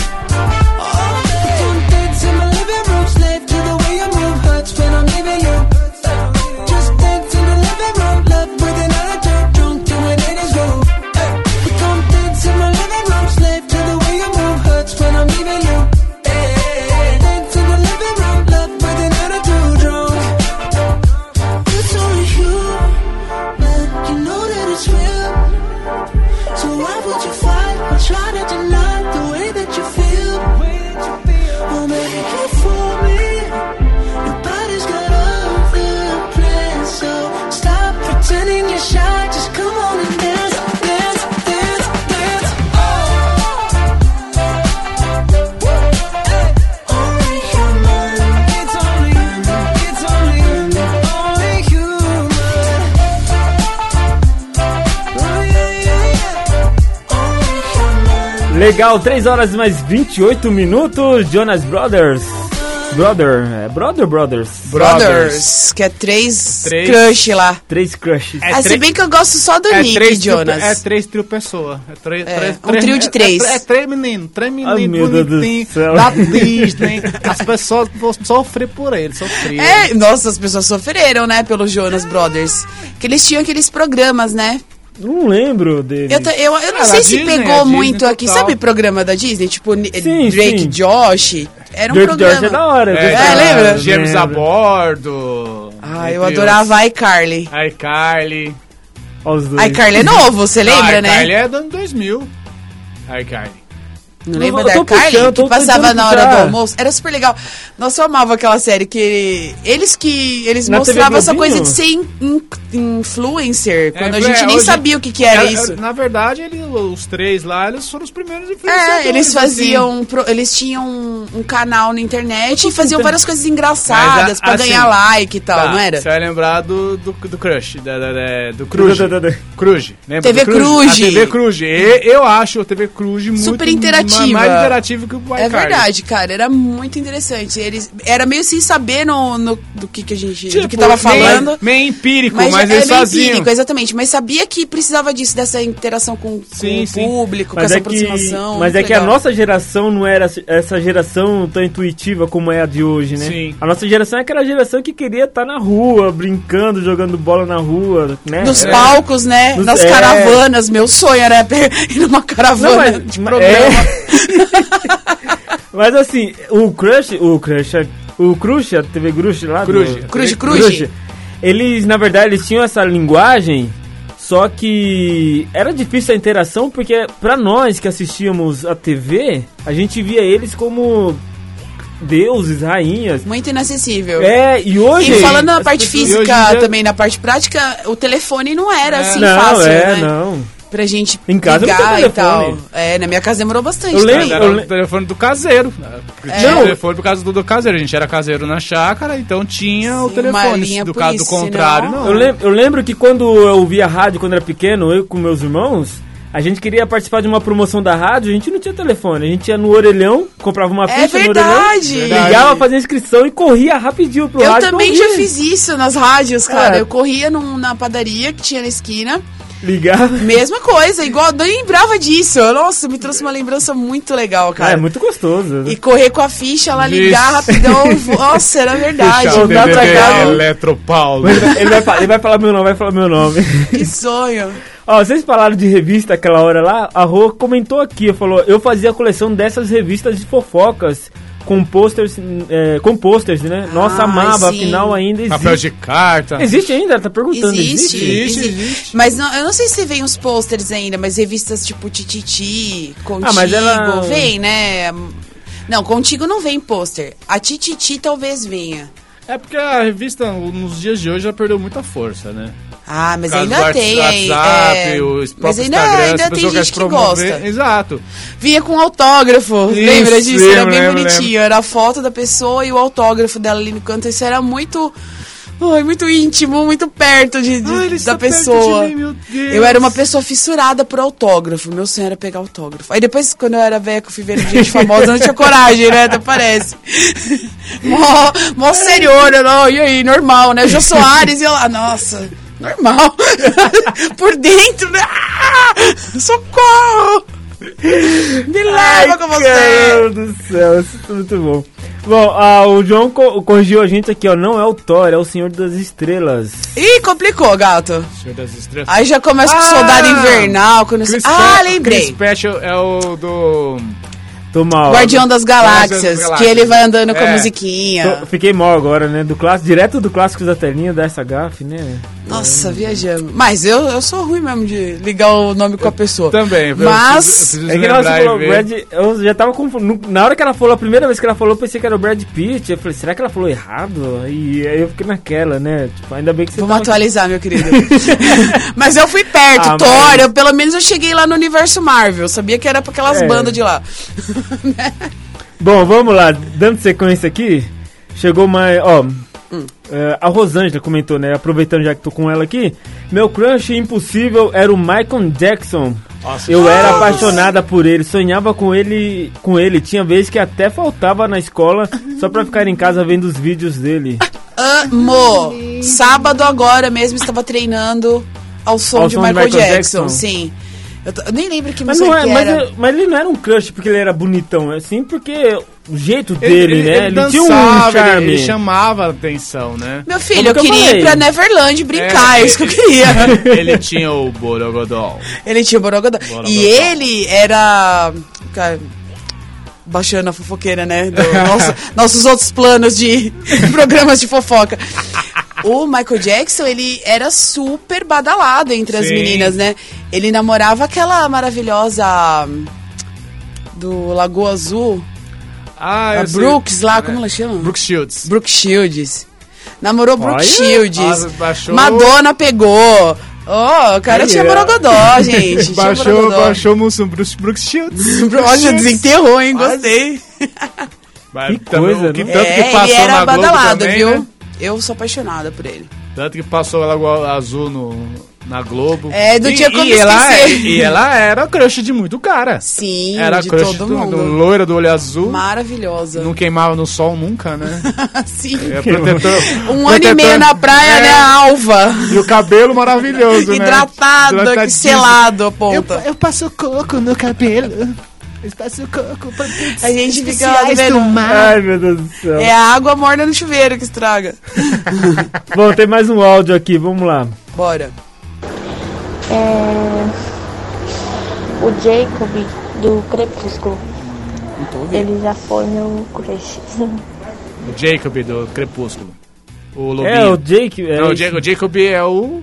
Speaker 5: Oh, babe. Don't dance in my living room, slave to the way you move. Hurts when I'm leaving you. Just dance in the living room, love with another drunk, drunk to an 80s groove. Hey. Don't dance in my living room, slave to the way you move. Hurts when I'm leaving you. Hey, hey, hey. Dance in the living room, love with another dude drunk. It's only human, you know that it's real. So why would you fight or try to deny the way that you feel? Oh, maybe you fool me. Your body's got other plans, so stop pretending you're shy. Just come on and dance, dance, dance, dance. Oh. Only human, it's only human, it's only human, only human. Oh yeah, yeah, yeah. Only human.
Speaker 1: Legal, 3 horas e mais 28 minutos, Jonas Brothers. Brother, é Brother Brothers.
Speaker 3: Brothers, que é três,
Speaker 2: Três.
Speaker 3: crush lá.
Speaker 1: Três crushes.
Speaker 2: É
Speaker 3: ah, se
Speaker 2: três-
Speaker 3: bem que eu gosto só do
Speaker 2: É
Speaker 3: Nick,
Speaker 2: três trio-
Speaker 3: Jonas.
Speaker 2: é três trio pessoa. É, três-
Speaker 3: É,
Speaker 2: três-
Speaker 3: um trio de
Speaker 2: é-
Speaker 3: três.
Speaker 2: É, é três meninos. Três meninos
Speaker 1: Ai, meu Deus do
Speaker 2: bonitinhos
Speaker 1: céu.
Speaker 2: da Disney. As pessoas vão sofrer por ele, sofrer.
Speaker 3: É, nossa, as pessoas sofreram, né, pelo
Speaker 2: Ah.
Speaker 3: Jonas Brothers. Que eles tinham aqueles programas, né?
Speaker 1: Não lembro dele.
Speaker 3: Eu, ta- eu, eu não
Speaker 2: Ah,
Speaker 3: sei
Speaker 2: a
Speaker 3: se
Speaker 2: Disney, a
Speaker 3: pegou
Speaker 2: Disney
Speaker 3: muito aqui.
Speaker 2: total.
Speaker 3: Sabe programa da Disney? Tipo, Ni-
Speaker 1: Sim,
Speaker 3: Drake
Speaker 1: sim.
Speaker 3: Josh. Era um
Speaker 1: Drake
Speaker 3: programa.
Speaker 1: Josh é da hora. Drake
Speaker 2: É,
Speaker 1: Josh.
Speaker 3: lembra?
Speaker 2: Gêmeos a
Speaker 1: Lembro.
Speaker 2: bordo.
Speaker 3: Ah, eu adorava iCarly.
Speaker 2: Ai, Carly.
Speaker 1: Ó, os dois.
Speaker 3: iCarly é novo, você lembra, né?
Speaker 2: Carly é do ano 2000. Ai, Carly.
Speaker 3: Não
Speaker 1: Eu
Speaker 3: lembra
Speaker 1: tô
Speaker 3: da
Speaker 1: puxando,
Speaker 3: iCarly?
Speaker 1: tô
Speaker 3: Que passava
Speaker 1: tentando
Speaker 3: na hora do
Speaker 1: puxar.
Speaker 3: almoço. Era super legal. Nossa, eu amava aquela série que... Eles que... Eles
Speaker 1: Na TV
Speaker 3: mostravam essa
Speaker 1: Globinho?
Speaker 3: coisa de ser in- in- influencer. Quando a
Speaker 2: É,
Speaker 3: gente
Speaker 2: é,
Speaker 3: nem
Speaker 2: hoje-
Speaker 3: sabia o que, que era
Speaker 2: É, é,
Speaker 3: isso.
Speaker 2: Na verdade, ele- os três lá, eles foram os primeiros influenciadores.
Speaker 3: É, eles
Speaker 2: assim.
Speaker 3: faziam. pro- eles tinham um, um canal na internet e faziam várias coisas
Speaker 2: Mas,
Speaker 3: engraçadas
Speaker 2: a-
Speaker 3: pra
Speaker 2: assim,
Speaker 3: ganhar like e tal,
Speaker 2: Tá,
Speaker 3: não era?
Speaker 2: Você vai lembrar do, do, do Crush, da, da, da- do Cruz.
Speaker 1: Da- da- da-
Speaker 2: Cruz, lembra?
Speaker 3: TV
Speaker 2: do Cruz?
Speaker 3: Cruz.
Speaker 2: A TV Cruz. E- Eu acho o TV Cruz muito
Speaker 3: Super interativa.
Speaker 2: mais interativo que o iCarly.
Speaker 3: É verdade, cara. Era muito interessante. Eles, era meio sem saber no, no- do que, que a gente. do
Speaker 1: Tipo,
Speaker 3: que tava
Speaker 2: meio-
Speaker 3: falando.
Speaker 2: Meio, Tipo, empírico, mas,
Speaker 3: Mas, é
Speaker 2: eles
Speaker 3: meio
Speaker 2: faziam.
Speaker 3: empírico, exatamente. Mas sabia que precisava disso, dessa interação com, com
Speaker 2: Sim,
Speaker 3: o
Speaker 2: sim.
Speaker 3: público, com
Speaker 1: Mas
Speaker 3: essa
Speaker 1: é, que,
Speaker 3: aproximação.
Speaker 1: mas é
Speaker 3: muito
Speaker 1: que a
Speaker 3: legal.
Speaker 1: nossa geração não era essa geração tão intuitiva como é a de hoje, né?
Speaker 2: Sim.
Speaker 1: A nossa geração é aquela geração que queria estar na rua, brincando, jogando bola na rua, né?
Speaker 3: Nos
Speaker 1: Era-
Speaker 3: palcos, né?
Speaker 1: Nos-
Speaker 3: nas
Speaker 1: é.
Speaker 3: caravanas. Meu sonho era ir numa caravana
Speaker 1: Não, mas,
Speaker 3: de
Speaker 1: ma-
Speaker 3: programa.
Speaker 1: é. mas assim, o Crush, o Crush, o Crush, a TV Crush lá do-
Speaker 2: Crush.
Speaker 3: Cruz, cruz.
Speaker 1: Crush, eles, na verdade, eles tinham essa linguagem, só que era difícil a interação, porque pra nós que assistíamos a TV, a gente via eles como deuses, rainhas.
Speaker 3: Muito inacessível.
Speaker 1: É, e hoje...
Speaker 3: E falando na
Speaker 1: as
Speaker 3: parte
Speaker 1: pessoas-
Speaker 2: hoje em
Speaker 3: física
Speaker 2: dia-
Speaker 3: também, na parte prática, o telefone não era assim
Speaker 1: não,
Speaker 3: fácil,
Speaker 1: é,
Speaker 3: né?
Speaker 1: não.
Speaker 3: Pra gente
Speaker 1: Em casa não
Speaker 3: ligar
Speaker 1: tem
Speaker 3: e tal.
Speaker 1: telefone.
Speaker 3: É, na minha casa demorou bastante.
Speaker 1: Eu
Speaker 3: tá?
Speaker 1: lembro-
Speaker 2: Mas era
Speaker 1: eu
Speaker 2: o
Speaker 1: le-
Speaker 2: telefone do caseiro.
Speaker 3: É.
Speaker 2: Tinha
Speaker 1: Não.
Speaker 2: o telefone por causa do, do caseiro. A gente era caseiro na chácara, então tinha o
Speaker 3: Sim, uma
Speaker 2: telefone.
Speaker 3: linha
Speaker 2: Se
Speaker 3: né?
Speaker 2: Do
Speaker 3: por
Speaker 2: caso do
Speaker 3: isso,
Speaker 2: contrário,
Speaker 3: senão-
Speaker 2: não.
Speaker 1: Eu, lem- eu lembro que quando eu ouvia rádio, quando era pequeno, eu com meus irmãos, a gente queria participar de uma promoção da rádio, a gente não tinha telefone, a gente ia no orelhão, comprava uma
Speaker 3: É
Speaker 1: ficha no orelhão,
Speaker 3: verdade!
Speaker 1: ligava, fazia inscrição e corria rapidinho pro
Speaker 3: Eu
Speaker 1: rádio. pra
Speaker 3: também
Speaker 1: ouvir.
Speaker 3: já fiz isso nas rádios, cara.
Speaker 1: É.
Speaker 3: Eu corria num- na padaria que tinha na esquina.
Speaker 1: Ligava.
Speaker 3: Mesma coisa, igual. Eu nem lembrava disso. Nossa, me trouxe uma lembrança muito legal,
Speaker 1: Ah,
Speaker 3: cara.
Speaker 1: é muito gostoso.
Speaker 3: E correr com a ficha, ela
Speaker 2: Isso.
Speaker 3: ligar rapidão. vo- Nossa, era verdade.
Speaker 2: Deixa o
Speaker 1: dá pra um
Speaker 2: DDD,
Speaker 1: cá, não.
Speaker 2: Eletropaulo.
Speaker 1: Ele vai, fa- ele vai falar meu nome, vai falar meu nome.
Speaker 3: Que sonho.
Speaker 1: Ó, vocês falaram de revista aquela hora lá, a Rô comentou aqui, falou, eu fazia a coleção dessas revistas de fofocas com posters, é, com posters, né? Nossa,
Speaker 3: Ah,
Speaker 1: amava,
Speaker 3: sim.
Speaker 1: afinal ainda existe.
Speaker 2: Papel de carta.
Speaker 1: Existe ainda? Ela Tá perguntando.
Speaker 3: Existe,
Speaker 2: existe,
Speaker 3: existe,
Speaker 2: existe.
Speaker 3: Mas não- eu não sei se vem os posters ainda, mas revistas tipo Tititi, Contigo,
Speaker 1: Ah, mas ela-
Speaker 3: vem, né? Não, Contigo não vem pôster. A Tititi talvez venha.
Speaker 2: É porque a revista, nos dias de hoje, já perdeu muita força, né?
Speaker 3: Ah, mas
Speaker 2: Por causa
Speaker 3: ainda
Speaker 2: do
Speaker 3: tem.
Speaker 2: WhatsApp,
Speaker 3: é,
Speaker 2: o
Speaker 3: mas
Speaker 2: próprio
Speaker 3: ainda,
Speaker 2: Instagram, se a
Speaker 3: ainda tem
Speaker 2: pessoa quer se
Speaker 3: gente que
Speaker 2: promover.
Speaker 3: gosta.
Speaker 2: Exato.
Speaker 3: Vinha com autógrafo,
Speaker 2: Isso,
Speaker 3: lembra disso? era
Speaker 2: lembro,
Speaker 3: bem
Speaker 2: lembro,
Speaker 3: bonitinho. Era a foto da pessoa e o autógrafo dela ali no canto. Isso era muito. Ai, muito íntimo, muito perto de, de-
Speaker 2: Ai, Ah, ele
Speaker 3: da
Speaker 2: está perto de
Speaker 3: pessoa.
Speaker 2: mim, meu Deus.
Speaker 3: eu era uma pessoa fissurada por autógrafo. Meu sonho era pegar autógrafo. Aí depois, quando eu era velha, que eu fui ver gente famosa, eu não tinha coragem, né? Até parece. Mó, mó seriona, não. E aí, normal, né? Jô Soares, e eu lá, nossa, normal. por dentro, né? Ah, socorro! Me leva com você!
Speaker 1: Meu Deus do céu, isso é muito bom. Bom, ah, o João co- corrigiu a gente aqui, ó. Não é o Thor, é o Senhor das Estrelas.
Speaker 3: Ih, complicou, gato.
Speaker 2: Senhor das Estrelas.
Speaker 3: Aí já começa com
Speaker 2: Ah!
Speaker 3: Soldado Invernal, quando...
Speaker 2: Chris
Speaker 3: Ah,
Speaker 2: Pratt-
Speaker 3: lembrei.
Speaker 2: Chris Pratt é o do...
Speaker 1: Tô mal.
Speaker 3: Guardião das
Speaker 2: Guardião
Speaker 3: Galáxias,
Speaker 2: das
Speaker 3: que
Speaker 2: Galáxias.
Speaker 3: ele vai andando com a
Speaker 2: É.
Speaker 1: Tô-
Speaker 3: musiquinha.
Speaker 1: fiquei mal agora, né? Do clássico, direto do clássico da telinha dessa gafe, né?
Speaker 3: Nossa, viajamos. Mas eu, eu sou ruim mesmo de ligar o nome com a pessoa.
Speaker 2: Também. eu
Speaker 3: Mas-
Speaker 2: preciso- eu preciso
Speaker 1: É que ela
Speaker 2: lembrar e
Speaker 1: falou,
Speaker 2: ver.
Speaker 1: Brad, eu já tava confundindo. Na hora que ela falou, a primeira vez que ela falou, eu pensei que era o Brad Pitt. Eu falei, será que ela falou errado? E aí eu fiquei naquela, né? Tipo, ainda bem que você
Speaker 3: Vamos
Speaker 1: tava-
Speaker 3: atualizar, meu querido. mas eu fui perto,
Speaker 1: Ah, mas-
Speaker 3: Thor, eu- pelo menos eu cheguei lá no universo Marvel. Eu sabia que era pra aquelas
Speaker 1: É.
Speaker 3: bandas de lá.
Speaker 1: Bom, vamos lá, dando sequência aqui, chegou mais. Ó.
Speaker 2: Hum.
Speaker 1: é, a Rosângela comentou, né? Aproveitando já que tô com ela aqui, meu crush impossível era o Michael Jackson.
Speaker 2: Nossa,
Speaker 1: Eu era apaixonada por ele, sonhava com ele, com ele. Tinha vezes que até faltava na escola só pra ficar em casa vendo os vídeos dele.
Speaker 3: Amo! Sábado agora mesmo estava treinando ao som
Speaker 1: Ao
Speaker 3: de
Speaker 1: som de
Speaker 3: Michael,
Speaker 1: Michael
Speaker 3: Jackson.
Speaker 1: Jackson.
Speaker 3: Sim. Eu, t- eu nem lembro que
Speaker 1: Mas,
Speaker 3: música
Speaker 1: não é,
Speaker 3: que
Speaker 1: mas,
Speaker 3: era.
Speaker 1: é- mas ele não era um crush porque ele era bonitão, é assim porque o jeito
Speaker 2: Ele,
Speaker 1: dele,
Speaker 2: ele-
Speaker 1: né? Ele,
Speaker 2: ele
Speaker 1: tinha um
Speaker 2: dançava, ele-
Speaker 1: charme.
Speaker 2: Ele, chamava a atenção, né?
Speaker 3: Meu filho, eu
Speaker 1: Como é que eu
Speaker 3: queria
Speaker 1: falei?
Speaker 3: ir pra Neverland brincar, é isso que eu queria.
Speaker 2: ele tinha o Borogodol.
Speaker 3: ele tinha o Borogodó.
Speaker 2: Borogodó.
Speaker 3: E ele era. cara, Baixando a fofoqueira, né? do nosso- nossos outros planos de programas de fofoca. O Michael Jackson, ele era super badalado entre as
Speaker 2: Sim.
Speaker 3: meninas, né? Ele namorava aquela maravilhosa hum, do Lagoa Azul,
Speaker 2: Ah,
Speaker 3: a
Speaker 2: eu sei.
Speaker 3: Brooks lá, como ela chama?
Speaker 2: Brooke Shields.
Speaker 3: Brooke Shields. Namorou Brooke
Speaker 1: Olha.
Speaker 3: Shields.
Speaker 2: Ah, baixou. é.
Speaker 3: Madonna pegou. Ó, o cara
Speaker 1: Aí,
Speaker 3: tinha
Speaker 1: ó.
Speaker 3: borogodó, gente. tinha
Speaker 2: Baixou,
Speaker 3: borogodó.
Speaker 2: baixou o Mussum, Bruce, Brooks Shields.
Speaker 3: Olha, desenterrou, hein? Gostei.
Speaker 2: Mas
Speaker 1: Que
Speaker 2: também
Speaker 1: coisa,
Speaker 2: o que
Speaker 1: né?
Speaker 2: tanto que
Speaker 3: É, ele
Speaker 2: passou
Speaker 3: era
Speaker 2: na Globo
Speaker 3: badalado,
Speaker 2: também,
Speaker 3: viu?
Speaker 2: né?
Speaker 3: Eu sou apaixonada por ele.
Speaker 2: Tanto que passou a Lagoa Azul no, na Globo.
Speaker 3: É, não
Speaker 2: E-
Speaker 3: tinha como
Speaker 2: e ela, é-
Speaker 3: esquecer.
Speaker 2: e ela era crush de muito cara.
Speaker 3: Sim,
Speaker 2: era
Speaker 3: de
Speaker 2: crush
Speaker 3: todo
Speaker 2: do-
Speaker 3: mundo.
Speaker 2: do loira do olho azul.
Speaker 3: Maravilhosa.
Speaker 2: Não queimava no sol nunca, né?
Speaker 3: Sim.
Speaker 2: É protetor.
Speaker 3: Um ano e meio
Speaker 2: protetor-
Speaker 3: na praia,
Speaker 2: É,
Speaker 3: né? Alva.
Speaker 2: E o cabelo maravilhoso, né?
Speaker 3: Hidratada, que
Speaker 2: Hidratadíssimo.
Speaker 3: selado a
Speaker 4: É,
Speaker 3: ponta.
Speaker 2: passo coco no cabelo. Eu passo coco pra todos
Speaker 3: A gente fica
Speaker 2: especiais
Speaker 3: lá vendo.
Speaker 1: Ai, meu Deus do céu.
Speaker 3: É a água morna no chuveiro que estraga.
Speaker 1: Bom, tem mais um áudio aqui, vamos lá.
Speaker 3: Bora.
Speaker 6: É, o Jacob do Crepúsculo.
Speaker 3: Então,
Speaker 6: Ele já foi meu crush.
Speaker 2: O Jacob do Crepúsculo. O Lobinho.
Speaker 1: É, o Jake. É,
Speaker 2: Não, o, Ja- o Jacob é o.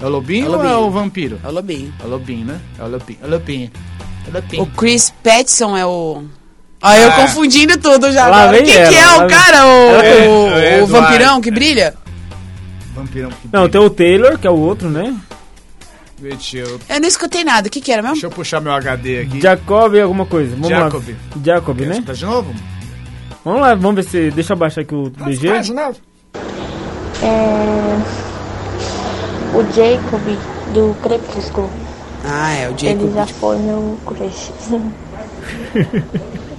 Speaker 2: É o Lobinho,
Speaker 3: É o Lobinho.
Speaker 2: ou é o Vampiro?
Speaker 3: É o Lobinho.
Speaker 2: É o Lobinho, né? É o Lobinho. É o Lobinho. É o Lobinho.
Speaker 3: O Chris Petson é o. Ah, eu
Speaker 2: Ah.
Speaker 3: confundindo tudo já.
Speaker 1: Lá
Speaker 3: agora.
Speaker 1: vem
Speaker 3: Quem
Speaker 1: ela,
Speaker 3: que é
Speaker 1: lá
Speaker 3: o
Speaker 1: vem-
Speaker 3: cara?
Speaker 2: É,
Speaker 3: O, o-
Speaker 2: é
Speaker 3: o
Speaker 2: Eduardo.
Speaker 3: vampirão que brilha?
Speaker 2: Vampirão. que
Speaker 1: Não,
Speaker 2: brilha.
Speaker 1: tem o Taylor, que é o outro, né?
Speaker 2: Deixa eu,
Speaker 3: Eu não escutei nada. O que, que era mesmo?
Speaker 2: deixa eu puxar meu HD aqui.
Speaker 1: Jacob alguma coisa. Vamos
Speaker 2: Jacob.
Speaker 1: lá. Jacob,
Speaker 2: Quer
Speaker 1: né?
Speaker 2: escutar de novo?
Speaker 1: Vamos lá, vamos ver se. Deixa eu baixar aqui o BG.
Speaker 2: um-
Speaker 6: É, o Jacob do Crepúsculo.
Speaker 3: Ah, é o
Speaker 6: Ele já
Speaker 3: Jacob.
Speaker 6: foi meu crush.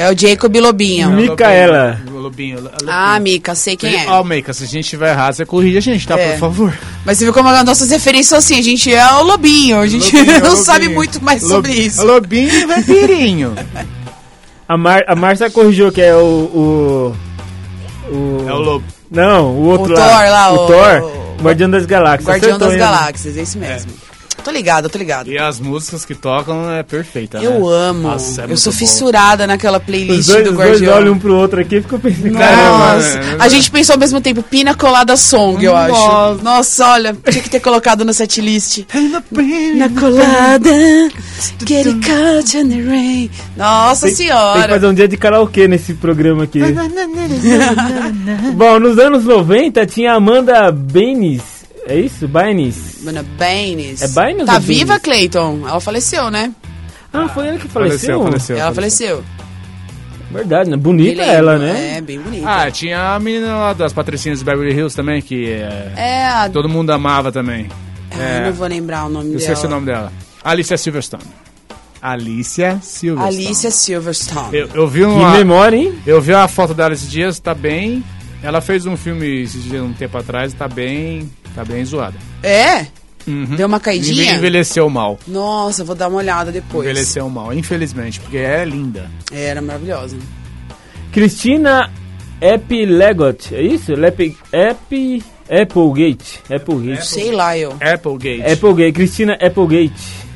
Speaker 3: É o Jacob Lobinho.
Speaker 1: Mi- Micaela.
Speaker 2: O Lobinho. o Lobinho.
Speaker 3: Ah, Mica, sei quem é.
Speaker 2: Ó, Meika, se a gente tiver errado, você corrige a gente, tá?
Speaker 3: É.
Speaker 2: Por favor.
Speaker 3: Mas você viu como as nossas referências são assim, a gente é o Lobinho, a gente
Speaker 2: Lobinho,
Speaker 3: não
Speaker 2: Lobinho.
Speaker 3: sabe muito mais sobre
Speaker 2: Lobinho-
Speaker 3: isso.
Speaker 2: Lobinho e Vampirinho.
Speaker 1: A, Mar a Márcia corrigiu que é o. O. o-
Speaker 2: é o Lobo.
Speaker 1: Não, o outro
Speaker 3: O
Speaker 1: lá.
Speaker 3: Thor lá,
Speaker 1: o
Speaker 3: o-
Speaker 1: Thor.
Speaker 3: o-
Speaker 1: Guardião das Galáxias.
Speaker 3: Guardião
Speaker 1: Acertou,
Speaker 3: das
Speaker 1: hein?
Speaker 3: Galáxias, é isso mesmo. Tô ligado, tô ligado.
Speaker 2: E as músicas que tocam é perfeita, né?
Speaker 3: Eu amo.
Speaker 2: Nossa, é
Speaker 3: eu
Speaker 2: muito
Speaker 3: sou
Speaker 2: bom.
Speaker 3: fissurada naquela
Speaker 1: Os
Speaker 3: playlist
Speaker 1: dois,
Speaker 3: do
Speaker 1: os dois
Speaker 3: Guardião.
Speaker 1: olham um pro outro aqui e ficam pensando.
Speaker 2: Caramba,
Speaker 3: Nossa,
Speaker 2: né?
Speaker 3: a gente pensou ao mesmo tempo, Pina Colada Song, eu acho.
Speaker 2: Nossa.
Speaker 3: Nossa, olha, tinha que ter colocado na setlist.
Speaker 2: Pena.
Speaker 3: Pina Colada, get it caught in the rain. Nossa
Speaker 1: Tem que
Speaker 3: senhora.
Speaker 1: fazer um dia de karaokê nesse programa aqui. Bom, nos anos 90 tinha Amanda Benes. É isso? Benes.
Speaker 3: Mano, Baines.
Speaker 1: É Baines
Speaker 3: Tá
Speaker 1: ou Baines?
Speaker 3: viva, Clayton? Ela faleceu, né?
Speaker 1: Ah, foi ela que faleceu?
Speaker 2: Faleceu, faleceu.
Speaker 3: Ela faleceu.
Speaker 1: Verdade, né? Bonita
Speaker 3: Me
Speaker 1: ela,
Speaker 3: lembro,
Speaker 1: né?
Speaker 3: É, bem bonita.
Speaker 2: Ah, tinha a menina lá das patricinhas de Beverly Hills também, que é,
Speaker 3: é, a...
Speaker 2: todo mundo amava também.
Speaker 3: Ai,
Speaker 2: é.
Speaker 3: não vou lembrar o nome
Speaker 2: Eu
Speaker 3: dela.
Speaker 2: esqueci o nome dela. Alicia Silverstone. Alicia Silverstone.
Speaker 3: Alicia Silverstone.
Speaker 2: Eu, eu vi
Speaker 1: Que
Speaker 2: uma...
Speaker 1: memória, hein?
Speaker 2: Eu vi uma foto dela esses dias, tá bem. Ela fez um filme esses dias, um tempo atrás, tá bem. tá bem zoada.
Speaker 3: É?
Speaker 2: Uhum.
Speaker 3: Deu uma caidinha?
Speaker 2: Enve- Envelheceu mal.
Speaker 3: Nossa, eu vou dar uma olhada depois.
Speaker 2: Envelheceu mal, infelizmente, porque é linda.
Speaker 3: Era maravilhosa.
Speaker 1: Cristina Epilegot. É isso? Lep... Ep... Applegate. Applegate.
Speaker 3: Sei lá, eu.
Speaker 2: Applegate.
Speaker 1: Applegate. Cristina Applegate.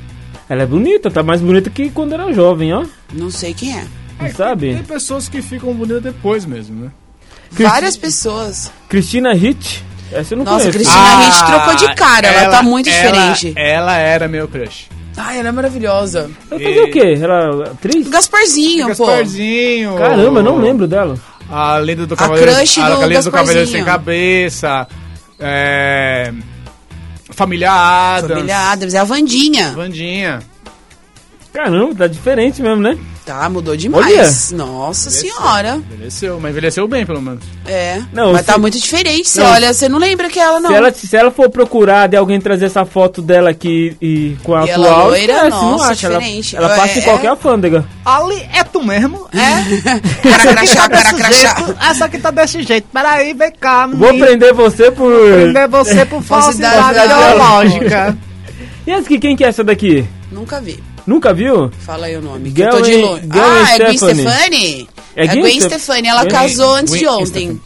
Speaker 1: Ela é bonita, tá mais bonita que quando era jovem, ó.
Speaker 3: Não sei quem é.
Speaker 1: Não sabe?
Speaker 2: Tem pessoas que ficam bonitas depois mesmo, né?
Speaker 1: Cristi-
Speaker 3: Várias pessoas.
Speaker 1: Cristina Hitch. Essa eu não
Speaker 3: Nossa,
Speaker 1: conheço.
Speaker 3: Cristina Hitch trocou de cara, ela tá muito diferente.
Speaker 2: Ela era meu crush.
Speaker 3: Ai, ela é maravilhosa.
Speaker 1: Ela fazia o quê? Ela é atriz?
Speaker 3: Gasparzinho,
Speaker 2: Gasparzinho.
Speaker 1: Caramba, eu não lembro dela.
Speaker 2: A lenda do
Speaker 3: A
Speaker 2: Cavaleiro.
Speaker 3: crush
Speaker 2: a
Speaker 3: do
Speaker 2: lenda do Cavaleiro
Speaker 3: Gasparzinho.
Speaker 2: Sem Cabeça. É. Família Adams.
Speaker 3: pô. Família Adams, é a Vandinha.
Speaker 2: Vandinha.
Speaker 1: Caramba, tá diferente mesmo, né?
Speaker 3: Tá, mudou demais.
Speaker 1: Olha.
Speaker 3: Nossa senhora.
Speaker 2: Envelheceu, mas envelheceu bem, pelo menos.
Speaker 3: É.
Speaker 1: Não,
Speaker 3: mas
Speaker 1: se-
Speaker 3: tá muito diferente. Você
Speaker 1: Não.
Speaker 3: olha, você não lembra que é ela, não.
Speaker 1: Se ela, se ela for procurada e alguém trazer essa foto dela aqui e com a
Speaker 3: E ela
Speaker 1: atual, é,
Speaker 3: loira,
Speaker 1: esquece,
Speaker 3: nossa,
Speaker 1: Ela,
Speaker 3: diferente.
Speaker 1: ela passa em
Speaker 3: É,
Speaker 1: qualquer
Speaker 3: é.
Speaker 1: alfândega.
Speaker 2: Ali é tu mesmo? Tá
Speaker 3: É? Cara crachá, cara crachá.
Speaker 2: Essa que tá desse jeito. Peraí, vem cá,
Speaker 1: Vou prender você por...
Speaker 2: você por
Speaker 3: falsidade ideológica.
Speaker 1: E essa aqui, quem que é essa daqui?
Speaker 3: Nunca vi.
Speaker 1: Nunca viu?
Speaker 3: Fala aí o nome. que eu tô
Speaker 1: Gwen-
Speaker 3: de longe.
Speaker 1: Gwen
Speaker 3: Ah, é Gwen
Speaker 1: Stefani.
Speaker 3: Stefani?
Speaker 1: É
Speaker 3: É
Speaker 1: Gwen
Speaker 3: Gwen
Speaker 1: Ste-
Speaker 3: Stefani. Ela
Speaker 1: Gwen-
Speaker 3: casou antes de
Speaker 2: Gwen
Speaker 3: ontem.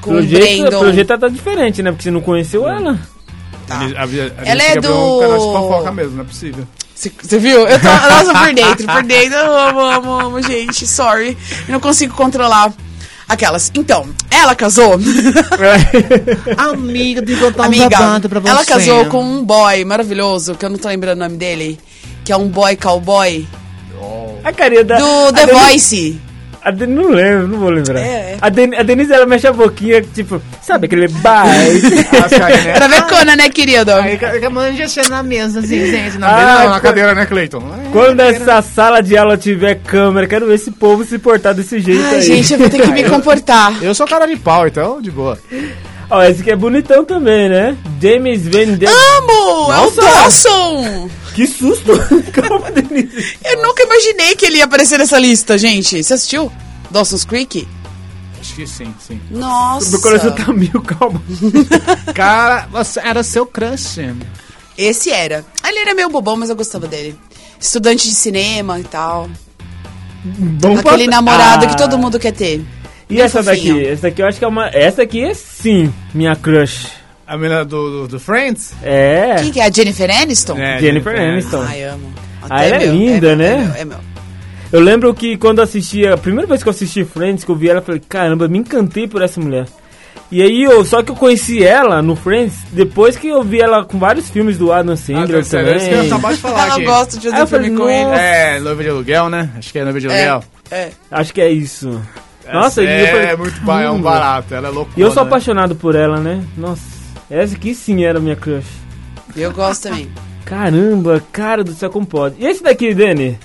Speaker 3: Com
Speaker 1: Pelo
Speaker 3: o
Speaker 1: jeito,
Speaker 3: Brandon.
Speaker 1: pelo jeito ela tá diferente, né? Porque você não conheceu ela.
Speaker 3: Tá.
Speaker 2: Ele- a- a- a
Speaker 3: Ela
Speaker 2: gente
Speaker 3: é
Speaker 2: quer ver um
Speaker 3: do-
Speaker 2: canal de fofoca mesmo, não é possível.
Speaker 3: Você viu? Eu tô, nossa, por dentro, por dentro. Eu amo, amo, amo, gente. Sorry. Eu não consigo controlar aquelas. Então, ela casou.
Speaker 2: Amiga, de contar um
Speaker 3: Amiga, ela casou com um boy maravilhoso, que eu não tô lembrando o nome dele. Que é um boy cowboy.
Speaker 1: A carinha da...
Speaker 3: Do
Speaker 1: a
Speaker 3: The
Speaker 1: Denise-
Speaker 3: Voice.
Speaker 1: a Den- não lembro, não vou lembrar.
Speaker 3: É, é.
Speaker 1: A, Den- a Denise, ela mexe a boquinha, tipo... Sabe aquele... Bye.
Speaker 3: Travecona, né, querido?
Speaker 2: Manja ser na mesa, assim, gente. Na,
Speaker 1: Ah,
Speaker 2: mesa, não, na
Speaker 1: co-
Speaker 2: cadeira, né, Cleiton?
Speaker 1: Quando essa sala de aula tiver câmera, quero ver esse povo se portar desse jeito
Speaker 3: Ai,
Speaker 1: aí.
Speaker 3: gente, eu vou ter que me comportar.
Speaker 2: Eu sou cara de pau, então, de boa.
Speaker 1: Ó, esse aqui é bonitão também, né? James Van Damme.
Speaker 3: Amo! É o
Speaker 1: Nossa!
Speaker 3: Dawson!
Speaker 1: Que susto! Calma, Denise.
Speaker 3: Eu nunca imaginei que ele ia aparecer nessa lista, gente. Você assistiu? Dawson's Creek?
Speaker 2: Acho que sim, sim.
Speaker 3: Nossa!
Speaker 1: Meu coração tá mil, calma.
Speaker 2: tá- Cara, você- era seu crush.
Speaker 3: Esse era. Ele era meio bobão, mas eu gostava dele. Estudante de cinema e tal.
Speaker 1: Bom
Speaker 3: Aquele
Speaker 1: pra-
Speaker 3: namorado
Speaker 1: Ah,
Speaker 3: que todo mundo quer ter.
Speaker 1: E
Speaker 3: bem
Speaker 1: essa
Speaker 3: fofinho.
Speaker 1: daqui? Essa daqui eu acho que é uma. Essa aqui é sim, minha crush.
Speaker 2: A menina do, do, do Friends?
Speaker 1: É.
Speaker 3: Quem que é? A Jennifer Aniston?
Speaker 2: É,
Speaker 1: Jennifer Aniston.
Speaker 3: Ai, amo.
Speaker 1: Ah, ela é linda,
Speaker 3: meu,
Speaker 1: né?
Speaker 3: meu, É meu,
Speaker 1: Eu lembro que quando assisti, a primeira vez que eu assisti Friends, que eu vi ela, eu falei, caramba, me encantei por essa mulher. E aí, eu, só que eu conheci ela no Friends, depois que eu vi ela com vários filmes do Adam Sandler tá
Speaker 2: sério, isso que eu
Speaker 1: também.
Speaker 2: acabei de falar
Speaker 3: Ela
Speaker 2: aqui.
Speaker 3: gosta de
Speaker 1: Ah,
Speaker 3: fazer
Speaker 1: eu falei,
Speaker 3: filme com ele.
Speaker 1: nossa.
Speaker 2: É, noiva de aluguel, né? Acho que é noiva de
Speaker 3: É,
Speaker 2: aluguel.
Speaker 3: é.
Speaker 1: Acho que é isso. Nossa, e eu
Speaker 2: é,
Speaker 1: falei,
Speaker 2: é muito ba- é um
Speaker 1: caramba.
Speaker 2: barato, ela é loucura.
Speaker 1: E eu sou apaixonado por ela, né? Nossa, essa aqui sim era minha crush.
Speaker 3: Eu gosto também.
Speaker 1: Caramba, cara do céu, como pode? E esse daqui, Dani?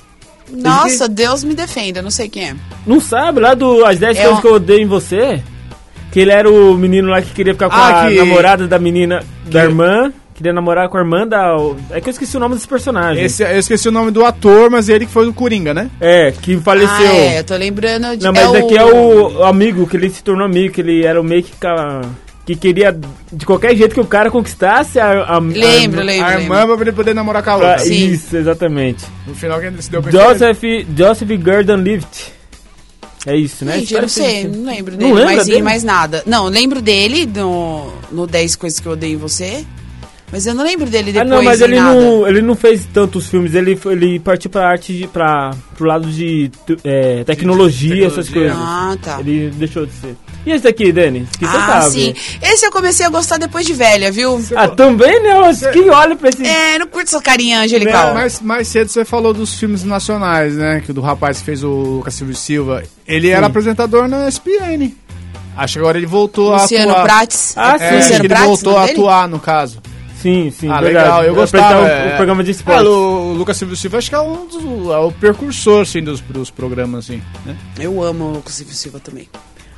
Speaker 3: Nossa, Deus me defenda, eu não sei quem é.
Speaker 1: Não sabe? Lá do As 10
Speaker 3: É
Speaker 1: Coisas
Speaker 3: um-
Speaker 1: que eu odeio em você? Que ele era o menino lá que queria ficar com
Speaker 2: Ah,
Speaker 1: a
Speaker 2: que-
Speaker 1: namorada da menina, da irmã. Queria namorar com a irmã da... É que eu esqueci o nome desse personagem.
Speaker 2: Esse, eu esqueci o nome do ator, mas ele que foi do Coringa, né?
Speaker 1: É, que faleceu.
Speaker 3: Ah, é, eu tô lembrando de...
Speaker 1: Não, mas daqui é o o amigo, que ele se tornou amigo, que ele era o meio que... ca- Que queria, de qualquer jeito que o cara conquistasse a... a
Speaker 3: Lembro,
Speaker 1: a-
Speaker 3: lembro,
Speaker 2: a
Speaker 3: lembro.
Speaker 2: irmã pra ele poder namorar com a
Speaker 1: Ah,
Speaker 2: outra.
Speaker 3: Sim.
Speaker 1: Isso, exatamente.
Speaker 2: No final, quem se deu bem foi ele.
Speaker 1: Joseph, Joseph Gordon Levitt. É isso, né?
Speaker 3: Gente, eu não
Speaker 1: Espero que
Speaker 3: sei,
Speaker 1: seja.
Speaker 3: não lembro
Speaker 1: Não
Speaker 3: dele,
Speaker 1: lembra
Speaker 3: mais,
Speaker 1: dele?
Speaker 3: mais nada. Não, lembro dele no, no 10 Coisas Que Eu Odeio em Você, mas eu não lembro dele
Speaker 1: Ah,
Speaker 3: depois
Speaker 1: não, mas
Speaker 3: em
Speaker 1: ele
Speaker 3: nada.
Speaker 1: não, ele não fez tantos filmes, ele, foi- ele partiu pra arte, de, pra, pro lado de tu- é, tecnologia, essas
Speaker 2: tecnologia.
Speaker 1: coisas.
Speaker 3: Ah, tá.
Speaker 1: Ele deixou de ser. E esse daqui, Dani? Que você
Speaker 3: Ah,
Speaker 1: sabe.
Speaker 3: sim. Esse eu comecei a gostar depois de velha, viu?
Speaker 1: Ah, também, né? Nossa, Quem olha pra esse...
Speaker 3: É, não curto sua carinha
Speaker 2: Não,
Speaker 3: angelical.
Speaker 2: mais, mais cedo você falou dos filmes nacionais, né? Que do rapaz que fez o Cassilvio Silva. Ele era apresentador na SPN. Acho que agora ele voltou
Speaker 3: Luciano
Speaker 2: a atuar.
Speaker 3: Prates.
Speaker 1: Ah, sim.
Speaker 2: É, acho que
Speaker 3: Luciano
Speaker 2: ele
Speaker 3: Prates,
Speaker 2: voltou a
Speaker 3: nome dele?
Speaker 2: atuar, no caso.
Speaker 1: Sim, sim,
Speaker 2: Ah,
Speaker 1: verdade.
Speaker 2: legal, eu
Speaker 1: Apresentar
Speaker 2: gostava.
Speaker 1: O,
Speaker 2: é.
Speaker 1: o programa de
Speaker 2: Ah,
Speaker 1: esportes.
Speaker 2: o, o Lucas Silvio Silva acho que é um dos, é o precursor, assim, dos, dos programas, assim, né?
Speaker 3: Eu amo o Silvio Silva também.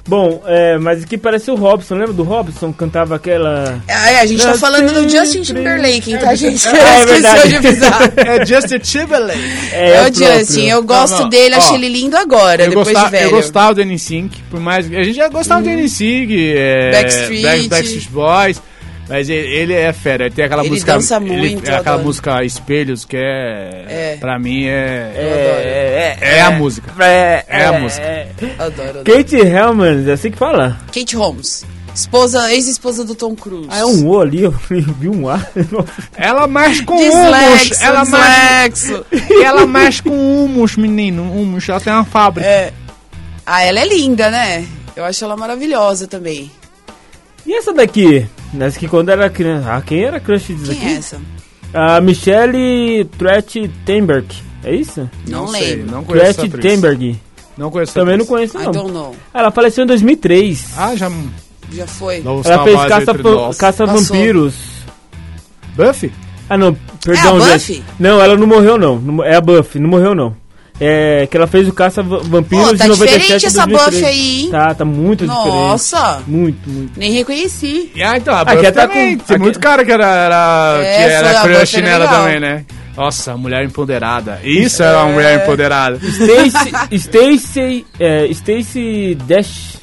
Speaker 1: Bom, é, mas aqui parece o Robson, lembra do Robson? Cantava aquela...
Speaker 3: Ah, é, a gente tá
Speaker 1: Justin
Speaker 3: falando do Justin
Speaker 1: Timberlake.
Speaker 3: Timberlake, tá, gente?
Speaker 1: é verdade.
Speaker 3: Esqueceu de avisar.
Speaker 2: É Justin Timberlake.
Speaker 3: É o
Speaker 1: eu próprio.
Speaker 3: Justin, eu gosto
Speaker 2: Não, não,
Speaker 3: dele,
Speaker 2: ó,
Speaker 3: achei ele lindo agora,
Speaker 2: Eu
Speaker 3: depois
Speaker 2: gostava,
Speaker 3: de velho.
Speaker 2: eu gostava do NSYNC, por mais que- a gente já gostava
Speaker 1: Hum.
Speaker 2: do NSYNC, é,
Speaker 3: Backstreet.
Speaker 2: Back- Backstreet Boys, mas ele, ele é fera, ele tem aquela
Speaker 3: Ele
Speaker 2: música,
Speaker 3: dança muito,
Speaker 2: é
Speaker 3: eu
Speaker 2: aquela
Speaker 3: adoro.
Speaker 2: música Espelhos que é,
Speaker 3: É.
Speaker 2: pra mim
Speaker 1: É,
Speaker 2: é, é, a música.
Speaker 1: É,
Speaker 2: É a música.
Speaker 3: Adoro, adoro.
Speaker 1: Kate Hellman, é assim que fala.
Speaker 3: Kate Holmes, esposa, ex-esposa do Tom Cruise.
Speaker 1: Ah, é um O ali, eu vi um A. Nossa.
Speaker 2: Ela mexe com humus,
Speaker 3: Dislexo,
Speaker 2: ela é mexe,
Speaker 3: dislexo.
Speaker 2: ela mexe com humus, menino, humus, ela tem uma fábrica.
Speaker 3: É. Ah, ela é linda, né? Eu acho ela maravilhosa também.
Speaker 1: E essa daqui? Essa que quando era criança. Ah, quem era crush disso
Speaker 3: Quem
Speaker 1: aqui?
Speaker 3: é essa?
Speaker 1: A Michelle Tret Temberg. É isso?
Speaker 3: Não,
Speaker 2: sei,
Speaker 3: lembro.
Speaker 2: não conheço essa
Speaker 1: Tret
Speaker 2: atriz.
Speaker 1: Temberg.
Speaker 2: Não conheço essa
Speaker 1: Também não
Speaker 2: atriz.
Speaker 1: conheço,
Speaker 3: I don't
Speaker 1: não.
Speaker 3: know.
Speaker 1: Ela faleceu em 2003.
Speaker 2: Ah, já...
Speaker 3: Já foi.
Speaker 1: Ela fez Caça,
Speaker 2: Entre
Speaker 1: pa-
Speaker 2: Nós.
Speaker 1: Caça
Speaker 3: Passou.
Speaker 1: Vampiros.
Speaker 2: Buffy?
Speaker 1: Ah, não, perdão,
Speaker 3: É a
Speaker 1: gente.
Speaker 3: Buffy?
Speaker 1: Não, ela não morreu, não. Não- É a Buffy, não morreu, não. É que ela fez o Caça Va- Vampiros
Speaker 3: Pô, tá
Speaker 1: de 97
Speaker 3: diferente
Speaker 1: e
Speaker 3: essa
Speaker 1: 2003.
Speaker 3: Buffy aí, hein?
Speaker 1: Tá, tá muito
Speaker 3: Nossa,
Speaker 1: diferente. Muito, muito.
Speaker 3: nem reconheci.
Speaker 2: Ah, então, a
Speaker 1: Buffy
Speaker 2: Buffy
Speaker 1: tá
Speaker 2: também.
Speaker 1: com-
Speaker 2: Tem
Speaker 1: aqui-
Speaker 2: muito cara que era, era,
Speaker 3: É,
Speaker 2: que
Speaker 3: foi
Speaker 2: era
Speaker 3: a
Speaker 2: crush
Speaker 3: Buffy era
Speaker 2: nela
Speaker 3: legal. É.
Speaker 2: também, né? Nossa, mulher empoderada. Isso era uma mulher empoderada.
Speaker 1: Stacy, Stacy, é, Stacy Dash.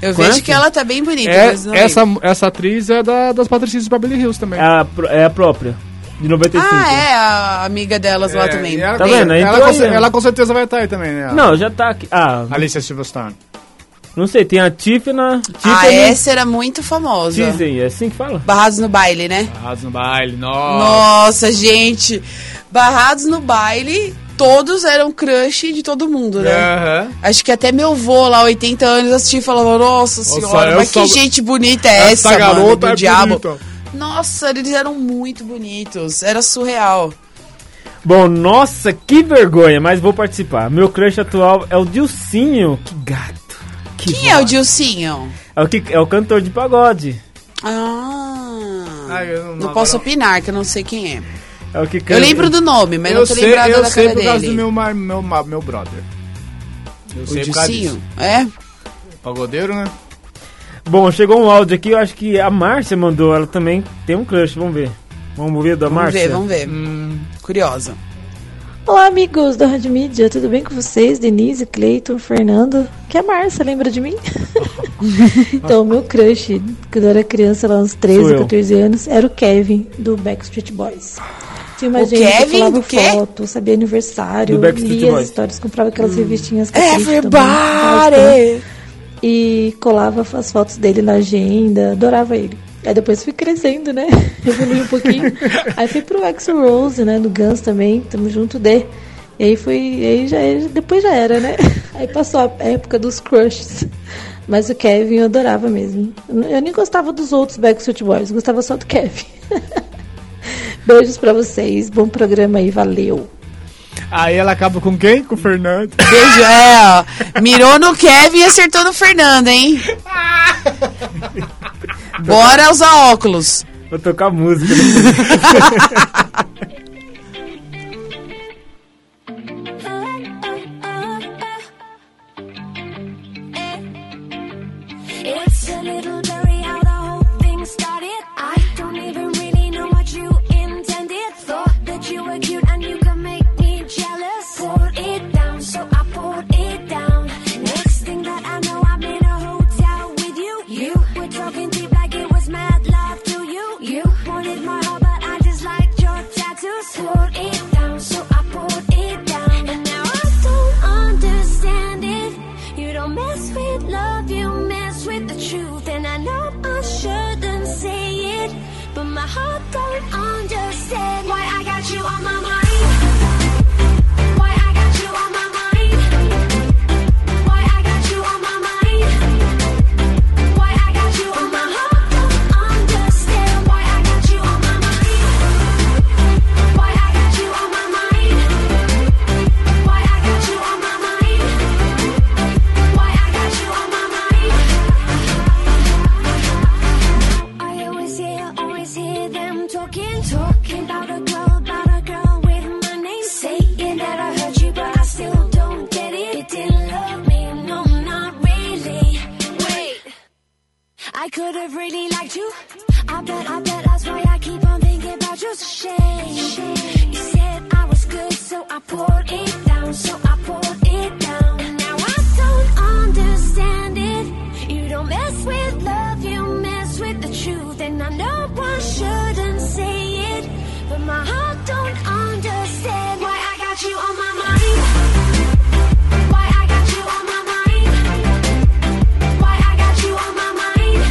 Speaker 3: Eu
Speaker 1: Conhece?
Speaker 3: vejo que ela tá bem bonita,
Speaker 2: É,
Speaker 3: mas não
Speaker 2: essa,
Speaker 3: lembro. Ah,
Speaker 2: essa atriz é da, das Patricinhas de Beverly Hills também.
Speaker 1: É a, pró- é a própria, de 95.
Speaker 3: Ah, é a amiga delas lá também.
Speaker 2: É, e Ela,
Speaker 1: Tá vendo? Aí
Speaker 2: Ela,
Speaker 1: tô
Speaker 2: com,
Speaker 1: aí,
Speaker 2: cer-
Speaker 1: né?
Speaker 2: ela com certeza vai estar aí também, né?
Speaker 1: Não, já tá aqui. Ah,
Speaker 2: Alicia Silverstone.
Speaker 1: não sei, tem a Tiffany.
Speaker 3: Ah,
Speaker 1: Tiffany
Speaker 3: essa era muito famosa.
Speaker 1: Dizem, é assim que fala?
Speaker 3: Barrados no baile, né?
Speaker 2: Arrasa no baile, nossa.
Speaker 3: Nossa, gente. Barrados no baile, todos eram crush de todo mundo, né?
Speaker 2: Aham.
Speaker 3: Acho que até meu vô lá, 80 anos, assistiu e falou: Nossa senhora,
Speaker 2: eu
Speaker 3: mas
Speaker 2: sou-
Speaker 3: que gente bonita é essa, mano, do diabo.
Speaker 2: bonita.
Speaker 3: Nossa, eles eram muito bonitos. Era surreal.
Speaker 1: Bom, nossa, que vergonha, mas vou participar. Meu crush atual é o Dilcinho. Que gato. Que
Speaker 3: Quem é o Dilcinho?
Speaker 1: É o, que, é o cantor de pagode.
Speaker 3: Ah.
Speaker 2: Ah, eu não-
Speaker 3: não,
Speaker 2: agora
Speaker 3: posso
Speaker 2: não.
Speaker 3: opinar, que eu não sei quem é.
Speaker 1: É o que
Speaker 3: Eu
Speaker 1: canta-
Speaker 3: lembro do nome, mas
Speaker 2: Eu
Speaker 3: não tô
Speaker 2: sei,
Speaker 3: lembrada
Speaker 2: eu
Speaker 3: da
Speaker 2: sei
Speaker 3: cara
Speaker 2: por causa
Speaker 3: dele.
Speaker 2: do meu, mar- meu, ma- meu brother. Eu
Speaker 3: O
Speaker 2: sei por causa disso.
Speaker 3: Dilcinho? É?
Speaker 2: Pagodeiro, né?
Speaker 1: Bom, chegou um áudio aqui, eu acho que a Márcia mandou, ela também tem um crush, vamos ver. Vamos ver da
Speaker 3: Vamos
Speaker 1: Márcia?
Speaker 3: ver, vamos ver.
Speaker 2: Hum.
Speaker 3: Curiosa.
Speaker 7: Olá, amigos da Rádio Mídia, tudo bem com vocês? Denise, Cleiton, Fernando. Que é a Márcia, lembra de mim? então, o meu crush, quando eu era criança, lá uns
Speaker 1: Sou
Speaker 7: 13,
Speaker 1: eu.
Speaker 7: 14 anos, era o Kevin, do Backstreet Boys. Tinha uma
Speaker 3: O
Speaker 7: gente
Speaker 3: Kevin
Speaker 7: que
Speaker 3: do quê?
Speaker 7: falava foto, sabia aniversário,
Speaker 1: Do Backstreet
Speaker 7: lia
Speaker 1: Boys.
Speaker 7: as histórias, comprava aquelas revistinhas capricho também,
Speaker 3: Everybody!
Speaker 7: tá. e colava as fotos dele na agenda, adorava ele. Aí depois fui crescendo, né? Evolui um pouquinho. aí fui pro Ex Rose, né? No Guns também, tamo junto de. E aí foi. Aí já, depois já era, né? Aí passou a época dos crushes. Mas o Kevin eu adorava mesmo. Eu nem gostava dos outros Backstreet Boys, gostava só do Kevin. Beijos pra vocês, bom programa aí, valeu!
Speaker 2: Aí ela acaba com quem? Com o Fernando.
Speaker 3: Beijo, é, ó. Mirou no Kevin e acertou no Fernando, hein? Bora usar óculos.
Speaker 1: Vou tocar música.
Speaker 5: It's a little blurry how the whole thing started. I don't even really know what you intended. Thought that you were cute and you could make me jealous. Pulled it down, so I pulled it down. Next thing that I know, I'm in a hotel with you. You were talking deep like it was mad love to you. You wanted my heart, but I just liked your tattoos. Pulled it down, so I pulled it down. And now I don't understand it. You don't mess with love, you mess with the truth. And I know I shouldn't say it, but my heart don't understand why I got you on my mind. Why I got you on my mind. Why I got you on my mind. Why I got you on my heart. Don't understand why I got you on my mind. Why I got you on my mind. Why I got you on my mind. Why I got you on my mind? I always hear, always hear them talking, talking about a girl, about a girl with my name. Saying that I heard you, but I still don't get it. You didn't love me, no, not really. Wait. I could have really liked you. I bet, I bet that's why I keep on thinking about you. It's a shame. You said I was good, so I poured it down, so I poured it down. And now I don't understand it. You don't mess with love, you mess with the truth. And I know I shouldn't say it, but my heart don't understand why I got you on my mind. Why I got you on my mind. Why I got you on my mind.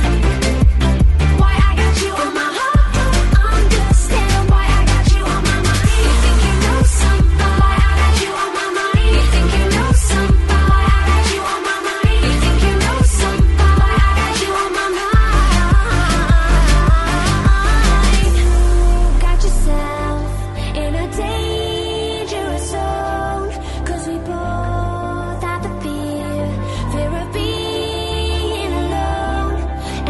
Speaker 5: Why I got you on my heart. Understand why I got you on my mind. You think you know somebody. Why I got you on my mind. You think you know somebody. Why I got you on my mind. You think you know somebody. Why I got you on my mind. You got yourself in a dangerous zone. 'Cause we both have the fear, fear of being alone.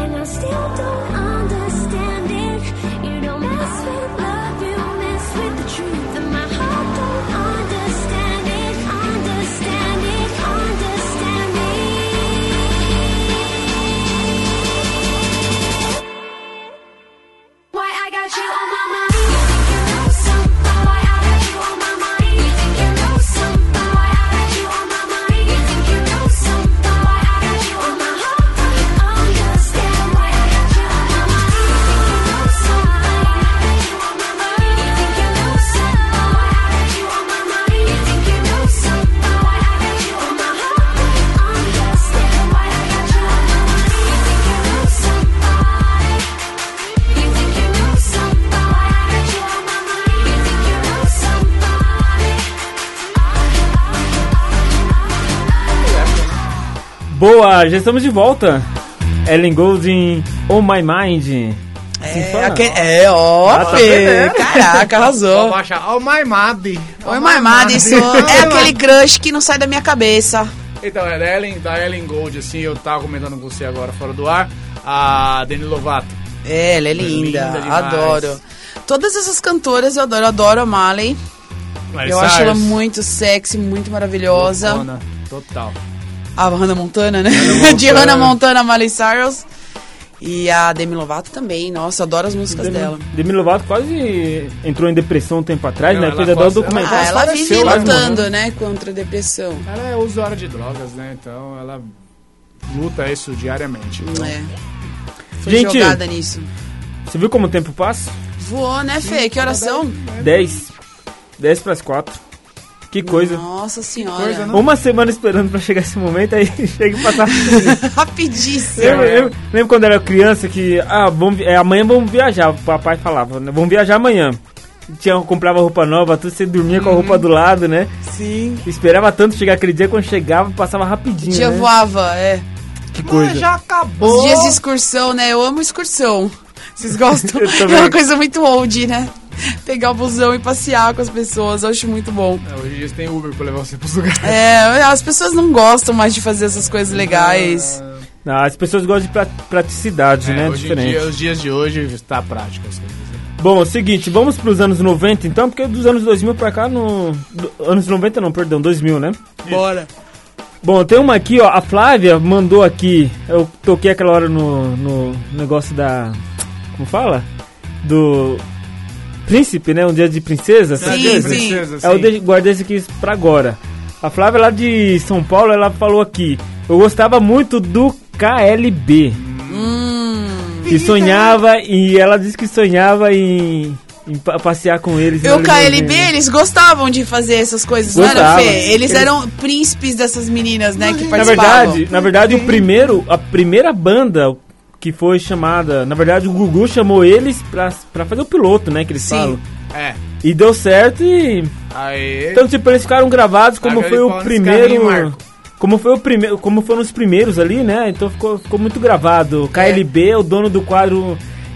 Speaker 5: And I still don't understand it. You don't mess with love, you mess with the truth. And my heart don't understand it, understand it, understand it. Why I got you on my mind. You think you know somebody. Why I got you on my mind. You think you know somebody. Why I got you on my mind. You think you know somebody. Why I got you on my heart. Understand why I got you on my mind. You think you know somebody. Why I got you on my mind. You think you know somebody. Why I got you on my mind. You think you know somebody. Why I got you on my heart. Understand why I got you on my mind. You think you know somebody. You think you know somebody? Why I got you on my mind? You think you know somebody?
Speaker 1: Boa, já estamos de volta. Ellen Goulding, On My Mind.
Speaker 3: É, aque- é ó,
Speaker 1: Ah, tá
Speaker 3: Fê.
Speaker 1: vendo?
Speaker 3: Caraca, arrasou.
Speaker 2: Baixa, oh my mad.
Speaker 3: Oi, mamada, isso é aquele crush que não sai da minha cabeça.
Speaker 2: Então, é da Ellen, da Ellen Gold, assim, eu tava comentando com você agora fora do ar, a Demi Lovato.
Speaker 3: É, ela é
Speaker 2: Linda
Speaker 3: linda,
Speaker 2: demais.
Speaker 3: adoro. Todas essas cantoras eu adoro, eu adoro a Marley.
Speaker 2: Miley
Speaker 3: eu acho ela
Speaker 2: Cyrus.
Speaker 3: muito sexy, muito maravilhosa.
Speaker 2: Loucona, Total.
Speaker 3: A Hannah Montana, né? De Hannah Montana a Miley Cyrus. E a Demi Lovato também, nossa, adoro as músicas
Speaker 1: Demi,
Speaker 3: dela.
Speaker 1: Demi Lovato quase entrou em depressão um tempo atrás,
Speaker 2: Não,
Speaker 1: né?
Speaker 2: ela
Speaker 1: Fez até o
Speaker 2: quase-
Speaker 1: documentário.
Speaker 3: Ah, ela
Speaker 2: apareceu,
Speaker 3: vive
Speaker 1: quase
Speaker 3: lutando,
Speaker 1: morreu.
Speaker 3: né, contra a depressão.
Speaker 2: Ela é usuária de drogas, né? Então ela luta isso diariamente. Então,
Speaker 3: É. Foi
Speaker 1: Gente,
Speaker 3: jogada nisso.
Speaker 1: Você viu como o tempo passa?
Speaker 3: Voou, né, Fê? Que horas são?
Speaker 1: 10. 10 pras 4. Que coisa.
Speaker 3: Nossa senhora.
Speaker 2: coisa, né?
Speaker 1: Uma semana esperando pra chegar esse momento, aí chega e passa.
Speaker 3: Rapidíssimo.
Speaker 1: Eu,
Speaker 2: É.
Speaker 1: eu lembro quando era criança que, ah, vamos, vi- é, amanhã vamos viajar, o papai falava, né? Vamos viajar amanhã. Tinha, comprava roupa nova, tudo, você dormia com a
Speaker 2: Uhum.
Speaker 1: roupa do lado, né?
Speaker 3: Sim.
Speaker 1: Esperava tanto chegar aquele dia, quando chegava, passava rapidinho,
Speaker 3: Dia
Speaker 1: né?
Speaker 3: voava, é.
Speaker 1: Que coisa.
Speaker 2: já
Speaker 3: Os
Speaker 2: acabou.
Speaker 3: dias de excursão, né? Eu amo excursão. Vocês gostam?
Speaker 1: Eu
Speaker 3: é
Speaker 1: também.
Speaker 3: uma coisa muito old, né? Pegar o busão e passear com as pessoas, eu acho muito bom.
Speaker 2: É, hoje em dia tem Uber pra levar você pros lugares.
Speaker 3: É, as pessoas não gostam mais de fazer essas coisas legais.
Speaker 1: Ah, as pessoas gostam de pra- praticidade,
Speaker 2: É,
Speaker 1: né?
Speaker 2: hoje em
Speaker 1: Diferente.
Speaker 2: dia, os dias de hoje está prático as coisas. né?
Speaker 1: Bom, é o seguinte, vamos pros anos 90 então, porque dos anos 2000 pra cá, no... do- anos 90 não, perdão, 2000, né?
Speaker 3: Bora.
Speaker 1: Bom, tem uma aqui, ó. A Flávia mandou aqui. Eu toquei aquela hora no, no negócio da. Como fala? Do. Príncipe, né? Um dia de princesa.
Speaker 3: Sim,
Speaker 1: certeza?
Speaker 3: sim.
Speaker 1: É, Eu dei- guardei isso aqui pra agora. A Flávia é lá de São Paulo, ela falou aqui. Eu gostava muito do KLB.
Speaker 3: Hum.
Speaker 1: E sonhava, e ela disse que sonhava em, em pa- passear com eles.
Speaker 3: E o
Speaker 1: na
Speaker 3: KLB,
Speaker 1: limusine.
Speaker 3: eles gostavam de fazer essas coisas, não era,
Speaker 1: Gostavam.
Speaker 3: Fê? Eles
Speaker 1: Eles-
Speaker 3: eram príncipes dessas meninas, né, que
Speaker 1: é. Na
Speaker 3: participavam.
Speaker 1: verdade, na verdade, o primeiro, a primeira banda que foi chamada, na verdade, o Gugu chamou eles pra, pra fazer o piloto, né, que eles
Speaker 3: Sim.
Speaker 1: falam.
Speaker 2: É.
Speaker 1: E deu certo e
Speaker 2: Aí.
Speaker 1: então tipo eles ficaram gravados como
Speaker 2: Agora
Speaker 1: foi
Speaker 2: ele
Speaker 1: o
Speaker 2: põe nesse caminho,
Speaker 1: primeiro
Speaker 2: Marco.
Speaker 1: como foi o primeiro, como foram os primeiros ali, né? Então ficou, ficou muito gravado. O KLB é o dono do quadro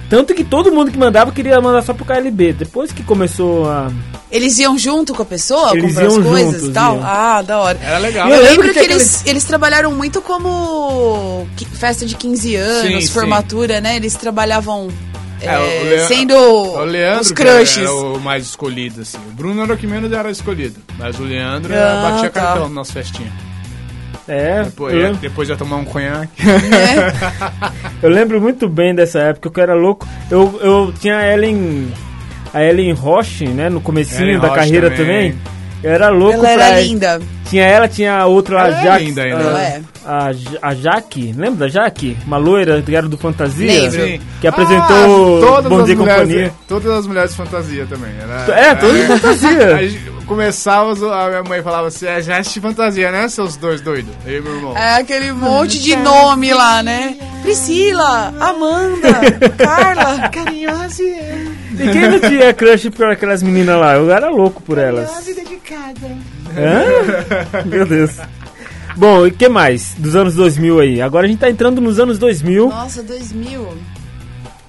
Speaker 1: tanto que todo mundo que mandava queria mandar só pro KLB. Depois que começou a
Speaker 3: Eles iam junto com a pessoa,
Speaker 1: Eles
Speaker 3: comprar as
Speaker 1: iam
Speaker 3: coisas
Speaker 1: juntos,
Speaker 3: e tal?
Speaker 1: iam.
Speaker 3: Ah, da hora.
Speaker 2: Era legal.
Speaker 3: Eu,
Speaker 1: Eu
Speaker 3: lembro
Speaker 1: lembro
Speaker 3: que,
Speaker 1: que
Speaker 3: eles, eles trabalharam muito como qui- festa de 15 anos,
Speaker 2: Sim, sim.
Speaker 3: formatura, né? Eles trabalhavam
Speaker 2: É,
Speaker 3: eh,
Speaker 2: o Lea-
Speaker 3: sendo
Speaker 2: O Leandro
Speaker 3: os
Speaker 2: que era-
Speaker 3: crushes.
Speaker 2: era o mais escolhido, assim. O Bruno era o que menos era escolhido. Mas o Leandro eh,
Speaker 3: Ah,
Speaker 2: batia
Speaker 3: tá.
Speaker 2: cartão no nosso festinha.
Speaker 1: é,
Speaker 2: Depois,
Speaker 1: eu
Speaker 2: ia,
Speaker 1: lembro-
Speaker 2: depois ia tomar um conhaque.
Speaker 3: né?
Speaker 1: Eu lembro muito bem dessa época, que eu era louco. Eu, eu tinha a Ellen. A Ellen Roche, né? No comecinho
Speaker 2: Ellen
Speaker 1: da
Speaker 2: Roche
Speaker 1: carreira também.
Speaker 2: também.
Speaker 1: Eu era louco
Speaker 3: Ela
Speaker 1: pra.
Speaker 3: era linda.
Speaker 1: Tinha ela, tinha a outra lá,
Speaker 2: Ela é
Speaker 1: a Jaque.
Speaker 2: linda ainda,
Speaker 1: a-
Speaker 3: né?
Speaker 1: a, Ja- a Jaque, lembra da Jaque? Uma loira que era do Fantasia.
Speaker 3: Lembro.
Speaker 2: Sim.
Speaker 1: Que
Speaker 2: Ah,
Speaker 1: apresentou
Speaker 2: todas
Speaker 1: Bom
Speaker 2: as
Speaker 1: Dia e
Speaker 2: mulheres,
Speaker 1: Companhia.
Speaker 2: Todas as mulheres fantasia também. Era,
Speaker 1: É, todas
Speaker 2: era-
Speaker 1: fantasia.
Speaker 2: A gente começava, a minha mãe falava assim, é já de fantasia, né, seus dois doidos? Eu e meu irmão.
Speaker 3: É aquele monte de nome lá, né? Priscila, Amanda, Carla.
Speaker 8: Carinhosa
Speaker 1: E quem não tinha crush por aquelas meninas lá? Eu era louco por elas.
Speaker 8: e dedicada.
Speaker 1: Hã? Meu Deus. Bom, e o que mais dos anos 2000 aí? Agora a gente tá entrando nos anos 2000.
Speaker 3: Nossa, 2000.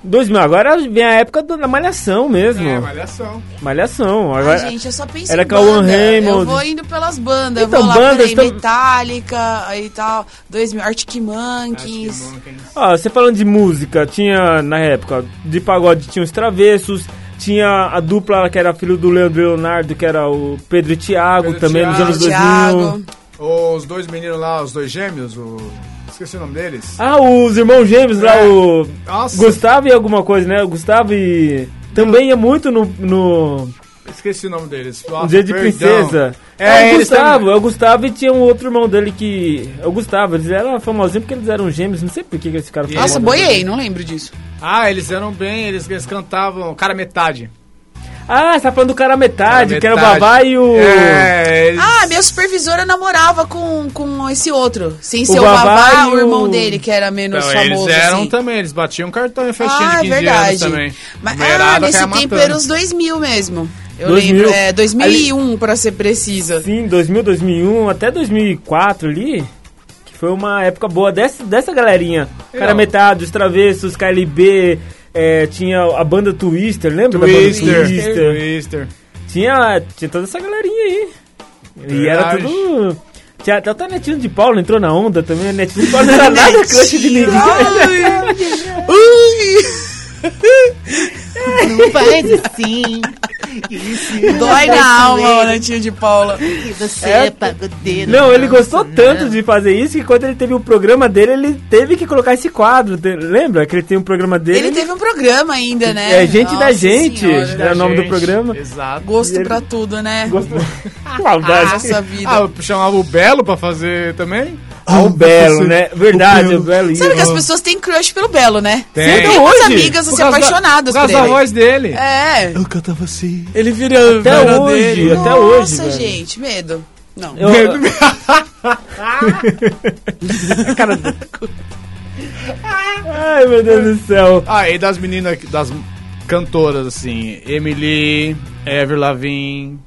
Speaker 1: 2000, agora vem a época do- da Malhação mesmo.
Speaker 2: É, malhação.
Speaker 1: Malhação.
Speaker 3: Ai,
Speaker 1: Agora,
Speaker 3: gente, eu só penso
Speaker 1: É, era
Speaker 3: em
Speaker 1: Cauã
Speaker 3: banda. Eu
Speaker 1: Raymond.
Speaker 3: vou indo pelas bandas.
Speaker 1: Então,
Speaker 3: eu vou lá,
Speaker 1: bandas
Speaker 3: peraí,
Speaker 1: tam-
Speaker 3: Metallica, aí tal, 2000, Arctic Monkeys.
Speaker 2: Acho que não,
Speaker 1: ó, você falando de música, tinha na época de pagode, tinha os Travessos, tinha a dupla lá que era filho do Leandro e Leonardo, que era o Pedro e Tiago
Speaker 2: Pedro e
Speaker 1: também
Speaker 2: Thiago.
Speaker 1: nos anos 2000.
Speaker 3: Thiago.
Speaker 2: quem- Os dois meninos lá, os dois gêmeos, o... Esqueci o nome deles.
Speaker 1: Ah, os irmãos gêmeos lá,
Speaker 2: É.
Speaker 1: o
Speaker 2: Nossa,
Speaker 1: Gustavo e alguma coisa, né? O Gustavo e... Também ia muito no, no
Speaker 2: esqueci o nome deles.
Speaker 1: no
Speaker 2: Nossa,
Speaker 1: Um Dia de
Speaker 2: perdão.
Speaker 1: Princesa.
Speaker 2: É,
Speaker 1: É, o
Speaker 2: eles
Speaker 1: Gustavo. É o Gustavo e tinha um outro irmão dele que... É o Gustavo. Eles eram famosinhos porque eles eram gêmeos. Não sei por que, que eles ficaram
Speaker 3: Nossa,
Speaker 1: famosos.
Speaker 3: boiei, não lembro disso.
Speaker 2: Ah, eles eram bem, eles, eles cantavam Cara Metade.
Speaker 1: Ah, você tá falando do cara à metade,
Speaker 2: Cara
Speaker 1: que era o
Speaker 2: Metade.
Speaker 1: babá e o.
Speaker 2: É, eles...
Speaker 3: Ah, minha supervisora namorava com, com esse outro. Sem ser o
Speaker 1: Vavá
Speaker 3: Vavá,
Speaker 1: e
Speaker 3: o irmão
Speaker 1: o-
Speaker 3: dele, que era menos
Speaker 2: Então,
Speaker 3: famoso.
Speaker 2: eles eram
Speaker 3: assim.
Speaker 2: também, eles batiam um cartão em festinha
Speaker 3: Ah,
Speaker 2: de
Speaker 3: é
Speaker 2: 15
Speaker 3: verdade.
Speaker 2: anos também.
Speaker 3: Mas, ah,
Speaker 2: Mulherada
Speaker 3: nesse
Speaker 2: caia
Speaker 3: tempo
Speaker 2: matando.
Speaker 3: era os 2000 mesmo. Eu
Speaker 1: 2000.
Speaker 3: lembro. É, 2001, pra ser precisa.
Speaker 1: Sim, 2000, 2001, até 2004 ali. Que foi uma época boa dessa, dessa galerinha. Cara à
Speaker 2: Legal.
Speaker 1: metade, os travessos, KLB. é, tinha a banda Twister, lembra da
Speaker 2: Twister,
Speaker 1: banda Twister?
Speaker 2: Twister.
Speaker 1: Tinha, tinha toda essa galerinha aí. E era
Speaker 2: Verdade.
Speaker 1: tudo. Tinha, até o Netinho de Paulo entrou na onda também. O Netinho de Paulo não era nada crush de ninguém.
Speaker 3: Ui!
Speaker 8: Não faz assim.
Speaker 3: Dói na alma, o Natinho de Paula.
Speaker 9: E você
Speaker 1: É-
Speaker 9: é pagodeiro.
Speaker 1: Não, ele gostou tanto de fazer isso que quando ele teve o programa dele, ele teve que colocar esse quadro. Te- Lembra que ele tem um programa dele?
Speaker 3: Ele teve um programa ainda, né?
Speaker 1: É, Gente da
Speaker 3: Nossa
Speaker 1: Gente.
Speaker 3: Senhora.
Speaker 1: É o nome do
Speaker 2: Gente,
Speaker 1: programa?
Speaker 2: Exato.
Speaker 3: Gosto
Speaker 1: Ele-
Speaker 3: pra tudo, né?
Speaker 1: Gostou? Ah, Maldade.
Speaker 3: Nossa vida.
Speaker 2: Ah, eu chamava o Belo pra fazer também?
Speaker 1: Ah, o Belo, né? Verdade, o Belo.
Speaker 3: Sabe que as pessoas têm crush pelo Belo, né?
Speaker 2: Tem.
Speaker 3: Você
Speaker 2: Até
Speaker 3: tem umas
Speaker 1: hoje.
Speaker 3: amigas assim,
Speaker 2: causa da-
Speaker 3: apaixonadas
Speaker 2: Por causa
Speaker 3: por
Speaker 2: da
Speaker 3: ele.
Speaker 2: voz dele.
Speaker 3: É.
Speaker 2: Eu cantava assim.
Speaker 3: Ele vira
Speaker 1: Até
Speaker 3: vira
Speaker 1: hoje,
Speaker 3: dele.
Speaker 1: até
Speaker 3: Nossa,
Speaker 1: hoje, velho.
Speaker 3: gente, medo. Não.
Speaker 1: Eu- Cara- Ai, meu Deus do céu.
Speaker 2: Ah, e das meninas, das cantoras, assim, Emily, Ever Lavigne,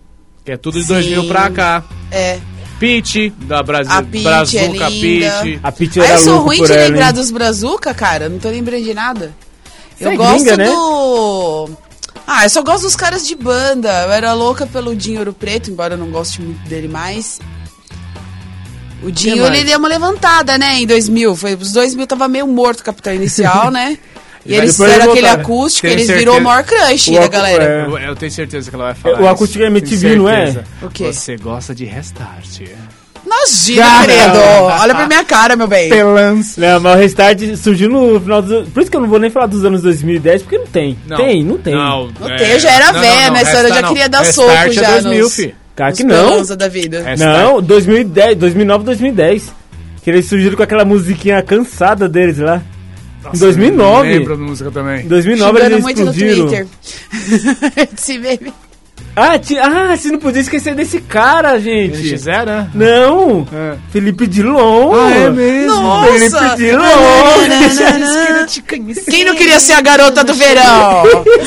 Speaker 2: que é tudo de
Speaker 3: Sim.
Speaker 2: 2000 pra cá.
Speaker 3: É.
Speaker 2: Peach, da Brasil,
Speaker 3: A Pitty é
Speaker 2: Brazuca
Speaker 3: linda.
Speaker 2: Peach.
Speaker 1: A Pitty
Speaker 3: Aí
Speaker 1: era
Speaker 3: Ah, eu sou
Speaker 1: louco
Speaker 3: ruim
Speaker 1: por
Speaker 3: de
Speaker 1: ela, hein?
Speaker 3: lembrar dos Brazuca, cara. Não tô lembrando de nada. eu
Speaker 1: é
Speaker 3: gosto
Speaker 1: gringa, né?
Speaker 3: do. Ah, eu só gosto dos caras de banda. Eu era louca pelo Dinho Ouro Preto, embora eu não goste muito dele mais. O Dinho,
Speaker 2: mais?
Speaker 3: ele deu uma levantada, né, em 2000. Foi, os 2000 tava meio morto, Capitão Inicial, né? E
Speaker 1: Mas
Speaker 3: eles
Speaker 1: depois
Speaker 3: fizeram
Speaker 1: eles
Speaker 3: aquele
Speaker 1: voltaram.
Speaker 3: acústico,
Speaker 2: Tenho
Speaker 3: eles
Speaker 2: certeza.
Speaker 3: virou o maior crush
Speaker 1: O
Speaker 3: da
Speaker 1: acu-
Speaker 3: galera.
Speaker 1: é.
Speaker 2: Eu, eu tenho certeza que ela vai falar.
Speaker 1: O
Speaker 2: isso.
Speaker 1: acústico MTV,
Speaker 2: Tenho
Speaker 1: não é?
Speaker 2: certeza.
Speaker 3: O quê?
Speaker 2: Você gosta de restart.
Speaker 3: Imagina, querido. Olha pra minha cara, meu bem.
Speaker 2: Pelance.
Speaker 1: Não, mas o Restart surgiu no final dos... Por isso que eu não vou nem falar dos anos 2010, porque não tem. Tem, não tem.
Speaker 2: é.
Speaker 3: Não tem, eu já era velha nessa hora, eu já queria dar soco
Speaker 2: Restart
Speaker 3: já
Speaker 2: É 2000,
Speaker 3: nos-
Speaker 2: fi.
Speaker 1: Cara, um que
Speaker 3: Os
Speaker 1: não.
Speaker 3: Pelanza da vida.
Speaker 2: Restart.
Speaker 1: Não, 2010, 2009, 2010. Que eles surgiram com aquela musiquinha cansada deles lá.
Speaker 2: Nossa,
Speaker 1: em 2009.
Speaker 2: eu Lembro da música também.
Speaker 1: Em 2009
Speaker 3: Xingando
Speaker 1: eles
Speaker 3: muito no
Speaker 1: explodiram.
Speaker 3: Twitter. Esse meme.
Speaker 1: Ah, ti- ah, você não podia esquecer desse cara, gente.
Speaker 2: Eles fizeram, né?
Speaker 1: Não,
Speaker 2: É.
Speaker 1: Felipe Dilon.
Speaker 2: Ah, mesmo?
Speaker 3: Nossa!
Speaker 1: Felipe Dilon.
Speaker 2: Ah,
Speaker 3: Quem não queria ser a garota do verão?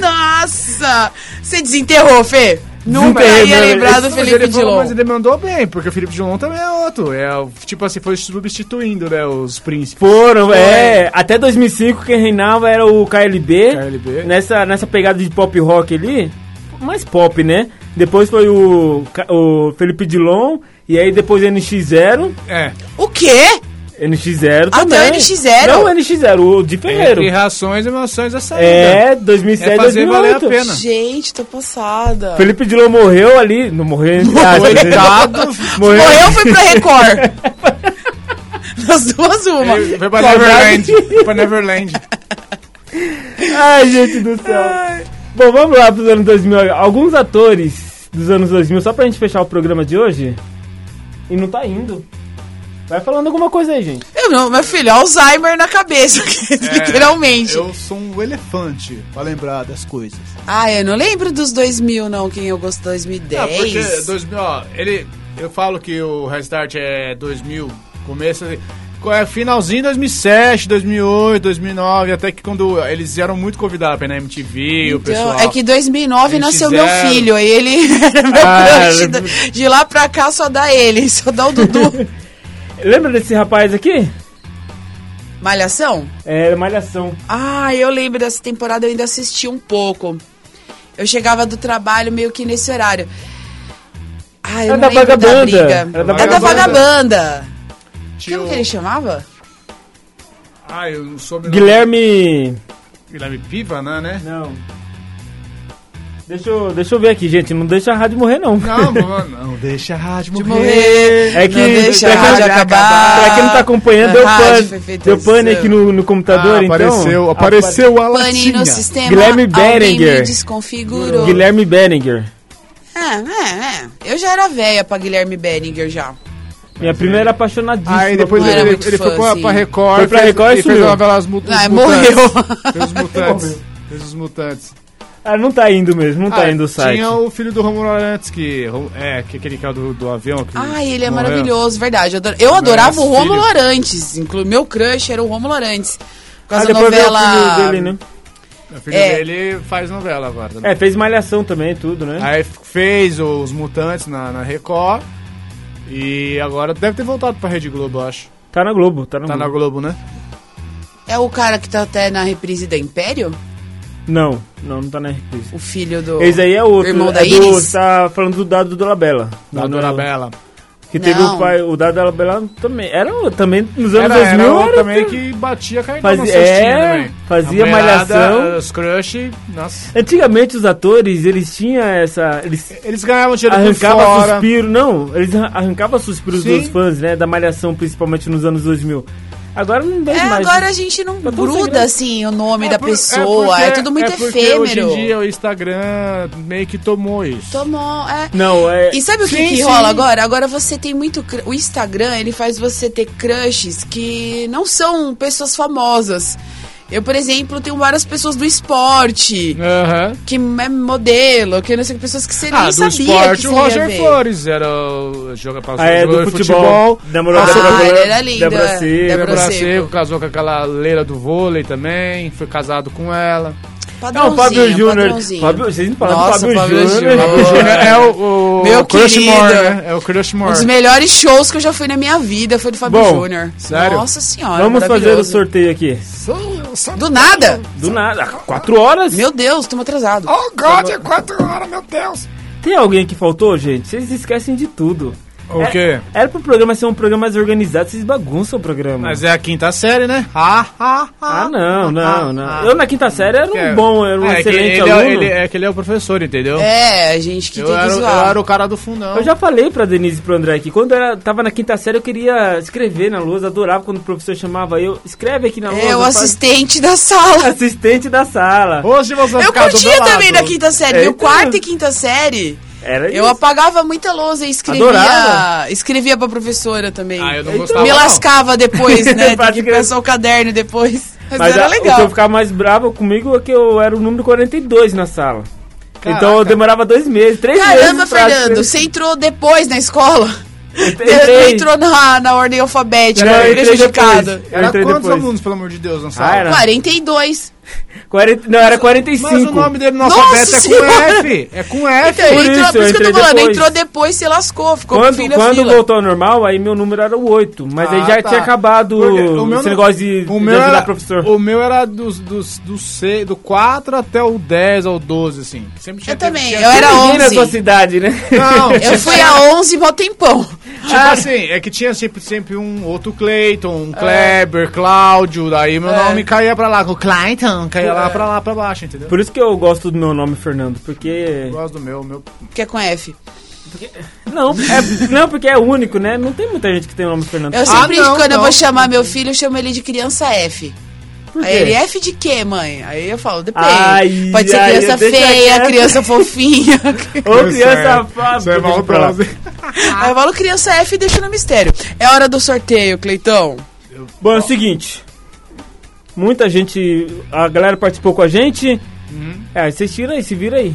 Speaker 3: Nossa! Você desenterrou, Fê? Nunca
Speaker 1: Desenterrei,
Speaker 3: ia
Speaker 1: mano.
Speaker 3: é lembrar
Speaker 2: né?
Speaker 3: do
Speaker 2: Mas
Speaker 3: Felipe
Speaker 2: ele falou,
Speaker 3: Dilon.
Speaker 2: Mas ele mandou bem, porque o Felipe Dilon também é outro. É, o- tipo assim, foi substituindo, né, os príncipes.
Speaker 1: Foram, é. Até 2005 quem reinava era o KLB.
Speaker 2: KLB.
Speaker 1: Nessa, nessa pegada de pop rock ali. Mais pop, né? Depois foi o, Ca- o Felipe Dilon. E aí depois NX0.
Speaker 2: É,
Speaker 3: O quê?
Speaker 1: NX0
Speaker 2: Ah,
Speaker 3: Até
Speaker 1: também.
Speaker 3: o NX0?
Speaker 1: Não, NX0, o de Ferreiro.
Speaker 2: entre rações e emoções a saída.
Speaker 1: É, 2007,
Speaker 2: É fazer valer a
Speaker 1: 2008.
Speaker 2: pena.
Speaker 3: Gente, tô passada.
Speaker 1: Felipe Dilon morreu ali. Não morreu entre aspas, né?
Speaker 2: tá Coitado.
Speaker 1: Morreu.
Speaker 3: Morreu foi pra Record. Nas duas, uma.
Speaker 2: Ele Foi pra
Speaker 1: Saudade.
Speaker 2: Neverland. Foi pra Neverland.
Speaker 1: Ai, gente do céu. Bom, vamos lá pros anos 2000. Alguns atores dos anos 2000, só pra gente fechar o programa de hoje. E não tá indo. Vai falando alguma coisa aí, gente.
Speaker 3: Eu não, meu filho, Alzheimer na cabeça, literalmente.
Speaker 2: Eu sou um elefante, pra lembrar das coisas.
Speaker 3: Ah, eu não lembro dos 2000, não, quem eu gosto,
Speaker 2: Não, porque
Speaker 3: 2010.
Speaker 2: 2000, ó, ele, eu falo que o Restart é 2000, começo, ali- co- é finalzinho 2007, 2008, 2009, até que quando eles eram muito convidados pra ir na MTV, o pessoal...
Speaker 3: Então, é que 2009
Speaker 2: Eles
Speaker 3: nasceu
Speaker 2: fizeram.
Speaker 3: meu filho, e ele era meu
Speaker 1: Ah,
Speaker 3: crush. da- De lá pra cá só dá ele, só dá o Dudu.
Speaker 1: Lembra desse rapaz aqui?
Speaker 3: Malhação?
Speaker 1: É, Malhação.
Speaker 3: Ah, eu lembro dessa temporada, eu ainda assisti um pouco. Eu chegava do trabalho meio que nesse horário. Ah, eu
Speaker 1: Era
Speaker 3: não
Speaker 1: da
Speaker 3: lembro da
Speaker 1: Vagabanda.
Speaker 3: briga.
Speaker 1: Era da
Speaker 3: é da
Speaker 2: Vagabanda.
Speaker 3: Vagabanda.
Speaker 2: Tinha
Speaker 3: Como
Speaker 2: o-
Speaker 3: que ele chamava?
Speaker 2: Ah, eu não soube... o nome.
Speaker 1: Guilherme...
Speaker 2: Guilherme Pivanã, né?
Speaker 1: Não. Deixa eu, deixa eu ver aqui, gente. Não deixa a rádio morrer, não.
Speaker 2: Não, mano, não, deixa a rádio morrer.
Speaker 3: Morrer.
Speaker 1: É que
Speaker 3: não deixa
Speaker 1: pra
Speaker 3: a
Speaker 1: quem-
Speaker 3: rádio
Speaker 1: pra-
Speaker 3: acabar.
Speaker 1: Pra quem não tá acompanhando, deu
Speaker 3: A rádio foi
Speaker 1: pane.
Speaker 3: feita
Speaker 1: Deu pane
Speaker 3: isso.
Speaker 1: aqui no, no computador,
Speaker 2: Ah,
Speaker 1: então.
Speaker 2: apareceu, apareceu a
Speaker 3: Pane
Speaker 2: latinha.
Speaker 3: no sistema,
Speaker 1: Guilherme
Speaker 3: alguém
Speaker 1: Berenguer.
Speaker 3: me desconfigurou.
Speaker 1: Guilherme Berenger.
Speaker 3: É, é, é. Eu já era velha pra Guilherme Berenguer já.
Speaker 1: Minha prima era apaixonadíssima.
Speaker 2: Aí depois
Speaker 1: por
Speaker 3: Não
Speaker 2: ele,
Speaker 3: era
Speaker 2: ele,
Speaker 3: muito
Speaker 2: ele foi
Speaker 3: fã,
Speaker 2: pra,
Speaker 3: assim.
Speaker 2: pra Record.
Speaker 1: Foi pra
Speaker 2: fez-
Speaker 1: Record e
Speaker 2: ele fez
Speaker 1: sumiu.
Speaker 2: a novela As Mu- Os
Speaker 3: Ah,
Speaker 2: Mutantes.
Speaker 3: morreu.
Speaker 2: Fez os Mutantes. fez os Mutantes.
Speaker 1: Ah, não tá indo mesmo, não tá
Speaker 2: Ah,
Speaker 1: indo o site.
Speaker 2: Tinha o filho do Romulo Arantes, que Ro- é que aquele cara do, do avião. Que
Speaker 3: Ai, ele é
Speaker 2: morreu.
Speaker 3: maravilhoso, verdade. Eu adoro- Eu adorava o
Speaker 2: filho.
Speaker 3: Romulo Arantes. inclu- Meu crush era o Romulo Arantes. Com
Speaker 1: Ah,
Speaker 3: essa
Speaker 1: depois veio
Speaker 3: novela.
Speaker 1: o filho dele, né?
Speaker 2: O filho
Speaker 3: É.
Speaker 2: dele faz novela agora. também.
Speaker 1: É, fez malhação também, tudo, né?
Speaker 2: Aí f- fez os Mutantes na, na Record. E agora deve ter voltado pra Rede Globo, eu acho.
Speaker 1: Tá na Globo, tá na
Speaker 2: Tá na
Speaker 1: Globo.
Speaker 2: Globo, né?
Speaker 3: É o cara que tá até na reprise da Império?
Speaker 1: Não, não, não tá na reprise.
Speaker 3: O filho do.
Speaker 1: Esse aí é outro.
Speaker 3: Irmão
Speaker 1: é
Speaker 3: da
Speaker 1: do,
Speaker 3: Iris?
Speaker 1: Tá falando do dado do Labela.
Speaker 2: Da
Speaker 1: Do-
Speaker 2: Dona Bela.
Speaker 1: Que teve
Speaker 3: Não.
Speaker 1: o pai, o Dado Alabelão também. Era o- também nos anos
Speaker 2: Era,
Speaker 1: 2000
Speaker 2: era um
Speaker 1: era
Speaker 2: também
Speaker 1: tu-
Speaker 2: que batia cartão
Speaker 1: Fazia-
Speaker 2: na cestinha
Speaker 1: é,
Speaker 2: também.
Speaker 1: fazia
Speaker 2: A mulherada,
Speaker 1: malhação.
Speaker 2: Os crush, nossa.
Speaker 1: Antigamente os atores, eles tinham essa. Eles
Speaker 2: Eles ganhavam dinheiro por
Speaker 1: arrancavam
Speaker 2: fora.
Speaker 1: suspiro, não, eles arran- arrancavam suspiros
Speaker 2: Sim.
Speaker 1: dos fãs, né? Da malhação, principalmente nos anos 2000. Agora não
Speaker 3: É,
Speaker 1: vejo mais.
Speaker 3: agora a gente não
Speaker 1: Tá tão
Speaker 3: gruda
Speaker 1: sagrado.
Speaker 3: assim o nome
Speaker 2: É
Speaker 3: da
Speaker 2: por-
Speaker 3: pessoa, é,
Speaker 2: porque-
Speaker 3: tudo muito
Speaker 2: é porque
Speaker 3: efêmero.
Speaker 2: Hoje em dia o Instagram meio que tomou isso.
Speaker 3: Tomou, é.
Speaker 1: Não, é.
Speaker 3: E sabe o que,
Speaker 2: Sim,
Speaker 3: que
Speaker 2: sim.
Speaker 3: rola agora? Agora você tem muito. cr- O Instagram, ele faz você ter crushes que não são pessoas famosas. Eu, por exemplo, tenho várias pessoas do esporte,
Speaker 2: Aham.
Speaker 3: que é modelo, que não sei, pessoas que você
Speaker 2: Ah,
Speaker 3: nem
Speaker 2: do
Speaker 3: sabia que
Speaker 2: esporte,
Speaker 3: você
Speaker 2: o
Speaker 3: ia
Speaker 2: Roger
Speaker 3: ver.
Speaker 2: Flores era o joga pra
Speaker 1: Ah, é,
Speaker 2: jogador
Speaker 1: do
Speaker 2: de
Speaker 1: futebol. Namorou
Speaker 3: Ah,
Speaker 1: a Débora
Speaker 3: ele
Speaker 1: Blan-
Speaker 3: era lindo,
Speaker 1: Débora
Speaker 3: é.
Speaker 1: Seco.
Speaker 3: Débora
Speaker 2: Débora
Speaker 3: Seco.
Speaker 2: Seco casou com aquela leira do vôlei também, foi casado com ela.
Speaker 1: Não, o Fábio
Speaker 3: Padrãozinho,
Speaker 1: Júnior.
Speaker 3: padrãozinho. Um
Speaker 1: Fábio, vocês não falaram
Speaker 3: Nossa,
Speaker 1: do Fábio
Speaker 3: Fábio
Speaker 1: Júnior.
Speaker 3: Júnior.
Speaker 2: É, o, o
Speaker 3: Meu
Speaker 2: Crush
Speaker 3: querido.
Speaker 2: More, né? É o Crush
Speaker 3: Um
Speaker 2: More.
Speaker 3: dos melhores shows que eu já fui na minha vida foi do Fábio
Speaker 2: Bom,
Speaker 3: Júnior.
Speaker 2: sério?
Speaker 3: Nossa senhora.
Speaker 1: Vamos fazer o
Speaker 3: maravilhoso.
Speaker 1: sorteio aqui.
Speaker 3: Do nada?
Speaker 1: Do nada. Quatro horas?
Speaker 3: Meu Deus, estamos atrasados.
Speaker 2: Oh, God, é quatro horas, meu Deus.
Speaker 1: Tem alguém que faltou, gente? Vocês esquecem de tudo.
Speaker 2: O quê?
Speaker 1: Era pro programa ser um programa mais organizado, vocês bagunçam o programa.
Speaker 2: Mas é a quinta série, né? Ah, ah,
Speaker 1: Ah, não, não, não.
Speaker 2: ah.
Speaker 1: eu na quinta série era um
Speaker 2: É.
Speaker 1: bom, era um
Speaker 2: É que
Speaker 1: excelente
Speaker 2: ele é-
Speaker 1: aluno.
Speaker 2: ele- é que ele é o professor, entendeu?
Speaker 3: É, gente, que
Speaker 2: eu,
Speaker 3: tem
Speaker 2: era,
Speaker 3: que
Speaker 2: o- eu
Speaker 3: zoar.
Speaker 2: era o cara do fundão.
Speaker 1: Eu já falei pra Denise e pro André que quando eu tava na quinta série eu queria escrever na lousa, adorava quando o professor chamava eu, escreve aqui na lousa.
Speaker 3: É o
Speaker 1: faz-
Speaker 3: assistente da sala.
Speaker 1: assistente da sala.
Speaker 2: Hoje você vai
Speaker 3: Eu
Speaker 2: ficar do
Speaker 3: curtia
Speaker 2: meu lado.
Speaker 3: também na quinta série. Meu
Speaker 1: Eita.
Speaker 3: quarta e quinta série,
Speaker 1: Era
Speaker 3: eu
Speaker 1: isso.
Speaker 3: apagava muita lousa e escrevia.
Speaker 1: Adorava.
Speaker 3: Escrevia pra professora também.
Speaker 2: Ah, eu não
Speaker 1: Então,
Speaker 2: gostava.
Speaker 3: Me
Speaker 2: não.
Speaker 3: lascava depois, né? Tem
Speaker 1: Pode
Speaker 3: que
Speaker 1: crer.
Speaker 3: pensar o caderno depois. Mas,
Speaker 1: Mas
Speaker 3: era
Speaker 1: a- o que eu
Speaker 3: legal.
Speaker 1: ficava mais bravo comigo é que eu era o número 42 na sala.
Speaker 2: Caraca.
Speaker 1: Então eu demorava dois meses, três
Speaker 3: Caramba,
Speaker 1: meses. pra-
Speaker 3: Fernando, você entrou depois na escola?
Speaker 1: entrei.
Speaker 3: Você entrou na, na ordem alfabética, né?
Speaker 1: Não, eu entrei
Speaker 3: prejudicado.
Speaker 1: depois. Eu
Speaker 2: Era
Speaker 1: entrei
Speaker 2: quantos
Speaker 1: depois.
Speaker 2: alunos, pelo amor de Deus, na
Speaker 1: Ah,
Speaker 2: sala?
Speaker 1: era.
Speaker 3: 42.
Speaker 1: 40, não, era 45.
Speaker 2: Mas o nome dele no
Speaker 3: Nossa
Speaker 2: alfabeto é
Speaker 3: Senhora!
Speaker 2: com F. É com F.
Speaker 3: Então,
Speaker 1: por
Speaker 3: entrou,
Speaker 1: isso,
Speaker 3: por isso
Speaker 1: eu
Speaker 3: que eu
Speaker 1: entrei
Speaker 3: tô falando,
Speaker 1: depois.
Speaker 3: entrou depois, se lascou, ficou pro fim
Speaker 1: Quando,
Speaker 3: da
Speaker 1: quando
Speaker 3: fila.
Speaker 1: voltou ao normal, aí meu número era o 8. Mas aí
Speaker 2: Ah,
Speaker 1: já
Speaker 2: tá.
Speaker 1: tinha acabado
Speaker 2: Porque o meu
Speaker 1: esse
Speaker 2: não-
Speaker 1: negócio de,
Speaker 2: o
Speaker 1: de
Speaker 2: meu
Speaker 1: ajudar
Speaker 2: era,
Speaker 1: professor.
Speaker 2: O meu era dos, dos, do, C, do 4 até o 10 ou 12, assim. Sempre tinha
Speaker 3: Eu também,
Speaker 2: tinha-
Speaker 3: eu era
Speaker 1: Ninguém na sua
Speaker 3: 11.
Speaker 1: cidade, né?
Speaker 2: Não,
Speaker 3: Eu fui a 11 mó tempão.
Speaker 2: tipo
Speaker 3: Ah,
Speaker 2: assim, é que tinha sempre, sempre um outro Clayton, um Kleber, Cláudio, daí
Speaker 3: É.
Speaker 2: meu nome caía pra lá, com o Clayton, caía lá pra lá, pra baixo, entendeu?
Speaker 1: Por isso que eu gosto do meu nome, Fernando, porque...
Speaker 2: Eu gosto do meu, meu...
Speaker 3: Que é com F.
Speaker 1: Não, é, não, porque é único, né? Não tem muita gente que tem o nome Fernando.
Speaker 3: Eu sempre,
Speaker 2: não,
Speaker 3: quando eu
Speaker 2: não.
Speaker 3: vou chamar meu filho, eu chamo ele de criança F. Aí
Speaker 1: quê?
Speaker 3: ele, F de quê, mãe? Aí eu falo, depende.
Speaker 1: Ai,
Speaker 3: Pode ser
Speaker 1: ai,
Speaker 3: criança
Speaker 1: deixa
Speaker 3: feia,
Speaker 1: quieto.
Speaker 3: criança fofinha.
Speaker 1: Ô, criança
Speaker 2: Isso é- isso é
Speaker 1: fábrica, deixa pra lá.
Speaker 2: maldoso.
Speaker 1: Ah.
Speaker 3: Aí eu falo criança F e deixo no mistério. É hora do sorteio, Cleitão.
Speaker 1: Bom, é o seguinte. Muita gente... A galera participou com a gente. É, vocês tiram aí, se vira aí.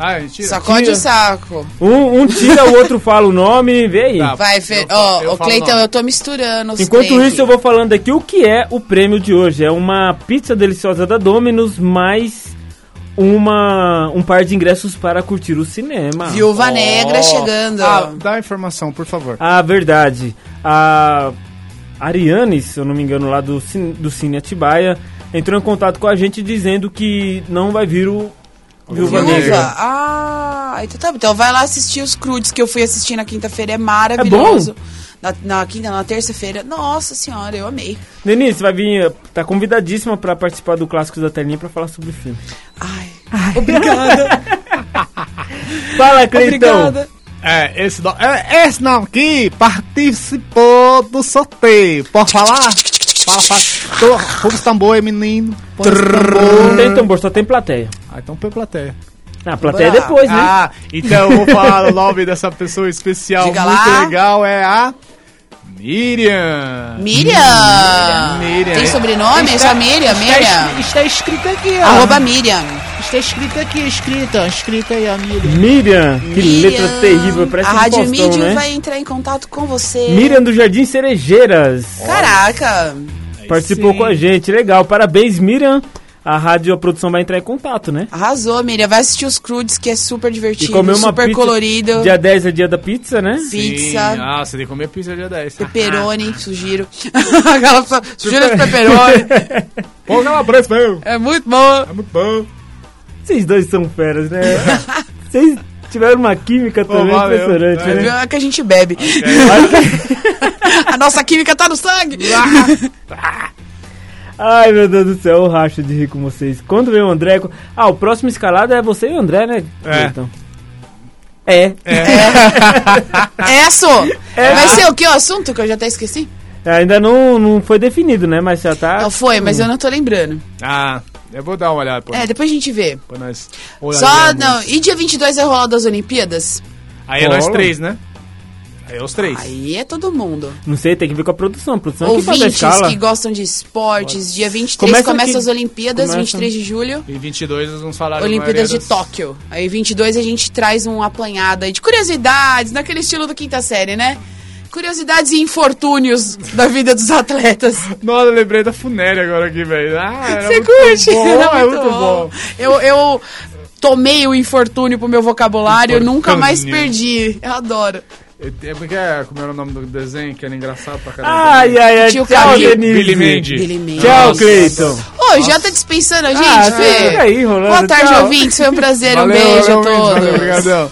Speaker 2: Ah, mentira.
Speaker 3: Sacode
Speaker 1: Tira.
Speaker 3: o saco.
Speaker 1: Um, um tira, o outro fala o nome, vê aí.
Speaker 2: Tá.
Speaker 3: Vai, Fer...
Speaker 2: Eu falo- eu
Speaker 3: Ó, ô,
Speaker 2: falo
Speaker 3: Cleitão,
Speaker 2: nome.
Speaker 3: eu tô misturando os
Speaker 1: Enquanto
Speaker 3: três.
Speaker 1: isso, eu vou falando aqui o que é o prêmio de hoje. É uma pizza deliciosa da Domino's, mais uma, um par de ingressos para curtir o cinema.
Speaker 3: Viúva Negra chegando.
Speaker 2: Ah, dá a informação, por favor.
Speaker 1: Ah, verdade. A Ariane, se eu não me engano, lá do, Cin- do Cine Atibaia, entrou em contato com a gente dizendo que não vai vir o Viúva,
Speaker 3: Viúva?
Speaker 1: Negra.
Speaker 3: Ah, então tá. bom. Então vai lá assistir os crudes que eu fui assistir na quinta-feira. É maravilhoso. Na, na quinta, na terça-feira. Nossa senhora, eu amei.
Speaker 1: Denise, vai vir, tá convidadíssima para participar do Clássicos da Telinha para falar sobre o filme.
Speaker 3: Ai, obrigada.
Speaker 1: Fala, Cleitão.
Speaker 3: obrigada.
Speaker 2: É, esse, no- é, esse nome aqui participou do sorteio. Pode falar? Fala, fala. Tô- Põe os tambor, aí, menino. Põe os
Speaker 1: Não
Speaker 2: tambor.
Speaker 1: tem tambor, só tem plateia.
Speaker 2: Ah, então põe plateia.
Speaker 1: Ah, plateia é
Speaker 3: Bora.
Speaker 1: depois, né?
Speaker 2: Ah, então eu vou falar o nome dessa pessoa especial
Speaker 3: Diga
Speaker 2: muito
Speaker 3: lá.
Speaker 2: legal, é a Miriam.
Speaker 3: Miriam.
Speaker 2: Miriam.
Speaker 3: Tem sobrenome? É só Miriam? Miriam.
Speaker 2: Está escrito aqui,
Speaker 3: Arroba Miriam.
Speaker 2: Está é escrito aqui, escrita, escrita aí, a Miriam.
Speaker 1: Miriam, que
Speaker 3: Miriam.
Speaker 1: letra terrível, parece
Speaker 3: A
Speaker 1: um
Speaker 3: Rádio
Speaker 1: Faustão,
Speaker 3: Mídia
Speaker 1: né?
Speaker 3: vai entrar em contato com você.
Speaker 1: Miriam do Jardim Cerejeiras
Speaker 3: Caraca.
Speaker 1: participou
Speaker 2: sim.
Speaker 1: com a gente, legal, parabéns Miriam. A rádio, a produção vai entrar em contato, né?
Speaker 3: Arrasou, Miriam. Vai assistir os crudes, que é super divertido, super
Speaker 1: pizza.
Speaker 3: colorido.
Speaker 1: Dia 10 é dia da pizza, né?
Speaker 3: Pizza.
Speaker 2: Sim. Ah, você tem que comer pizza dia tá? 10.
Speaker 3: Pepperoni,
Speaker 1: Ah.
Speaker 3: sugiro. Aquela fa- sugiro de pepperoni.
Speaker 2: Põe aquela branca, meu.
Speaker 3: É muito bom.
Speaker 2: É muito bom.
Speaker 1: Vocês dois são feras, né? Vocês Tiveram uma química também
Speaker 2: valeu.
Speaker 1: impressionante,
Speaker 2: É.
Speaker 1: né?
Speaker 3: É que a gente bebe. a nossa química tá no sangue.
Speaker 1: Ah. Ai, meu Deus do céu, eu racho de rir com vocês. Quando vem o André... co- Ah, o próximo escalado é você e o André, né?
Speaker 2: É.
Speaker 1: Então. É.
Speaker 3: É, so. Vai ser o que o assunto que eu já até esqueci?
Speaker 1: É, Ainda não, não foi definido, né? Mas já tá...
Speaker 3: Não foi, mas eu não tô lembrando.
Speaker 2: Ah, eu vou dar uma olhada pra,
Speaker 3: É, depois a gente vê.
Speaker 2: pra nós.
Speaker 3: Só,
Speaker 2: olharmos.
Speaker 3: não. E dia 22 vai rolar das Olimpíadas?
Speaker 2: Aí é nós
Speaker 1: Rola.
Speaker 2: três, né? Aí é os três.
Speaker 3: Aí é todo mundo.
Speaker 1: Não sei, tem que ver com a produção. A produção é que faz a
Speaker 3: Ouvintes
Speaker 1: escala.
Speaker 3: que gostam de esportes. Dia 23
Speaker 1: Começa
Speaker 3: começa,
Speaker 1: aqui.
Speaker 3: as Olimpíadas,
Speaker 1: Começa.
Speaker 3: 23 de julho.
Speaker 2: Em 22 nós vamos falar da
Speaker 3: Olimpíadas
Speaker 2: maioria
Speaker 3: de
Speaker 2: das-
Speaker 3: Tóquio. Aí 22 a gente traz um apanhado aí de curiosidades, naquele estilo do quinta série, né? Curiosidades e infortúnios da vida dos atletas.
Speaker 2: Nossa, eu lembrei da funéria agora aqui, velho. Ah,
Speaker 1: É
Speaker 2: era
Speaker 3: Você
Speaker 2: muito
Speaker 3: curte?
Speaker 2: Bom,
Speaker 3: Era
Speaker 2: é muito bom.
Speaker 3: Eu, eu tomei o infortúnio pro meu vocabulário, eu nunca mais perdi. Eu adoro.
Speaker 2: É porque é, como era o nome do desenho, que era engraçado pra caramba.
Speaker 1: Ai, ai, ai.
Speaker 3: Tio
Speaker 1: Tchau,
Speaker 3: Camilo.
Speaker 1: Denise.
Speaker 2: Billy Mandy.
Speaker 3: Billy Mandy.
Speaker 1: Tchau,
Speaker 3: Nossa.
Speaker 1: Cleiton.
Speaker 3: é Ô, já tá dispensando a gente,
Speaker 1: Ah,
Speaker 3: Fê?
Speaker 1: fica aí, Rolando.
Speaker 3: Boa tarde,
Speaker 1: Tchau.
Speaker 3: ouvintes. Foi um prazer.
Speaker 2: Valeu,
Speaker 3: um beijo
Speaker 2: valeu,
Speaker 3: a
Speaker 2: Mandy,
Speaker 3: todos.
Speaker 2: Valeu, obrigadão.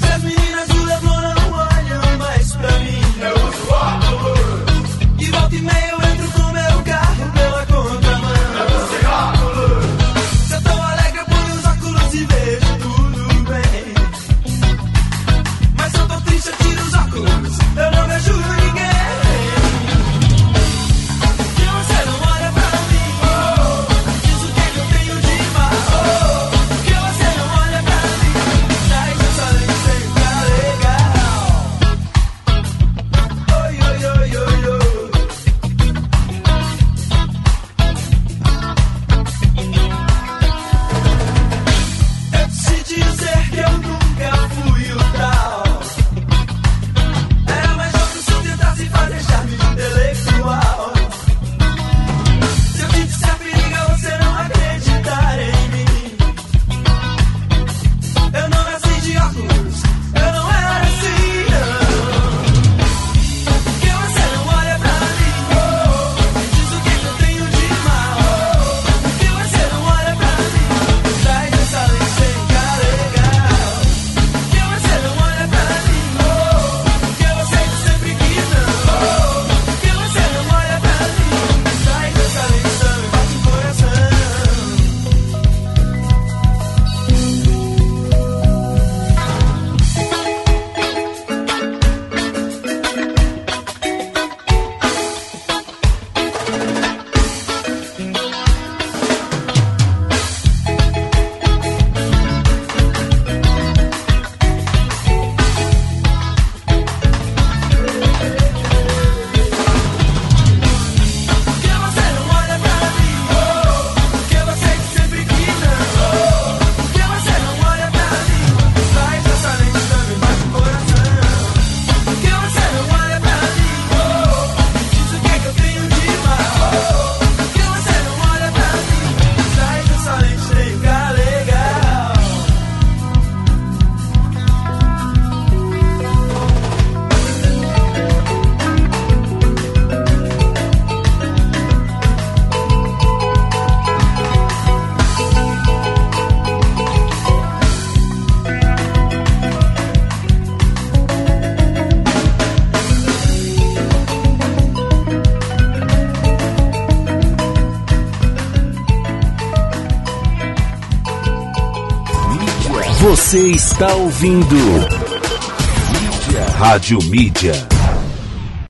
Speaker 8: Se as meninas do Leblon não olham mais pra mim, eu uso óculos. De volta e meia eu entro no meu carro pela contramão. Eu tô sem óculos. Se eu tô alegre, eu ponho os óculos e vejo tudo bem. Mas se eu tô triste, eu tiro os óculos. Eu não vejo ninguém. Se você não olha pra mim, oh, diz o que é que eu tenho de mal. Oh, que você não olha pra mim. Traz essa licença legal. Oi, oi, oi, oi, oi. Eu te dizer que eu nunca fui o tal. Era mais jovem se eu tentasse fazer charme intelectual. Se eu te disser periga, você não acreditar em mim. Eu não nasci de óculos, eu não era assim, não. Porque você não olha pra mim, oh, me diz o que eu tenho de mal. oh. Porque você não olha pra mim, oh. traz essa licença legal. Porque você não olha pra mim, oh, porque eu sei que sempre que não. oh. Porque você não olha pra mim, traz essa lição e bate o coração. Porque você não olha pra mim, oh, porque eu sei que sempre que não, oh, porque você não olha pra mim, traz essa lente também bate o coração. Porque você não olha pra mim, oh, me diz o que é que eu tenho de mal, oh, porque você não olha pra mim, traz essa lente fica legal.
Speaker 9: Você está ouvindo Rádio Mídia.